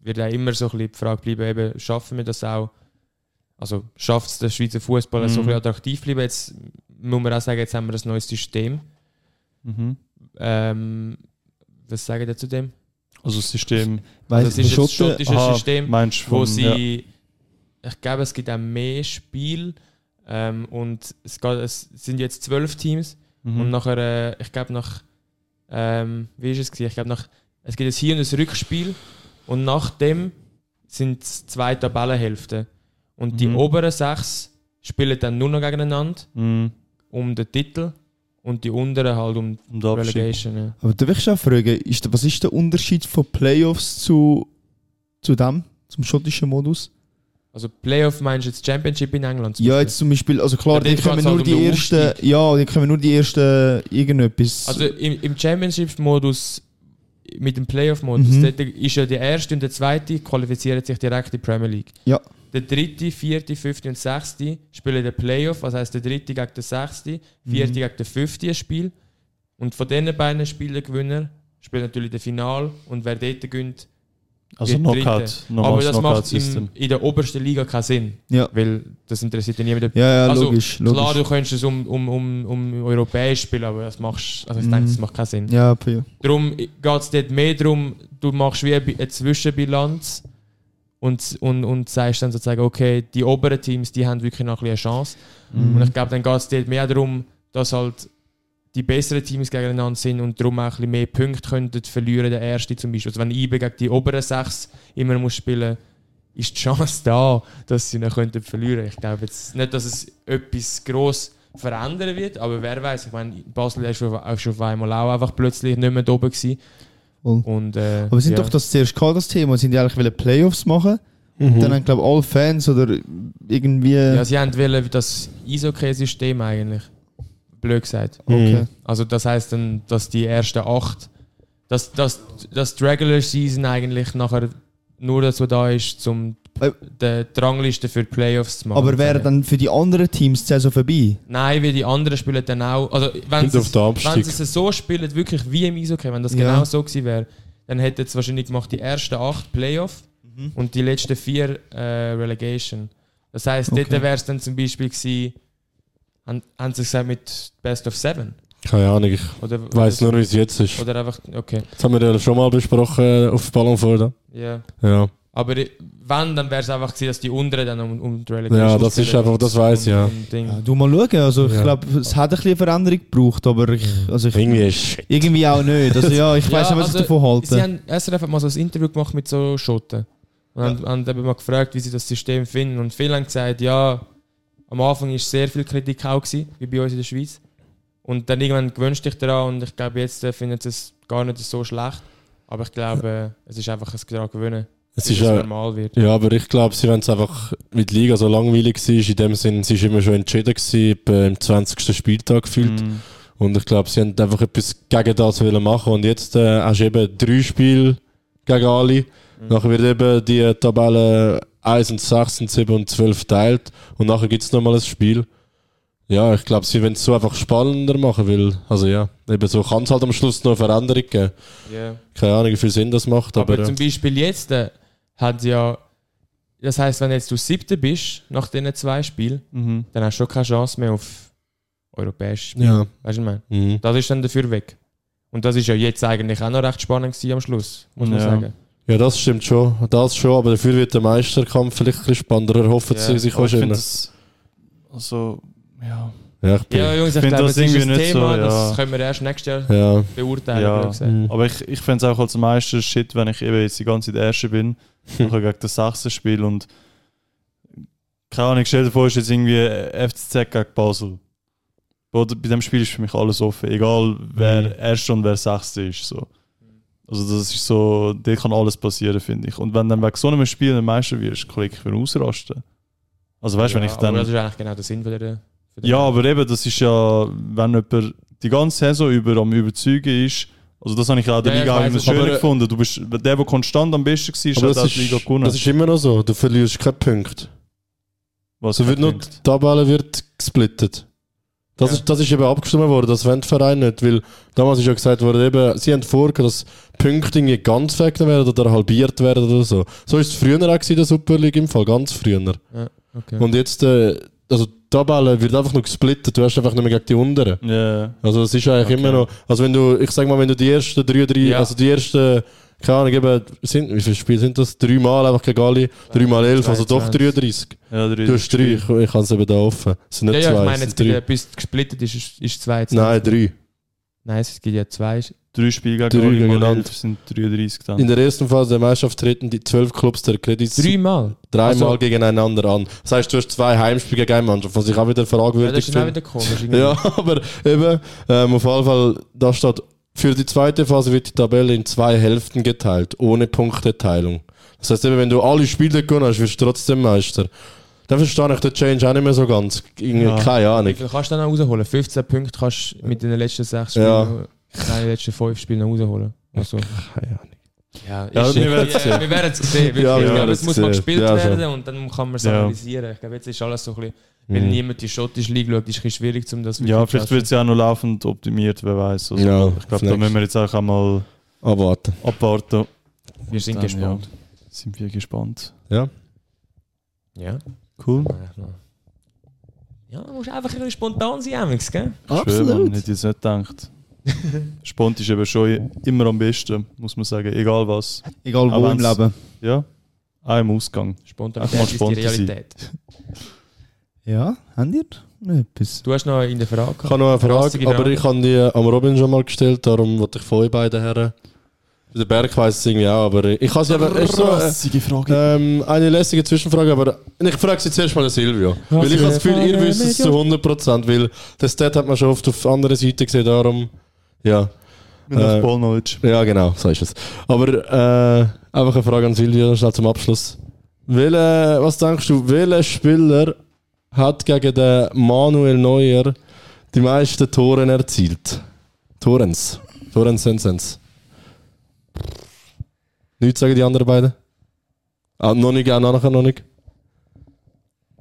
G: wird auch immer so ein bisschen die Frage bleiben, eben, schaffen wir das auch? Also schafft es der Schweizer Fußball so ein
E: Mhm.
G: bisschen attraktiv bleiben? Jetzt muss man auch sagen, jetzt haben wir ein neues System.
E: Mhm.
G: Ähm, was sagen ihr zu dem?
E: Also das System.
F: Weil
G: das ist jetzt schottisches
E: Aha,
G: System,
E: Meinst du
G: wo
E: vom- ja.
G: sie, ich glaube, es gibt auch mehr Spiel ähm, und es, geht, es sind jetzt zwölf Teams.
E: Mhm.
G: Und nachher, äh, ich glaube, nach. Ähm, wie ist es? Gewesen? Ich glaube, nach. Es gibt ein Hier- und ein Rückspiel. Und nach dem sind es zwei Tabellenhälften. Und die
E: Mhm.
G: oberen sechs spielen dann nur noch gegeneinander
E: Mhm.
G: um den Titel. Und die unteren halt um
E: Und
G: die
E: Abschied.
G: Relegation. Ja.
F: Aber da will ich schon fragen, ist, der- was ist der Unterschied von Playoffs zu, zu dem, zum schottischen Modus?
G: Also Playoff meinst du jetzt Championship in England? zum
F: Ja,
G: Beispiel?
F: jetzt zum Beispiel, also klar,
G: Ja,
F: die
G: dort
F: können
G: geht's halt
F: nur
G: um
F: die
G: den
F: ersten,
G: Aufstieg.
F: ja, die können nur die ersten irgendetwas.
G: Also im, im Championship-Modus, mit dem Playoff-Modus,
F: Mhm.
G: dort ist ja der erste und der zweite qualifizieren sich direkt in die Premier League.
F: Ja.
G: Der dritte, vierte, fünfte und sechste spielen den Playoff, was heißt der dritte gegen den sechste,
F: Mhm.
G: vierte gegen den fünfte ein Spiel. Und von diesen beiden Spielen Gewinner spielt natürlich der Final und wer dort gewinnt,
E: Also
G: wird
E: Knockout.
G: Dritter. Aber
E: Normales
G: das macht
E: Knockout-System.
G: im, in der obersten Liga keinen Sinn,
F: ja,
G: weil das interessiert ja niemanden.
F: ja, ja
G: also,
F: logisch, logisch.
G: Klar, du könntest es um, um, um, um europäisch spielen, aber das machst, also ich
F: Mhm.
G: denke, das macht keinen Sinn.
F: ja, aber ja.
G: Darum geht es dort mehr darum, du machst wie eine Zwischenbilanz und, und, und sagst dann sozusagen, okay, die oberen Teams, die haben wirklich noch ein bisschen eine Chance. Und ich glaube, dann geht es dort mehr darum, dass halt die besseren Teams gegeneinander sind und darum auch ein bisschen mehr Punkte könnten verlieren, der erste zum Beispiel. Also wenn IB gegen die oberen sechs immer muss spielen ist die Chance da, dass sie noch könnten verlieren Ich glaube jetzt nicht, dass es etwas gross verändern wird, aber wer weiß Ich meine, Basel ist schon, auch schon auf einmal auch einfach plötzlich nicht mehr da oben gewesen.
F: Voll.
G: Und, äh,
F: Aber sind
G: ja.
F: doch das zuerst gehabt, das Thema, sind die eigentlich wollen Playoffs machen?
E: Mhm.
F: Und dann haben, glaube ich, alle Fans oder irgendwie.
G: Hm. Ja, sie haben wollen das Eishockey-System eigentlich. Blöd gesagt.
F: okay.
G: Also das heißt dann, dass die ersten acht, dass, dass, dass die Regular Season eigentlich nachher nur dazu da ist, um
F: Äh.
G: die Rangliste für die Playoffs zu machen.
F: Aber wäre dann für die anderen Teams die Saison vorbei?
G: Nein, weil die anderen spielen dann auch. Also wenn
D: Sind
G: sie,
D: auf
G: es,
D: den Abstieg.
G: wenn sie es so spielen, wirklich wie im Eishockey, wenn das
F: Ja.
G: genau so gewesen wäre, dann hätten es wahrscheinlich gemacht die ersten acht Playoff
F: Mhm.
G: und die letzten vier äh, Relegation. Das heisst,
F: Okay.
G: dort wäre es dann zum Beispiel gewesen, haben, haben sie gesagt mit Best of Seven?
D: Keine Ahnung, ich
G: Oder,
D: weiss
G: oder,
D: nur, wie es jetzt ist.
G: Oder einfach, okay,
D: Das haben wir ja schon mal besprochen äh, auf Ballon vor.
G: ja.
D: Ja.
G: Aber i- wenn, dann wäre es einfach gewesen, dass die unteren dann um, um die Relegation
D: Ja, das ist
G: spielen
D: einfach-
G: und-
D: das weiss ich, ja.
G: und Ding.
F: Ja, du mal schauen. Also, ich
D: Ja.
F: glaube, es hat ein bisschen Veränderung gebraucht, aber ich,
G: Hm.
F: also ich,
D: Irgendwie ist shit.
F: irgendwie auch nicht. Also, ja, ich weiß
G: *laughs* Ja,
F: nicht, was
G: also,
F: ich davon
G: Sie
F: halte.
G: haben SRF hat mal so ein Interview gemacht mit so Schotten. Und haben, haben eben mal gefragt, wie sie das System finden. Und viele haben gesagt, ja, am Anfang war sehr viel Kritik auch, gewesen, wie bei uns in der Schweiz. Und dann irgendwann gewöhnst du dich daran und ich glaube, jetzt äh, finden sie es gar nicht so schlecht. Aber ich glaube, äh, es ist einfach ein daran gewöhnen, dass
D: Es
G: es
D: ist ja,
G: normal wird.
D: ja, aber ich glaube, sie wollen es einfach, wie die Liga so langweilig war, in dem Sinn, sie ist immer schon entschieden gewesen, beim 20. Spieltag gefühlt.
E: Mhm.
D: Und ich glaube, sie haben einfach etwas gegen das wollen machen. Und jetzt äh, hast du eben drei Spiele gegen alle.
G: Mhm.
D: Nachher wird eben die Tabelle 1 und 6 und 7 und 12 teilt. Und nachher gibt es nochmal ein Spiel. Ja, ich glaube, sie wollen es so einfach spannender machen, weil, also ja, eben so kann es halt am Schluss noch eine Veränderung geben.
G: Ja.
D: Keine Ahnung, wie viel Sinn das macht, aber, äh,
G: Aber, zum Beispiel jetzt äh, hat ja. Das heißt, wenn jetzt du siebter bist nach diesen zwei Spielen,
E: Mhm.
G: dann hast du schon keine Chance mehr auf europäisch.
D: äh, ja.
G: Weißt du, was ich meine?
D: Mhm.
G: Das ist dann dafür weg. Und das ist ja jetzt eigentlich auch noch recht spannend gewesen am Schluss, muss man
E: Ja.
G: sagen.
D: ja, das stimmt schon. Das schon, aber dafür wird der Meisterkampf vielleicht ein bisschen spannender, hoffen
G: Ja,
D: sie sich
E: Aber ich finde
D: wahrscheinlich.
E: das... Also... Ja.
D: Ja, ich bin,
G: Ja, Jungs, ich
E: find
G: glaube,
E: das
G: das ist
E: irgendwie
G: ein
E: nicht
G: Thema,
E: so, ja.
G: das können wir erst nächstes Jahr
D: ja.
G: beurteilen.
E: Ja.
G: Ja. Gesagt.
D: Mhm.
E: Aber ich, ich fände es auch als Meister Shit, wenn ich eben jetzt die ganze Zeit der Erste bin, nachher gegen den Sechsten spiele und keine Ahnung, stell dir vor, ist jetzt irgendwie äh, FCZ gegen Basel. Oder bei dem Spiel ist für mich alles offen, egal wer
D: Mhm.
E: Erster und wer Sechste ist. So. Also das ist so, da kann alles passieren, finde ich. Und wenn dann wegen so einem Spiel der Meister wirst, Kollege, ich würde ausrasten. Also weißt du, wenn ich
G: Aber das
E: dann...
G: ist eigentlich genau der Sinn von der. von der-
E: Ja, aber eben, das ist ja, wenn jemand die ganze Saison über am Überzeugen ist. Also das habe ich auch in der
G: Ja, ja,
E: Liga
G: ich
E: auch
G: weiss
E: immer
G: es.
E: schön
D: Aber, äh,
E: gefunden. Du bist der, der konstant am besten war,
D: Aber
E: hat
D: das
E: auch die Liga
D: ist,
E: gewonnen.
D: das ist immer noch so. Du verlierst keine Punkte.
E: Was
D: So wird nur die
E: Punkte.
D: Tabelle wird gesplittet. Das, ist, das ist eben abgestimmt worden, das wollen die Vereine nicht, weil damals ist ja gesagt worden, eben, sie haben vor, dass Punkte irgendwie ganz weggenommen werden oder halbiert werden oder so. So ist es früher auch gewesen in der Super League im Fall, ganz früher.
G: Okay.
D: Und jetzt, äh, also die Tabelle wird einfach nur gesplittet, du hast einfach nicht mehr gegen die unteren.
E: Ja,
D: Also es ist eigentlich
E: Okay.
D: immer noch, also wenn du, ich sag mal, wenn du die ersten drei, drei
G: Ja.
D: also die ersten, keine Ahnung, eben, sind, wie viele Spiele sind das? Dreimal einfach gegen alle, dreimal elf, also doch
G: 22.
D: 33.
E: ja,
D: Du hast drei, ich, ich habe es eben da offen. Es sind
G: Ja,
D: nicht
G: ja,
D: zwei,
G: ich
D: es
G: meine, jetzt
D: sind
G: bei
D: drei.
G: der, bis es gesplittet ist, ist, ist zwei jetzt.
D: Nein, drei.
G: Nein, es gibt ja zwei.
E: Drei
D: Drei
E: Spiele gegen alle mal
D: gegeneinander.
E: elf sind 33 dann.
D: In der ersten Phase der Meisterschaft treten die zwölf Clubs der Credits
G: Dreimal.
D: dreimal
G: also-
D: gegeneinander an. Das heißt, du hast zwei Heimspiele gegen eine Mannschaft, was ich auch wieder
G: Ja, das
D: fragwürdig
G: ist genau dann auch
D: finde.
G: wieder
D: *laughs*
G: komisch. irgendwie.
D: Ja, aber eben, ähm, auf jeden Fall, da steht, für die zweite Phase wird die Tabelle in zwei Hälften geteilt, ohne Punkteteilung. Das heißt eben, wenn du alle Spiele gewonnen hast, wirst du trotzdem Meister. Dann verstehe ich den Change auch nicht mehr so ganz. Irgendwie
E: Ja.
D: Keine Ahnung.
G: Wie viel kannst du dann noch rausholen? 15 Punkte kannst du mit den letzten sechs Spielen,
D: Ja.
G: nein, den letzten fünf Spielen noch rausholen. Also,
D: Keine Ahnung.
G: ja, ist
E: Ja,
G: ja,
E: wir werden's sehen.
G: wir werden es sehen. wirklich.
D: Ja,
E: wir
G: ich glaube,
D: werden's
G: es muss mal
D: sehen.
G: gespielt
D: Ja, schon.
G: werden und dann kann man es
E: also. Ja.
G: analysieren. Ich glaube, jetzt ist alles so ein bisschen, wenn
D: Mhm.
G: niemand die schottische Liga schaut, ist es ein bisschen schwierig, um das
E: Ja,
G: wirklich
E: vielleicht
G: zu
E: wird es ja auch noch laufend optimiert, wer weiß. Also,
D: Ja,
E: ich glaube, da müssen wir jetzt auch einmal
D: Abwarten.
E: abwarten.
G: fassen. Wir sind
E: Dann,
G: gespannt.
E: Ja, sind wir gespannt.
G: Ja.
E: Cool.
G: Ja, du musst einfach ein bisschen spontan sein, Amix, gell?
D: Ah,
E: Schön, Mann, hätte ich jetzt nicht gedacht. Spont ist eben schon immer am besten, muss man sagen. Egal was.
F: Egal
E: Auch
F: wo im
E: wenn's-
F: Leben.
E: Ja, auch im Ausgang.
G: Spontanität
E: Einfach mal
G: ist
E: spontan
G: die
E: sein.
G: Realität.
F: Ja, habt ihr noch etwas?
G: Du hast noch in der Frage
D: Ich habe noch eine Frage,
G: Rassige
D: aber
G: Frage.
D: ich habe die am Robin schon mal gestellt, darum wollte ich von euch beiden her. Der Berg weiß es irgendwie auch, aber ich habe sie aber. es Ist so, äh,
E: Frage.
D: ähm, eine lässige Zwischenfrage, aber ich frage sie zuerst mal den Silvio. Weil ich habe das Gefühl, ihr wisst es zu 100%, weil das Stat hat man schon oft auf anderen Seiten gesehen, darum. Ja,
E: Mit äh,
D: äh,
E: Ball Knowledge.
D: ja genau, so ist es. Aber äh, einfach eine Frage an Silvio, schnell zum Abschluss. Welche, was denkst du, welcher Spieler hat gegen den Manuel Neuer die meisten Toren erzielt? Torens. Torens Sensens. Nichts sagen die anderen beiden? Ah, noch nicht, auch nachher noch nicht.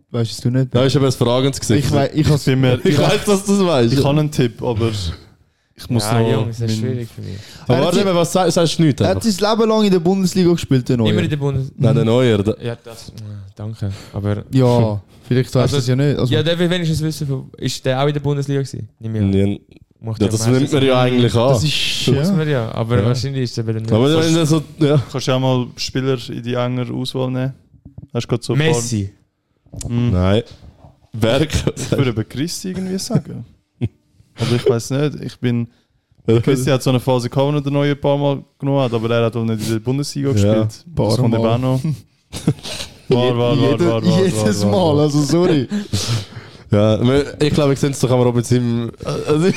F: Weißt es du nicht?
D: Da ist eben ein fragendes Gesicht.
F: ich weiß, ich
E: Ich, bin mir,
D: *laughs*
E: ich,
D: Ich weiss, dass du das weißt.
E: ich habe einen Tipp, aber ich muss
G: Ja,
E: noch.
G: Jungs, das ist
E: mein-
G: schwierig für mich.
D: Aber warte mal, was sagst, sagst du nicht?
F: Er hat
D: Einfach.
F: sein Leben lang in der Bundesliga gespielt, der Neue.
G: Immer in der Bundes...
D: Nein, der Neuer. Der,
G: Ja, das... Danke, aber...
F: ja, vielleicht weißt du
G: Also-
F: es ja nicht.
G: *laughs*
F: Also,
G: Ja, der will wenigstens wissen, von- ist der auch in der Bundesliga gewesen? Nicht mehr.
D: Nein,
G: Macht
D: das
G: meistens-
D: nimmt man ja eigentlich an.
F: das ist
G: Muss
F: ja.
G: man ja, aber
D: Ja.
G: wahrscheinlich ist er wieder nicht.
D: aber wenn der so. Ja.
E: Kannst du auch mal Spieler in die engere Auswahl nehmen? Hast du gerade so ein paar-
G: Messi.
E: Hm,
D: Nein. Berg.
E: ich würde über Chris irgendwie sagen. aber ich weiß nicht. Ich bin. Christi hat so eine Phase gehabt, wo er den neuen ein paar Mal genommen hat, aber er hat auch nicht in der Bundesliga
D: Ja,
E: gespielt.
F: paar
E: das kommt eben
F: Mal.
E: auch noch. War, war, war,
F: Jeder-
E: war, war,
F: jedes
E: war, war,
F: Mal, also sorry.
D: Ja, wir- ich glaube, ich sehe es doch einmal mit seinem, also, seinem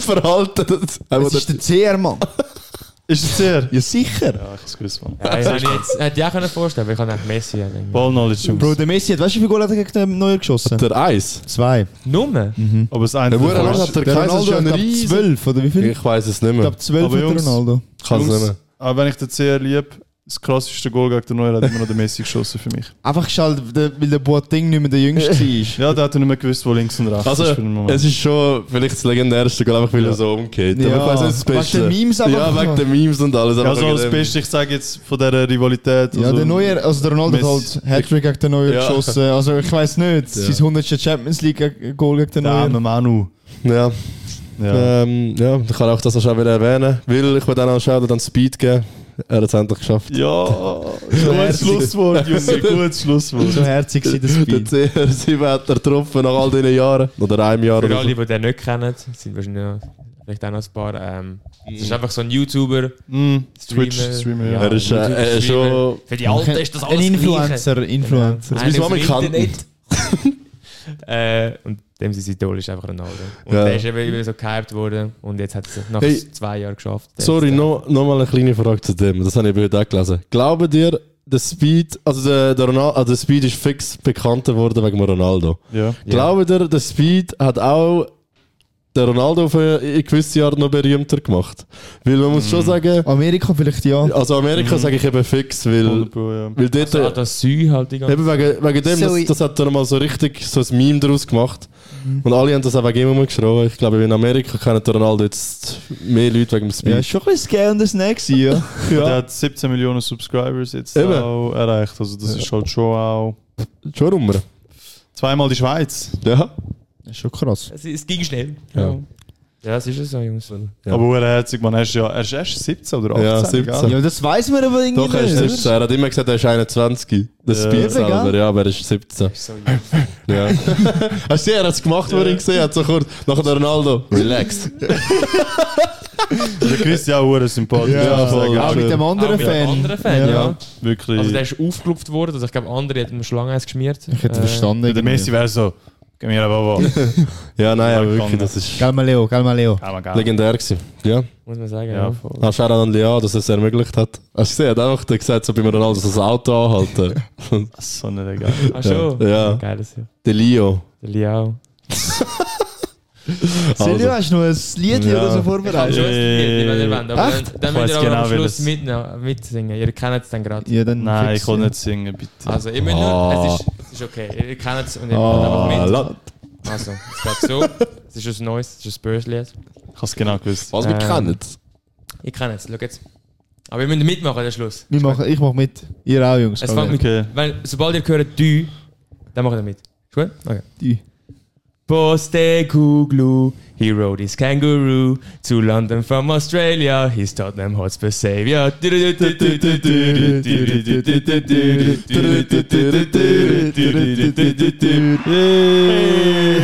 D: Verhalten. Das,
F: Es ist der CR, Mann.
E: Ist es sehr?
F: Ja, sicher.
E: Ja, ich hab's gewusst, Mann.
G: Ja, ich hätte ich *laughs* jetzt, hätte ich auch können vorstellen weil ich habe auch Messi. ja, denke ich.
E: Ball Knowledge, Jungs.
F: Bro, der Messi hat, weißt du, wie viel Goal hat er gegen den Neuer geschossen?
D: der Eis.
F: Zwei.
G: Nummer?
E: Aber das eine
D: Der Wuran hat der
F: Der
D: Kaiser
F: Ronaldo hat,
D: schon
F: glaub,
D: riesen-
F: zwölf, oder wie viel? Ich
D: Ich weiß es nicht mehr.
F: glaube, zwölf
E: Aber
F: hat der
E: Jungs-
F: Ronaldo.
D: Kann es
E: Jungs,
D: nicht mehr.
E: Aber wenn ich den sehr lieb, das krasseste Goal gegen den Neuer hat immer noch der Messi geschossen für mich.
F: Einfach geschaltet, weil der- weil der Boateng nicht mehr der
D: *laughs*
F: Jüngste ist.
E: Ja, da hat er nicht mehr gewusst, wo links und rechts
D: Also,
E: ist für den Moment.
D: es ist schon vielleicht das legendärste, Goal, einfach weil er
E: Ja.
D: so umgeht. Aber ich weiß nicht, das
F: Wegen
D: Beste.
F: den Memes einfach.
D: Ja, wegen den Memes und alles.
E: Ja,
D: aber
E: also
D: wegen
E: das
D: dem-
E: Beste, ich sage jetzt von dieser Rivalität.
F: Ja,
E: also,
F: der Neuer, also der Ronaldo hat
E: Messi-
F: halt Hattrick gegen den Neuer
D: Ja.
F: geschossen. Also ich weiß nicht, sein 100. Champions League Goal gegen den
E: Der
F: Neuer.
E: arme Manu. Äh,
D: Ja.
E: Ja.
D: Ähm, ja, ich kann auch das schon wieder erwähnen, weil ich will dann auch schauen, dann Speed geben. Er hat es endlich geschafft.
E: *laughs* Ja, gutes Schlusswort, Junge, gutes Schlusswort.
F: So herzig war das
D: Der *laughs*
F: Spiel.
D: CR7 hat er getroffen nach all diesen Jahren. Oder einem Jahr.
G: Für
D: Oder
G: alle,
D: so.
G: die den nicht kennen, sind wahrscheinlich noch, vielleicht auch noch ein paar. Ähm, das ist einfach so ein YouTuber,
E: Mm, Twitch,
G: Streamer.
E: Streamer, ja.
D: Er ist äh, äh, schon.
G: Für die Alten ist das alles
F: Ein
G: Gleiche.
F: Influencer, Influencer.
G: Einer
D: müssen wir
G: vom
D: mal kannten.
G: Internet. äh, und dem sein Idol ist einfach Ronaldo. Und
D: Ja.
G: der ist eben immer so gehypt worden und jetzt hat es nach
D: Hey,
G: zwei Jahren geschafft. Der
D: Sorry,
G: jetzt, äh,
D: noch, noch mal eine kleine Frage zu dem. Das habe ich heute auch gelesen. Glauben dir, der Speed, also der, der, Ronaldo, also der Speed ist fix bekannter worden wegen dem Ronaldo.
E: Ja.
G: Ja.
D: Glauben dir, der Speed hat auch den Ronaldo auf eine, in gewissen Jahren noch berühmter gemacht. Weil man muss schon sagen,
F: Amerika vielleicht ja.
D: also Amerika sage ich eben fix, weil,
E: 100 Pro, ja.
D: weil dort...
G: Ah, das Sü halt die ganze
D: Eben wegen, wegen dem,
F: So i-
D: das, das hat er mal so richtig so ein Meme daraus gemacht. Und alle haben das auch wegen ihm rumgeschrieben. Ich glaube, in Amerika kennen den Ronaldo jetzt mehr Leute wegen dem
F: Ja,
D: Speech.
F: ist schon ein bisschen Scale und ein Snack gewesen, ja.
E: Der hat 17 Millionen Subscribers jetzt
D: Eben.
E: auch erreicht. Also das ist halt schon auch
D: Schon rummer.
E: zweimal die Schweiz.
D: Ja.
F: ist schon krass.
G: Es, es ging schnell.
D: Ja.
G: Ja, es ist ja so, Jungs.
D: Ja.
E: Aber er herzig, man, er ist ja er ist erst 17 oder 18.
D: Ja,
E: gell?
D: 17.
F: Ja, das weiß man aber irgendwie
D: Doch, er ist
F: nicht.
D: 17. Er hat immer gesagt, er ist 21. Das
E: Ja.
D: Speech
E: Eben,
D: selber,
F: gell?
D: ja, aber er ist 17. *laughs* Ja. Hast du gesehen, er hat es gemacht, wo er ihn gesehen hat, so kurz. Nachher der Ronaldo. Relax.
E: Der Christian auch sympathisch.
D: Ja,
E: muss ich
D: voll.
E: sagen.
F: Auch mit dem anderen
G: Auch mit einem
F: Fan.
G: anderen Fan, ja.
F: Ja.
E: Wirklich.
G: Also der ist aufgelupft worden, also ich glaube, andere hätten ihm Schlangeneis geschmiert.
F: Ich hätte
G: Äh,
F: verstanden.
E: der Messi wäre so, gib mir aber was.
D: *laughs* Ja, nein, aber
E: gegangen.
D: wirklich, das ist
F: Gell mal Leo, gell mal Leo.
E: Ah,
D: legendär gewesen. Ja.
G: Muss man sagen, ja.
E: Ja,
D: Ah, Sharon an Leon, dass er es ermöglicht hat. Hast du gesehen, er hat einfach gesagt, so bei Ronaldo, so das Auto anhalten.
E: So eine Regel.
G: Ah, schon?
D: Ja.
G: Geiles, ja.
D: Der Leo.
G: Der Liao.
F: Silvio, hast du noch ein Lied
G: Ich
F: oder so
E: Ja.
G: kann schon
F: vorbereitet?
G: ein Lied, wenn ihr wollt, aber
F: Echt?
G: dann, dann
E: Ich
G: müsst ihr
E: weiss
G: aber am
E: genau,
G: Schluss
E: welches.
G: mitne- mitsingen. Ihr kennt es dann gerade.
F: Ja, dann
E: Nein,
F: fix,
E: ich will
F: ja.
E: nicht singen, bitte.
G: Also, ihr müsst nur, es ist, es ist okay. Ihr kennt es und ihr
D: Ah,
G: macht einfach
D: la-
G: mit. Also, es geht so. Es ist ein neues, es ist ein Spurs-Lied.
E: Ich habe es genau gewusst.
D: Was wir
G: Ähm.
D: kennen.
G: Ich kenne es, schau jetzt. Aber ihr müsst mitmachen, der Schluss.
F: Wir machen, ich mach mit. Ihr auch, Jungs.
G: Es fängt mit,
E: Okay.
G: weil, sobald ihr hört «dü», dann macht ihr mit. Ist gut? Okay.
F: Die.
G: Boste Kuglu, he rode his kangaroo to London from Australia. He's Tottenham Hotspur savior.
E: Hey.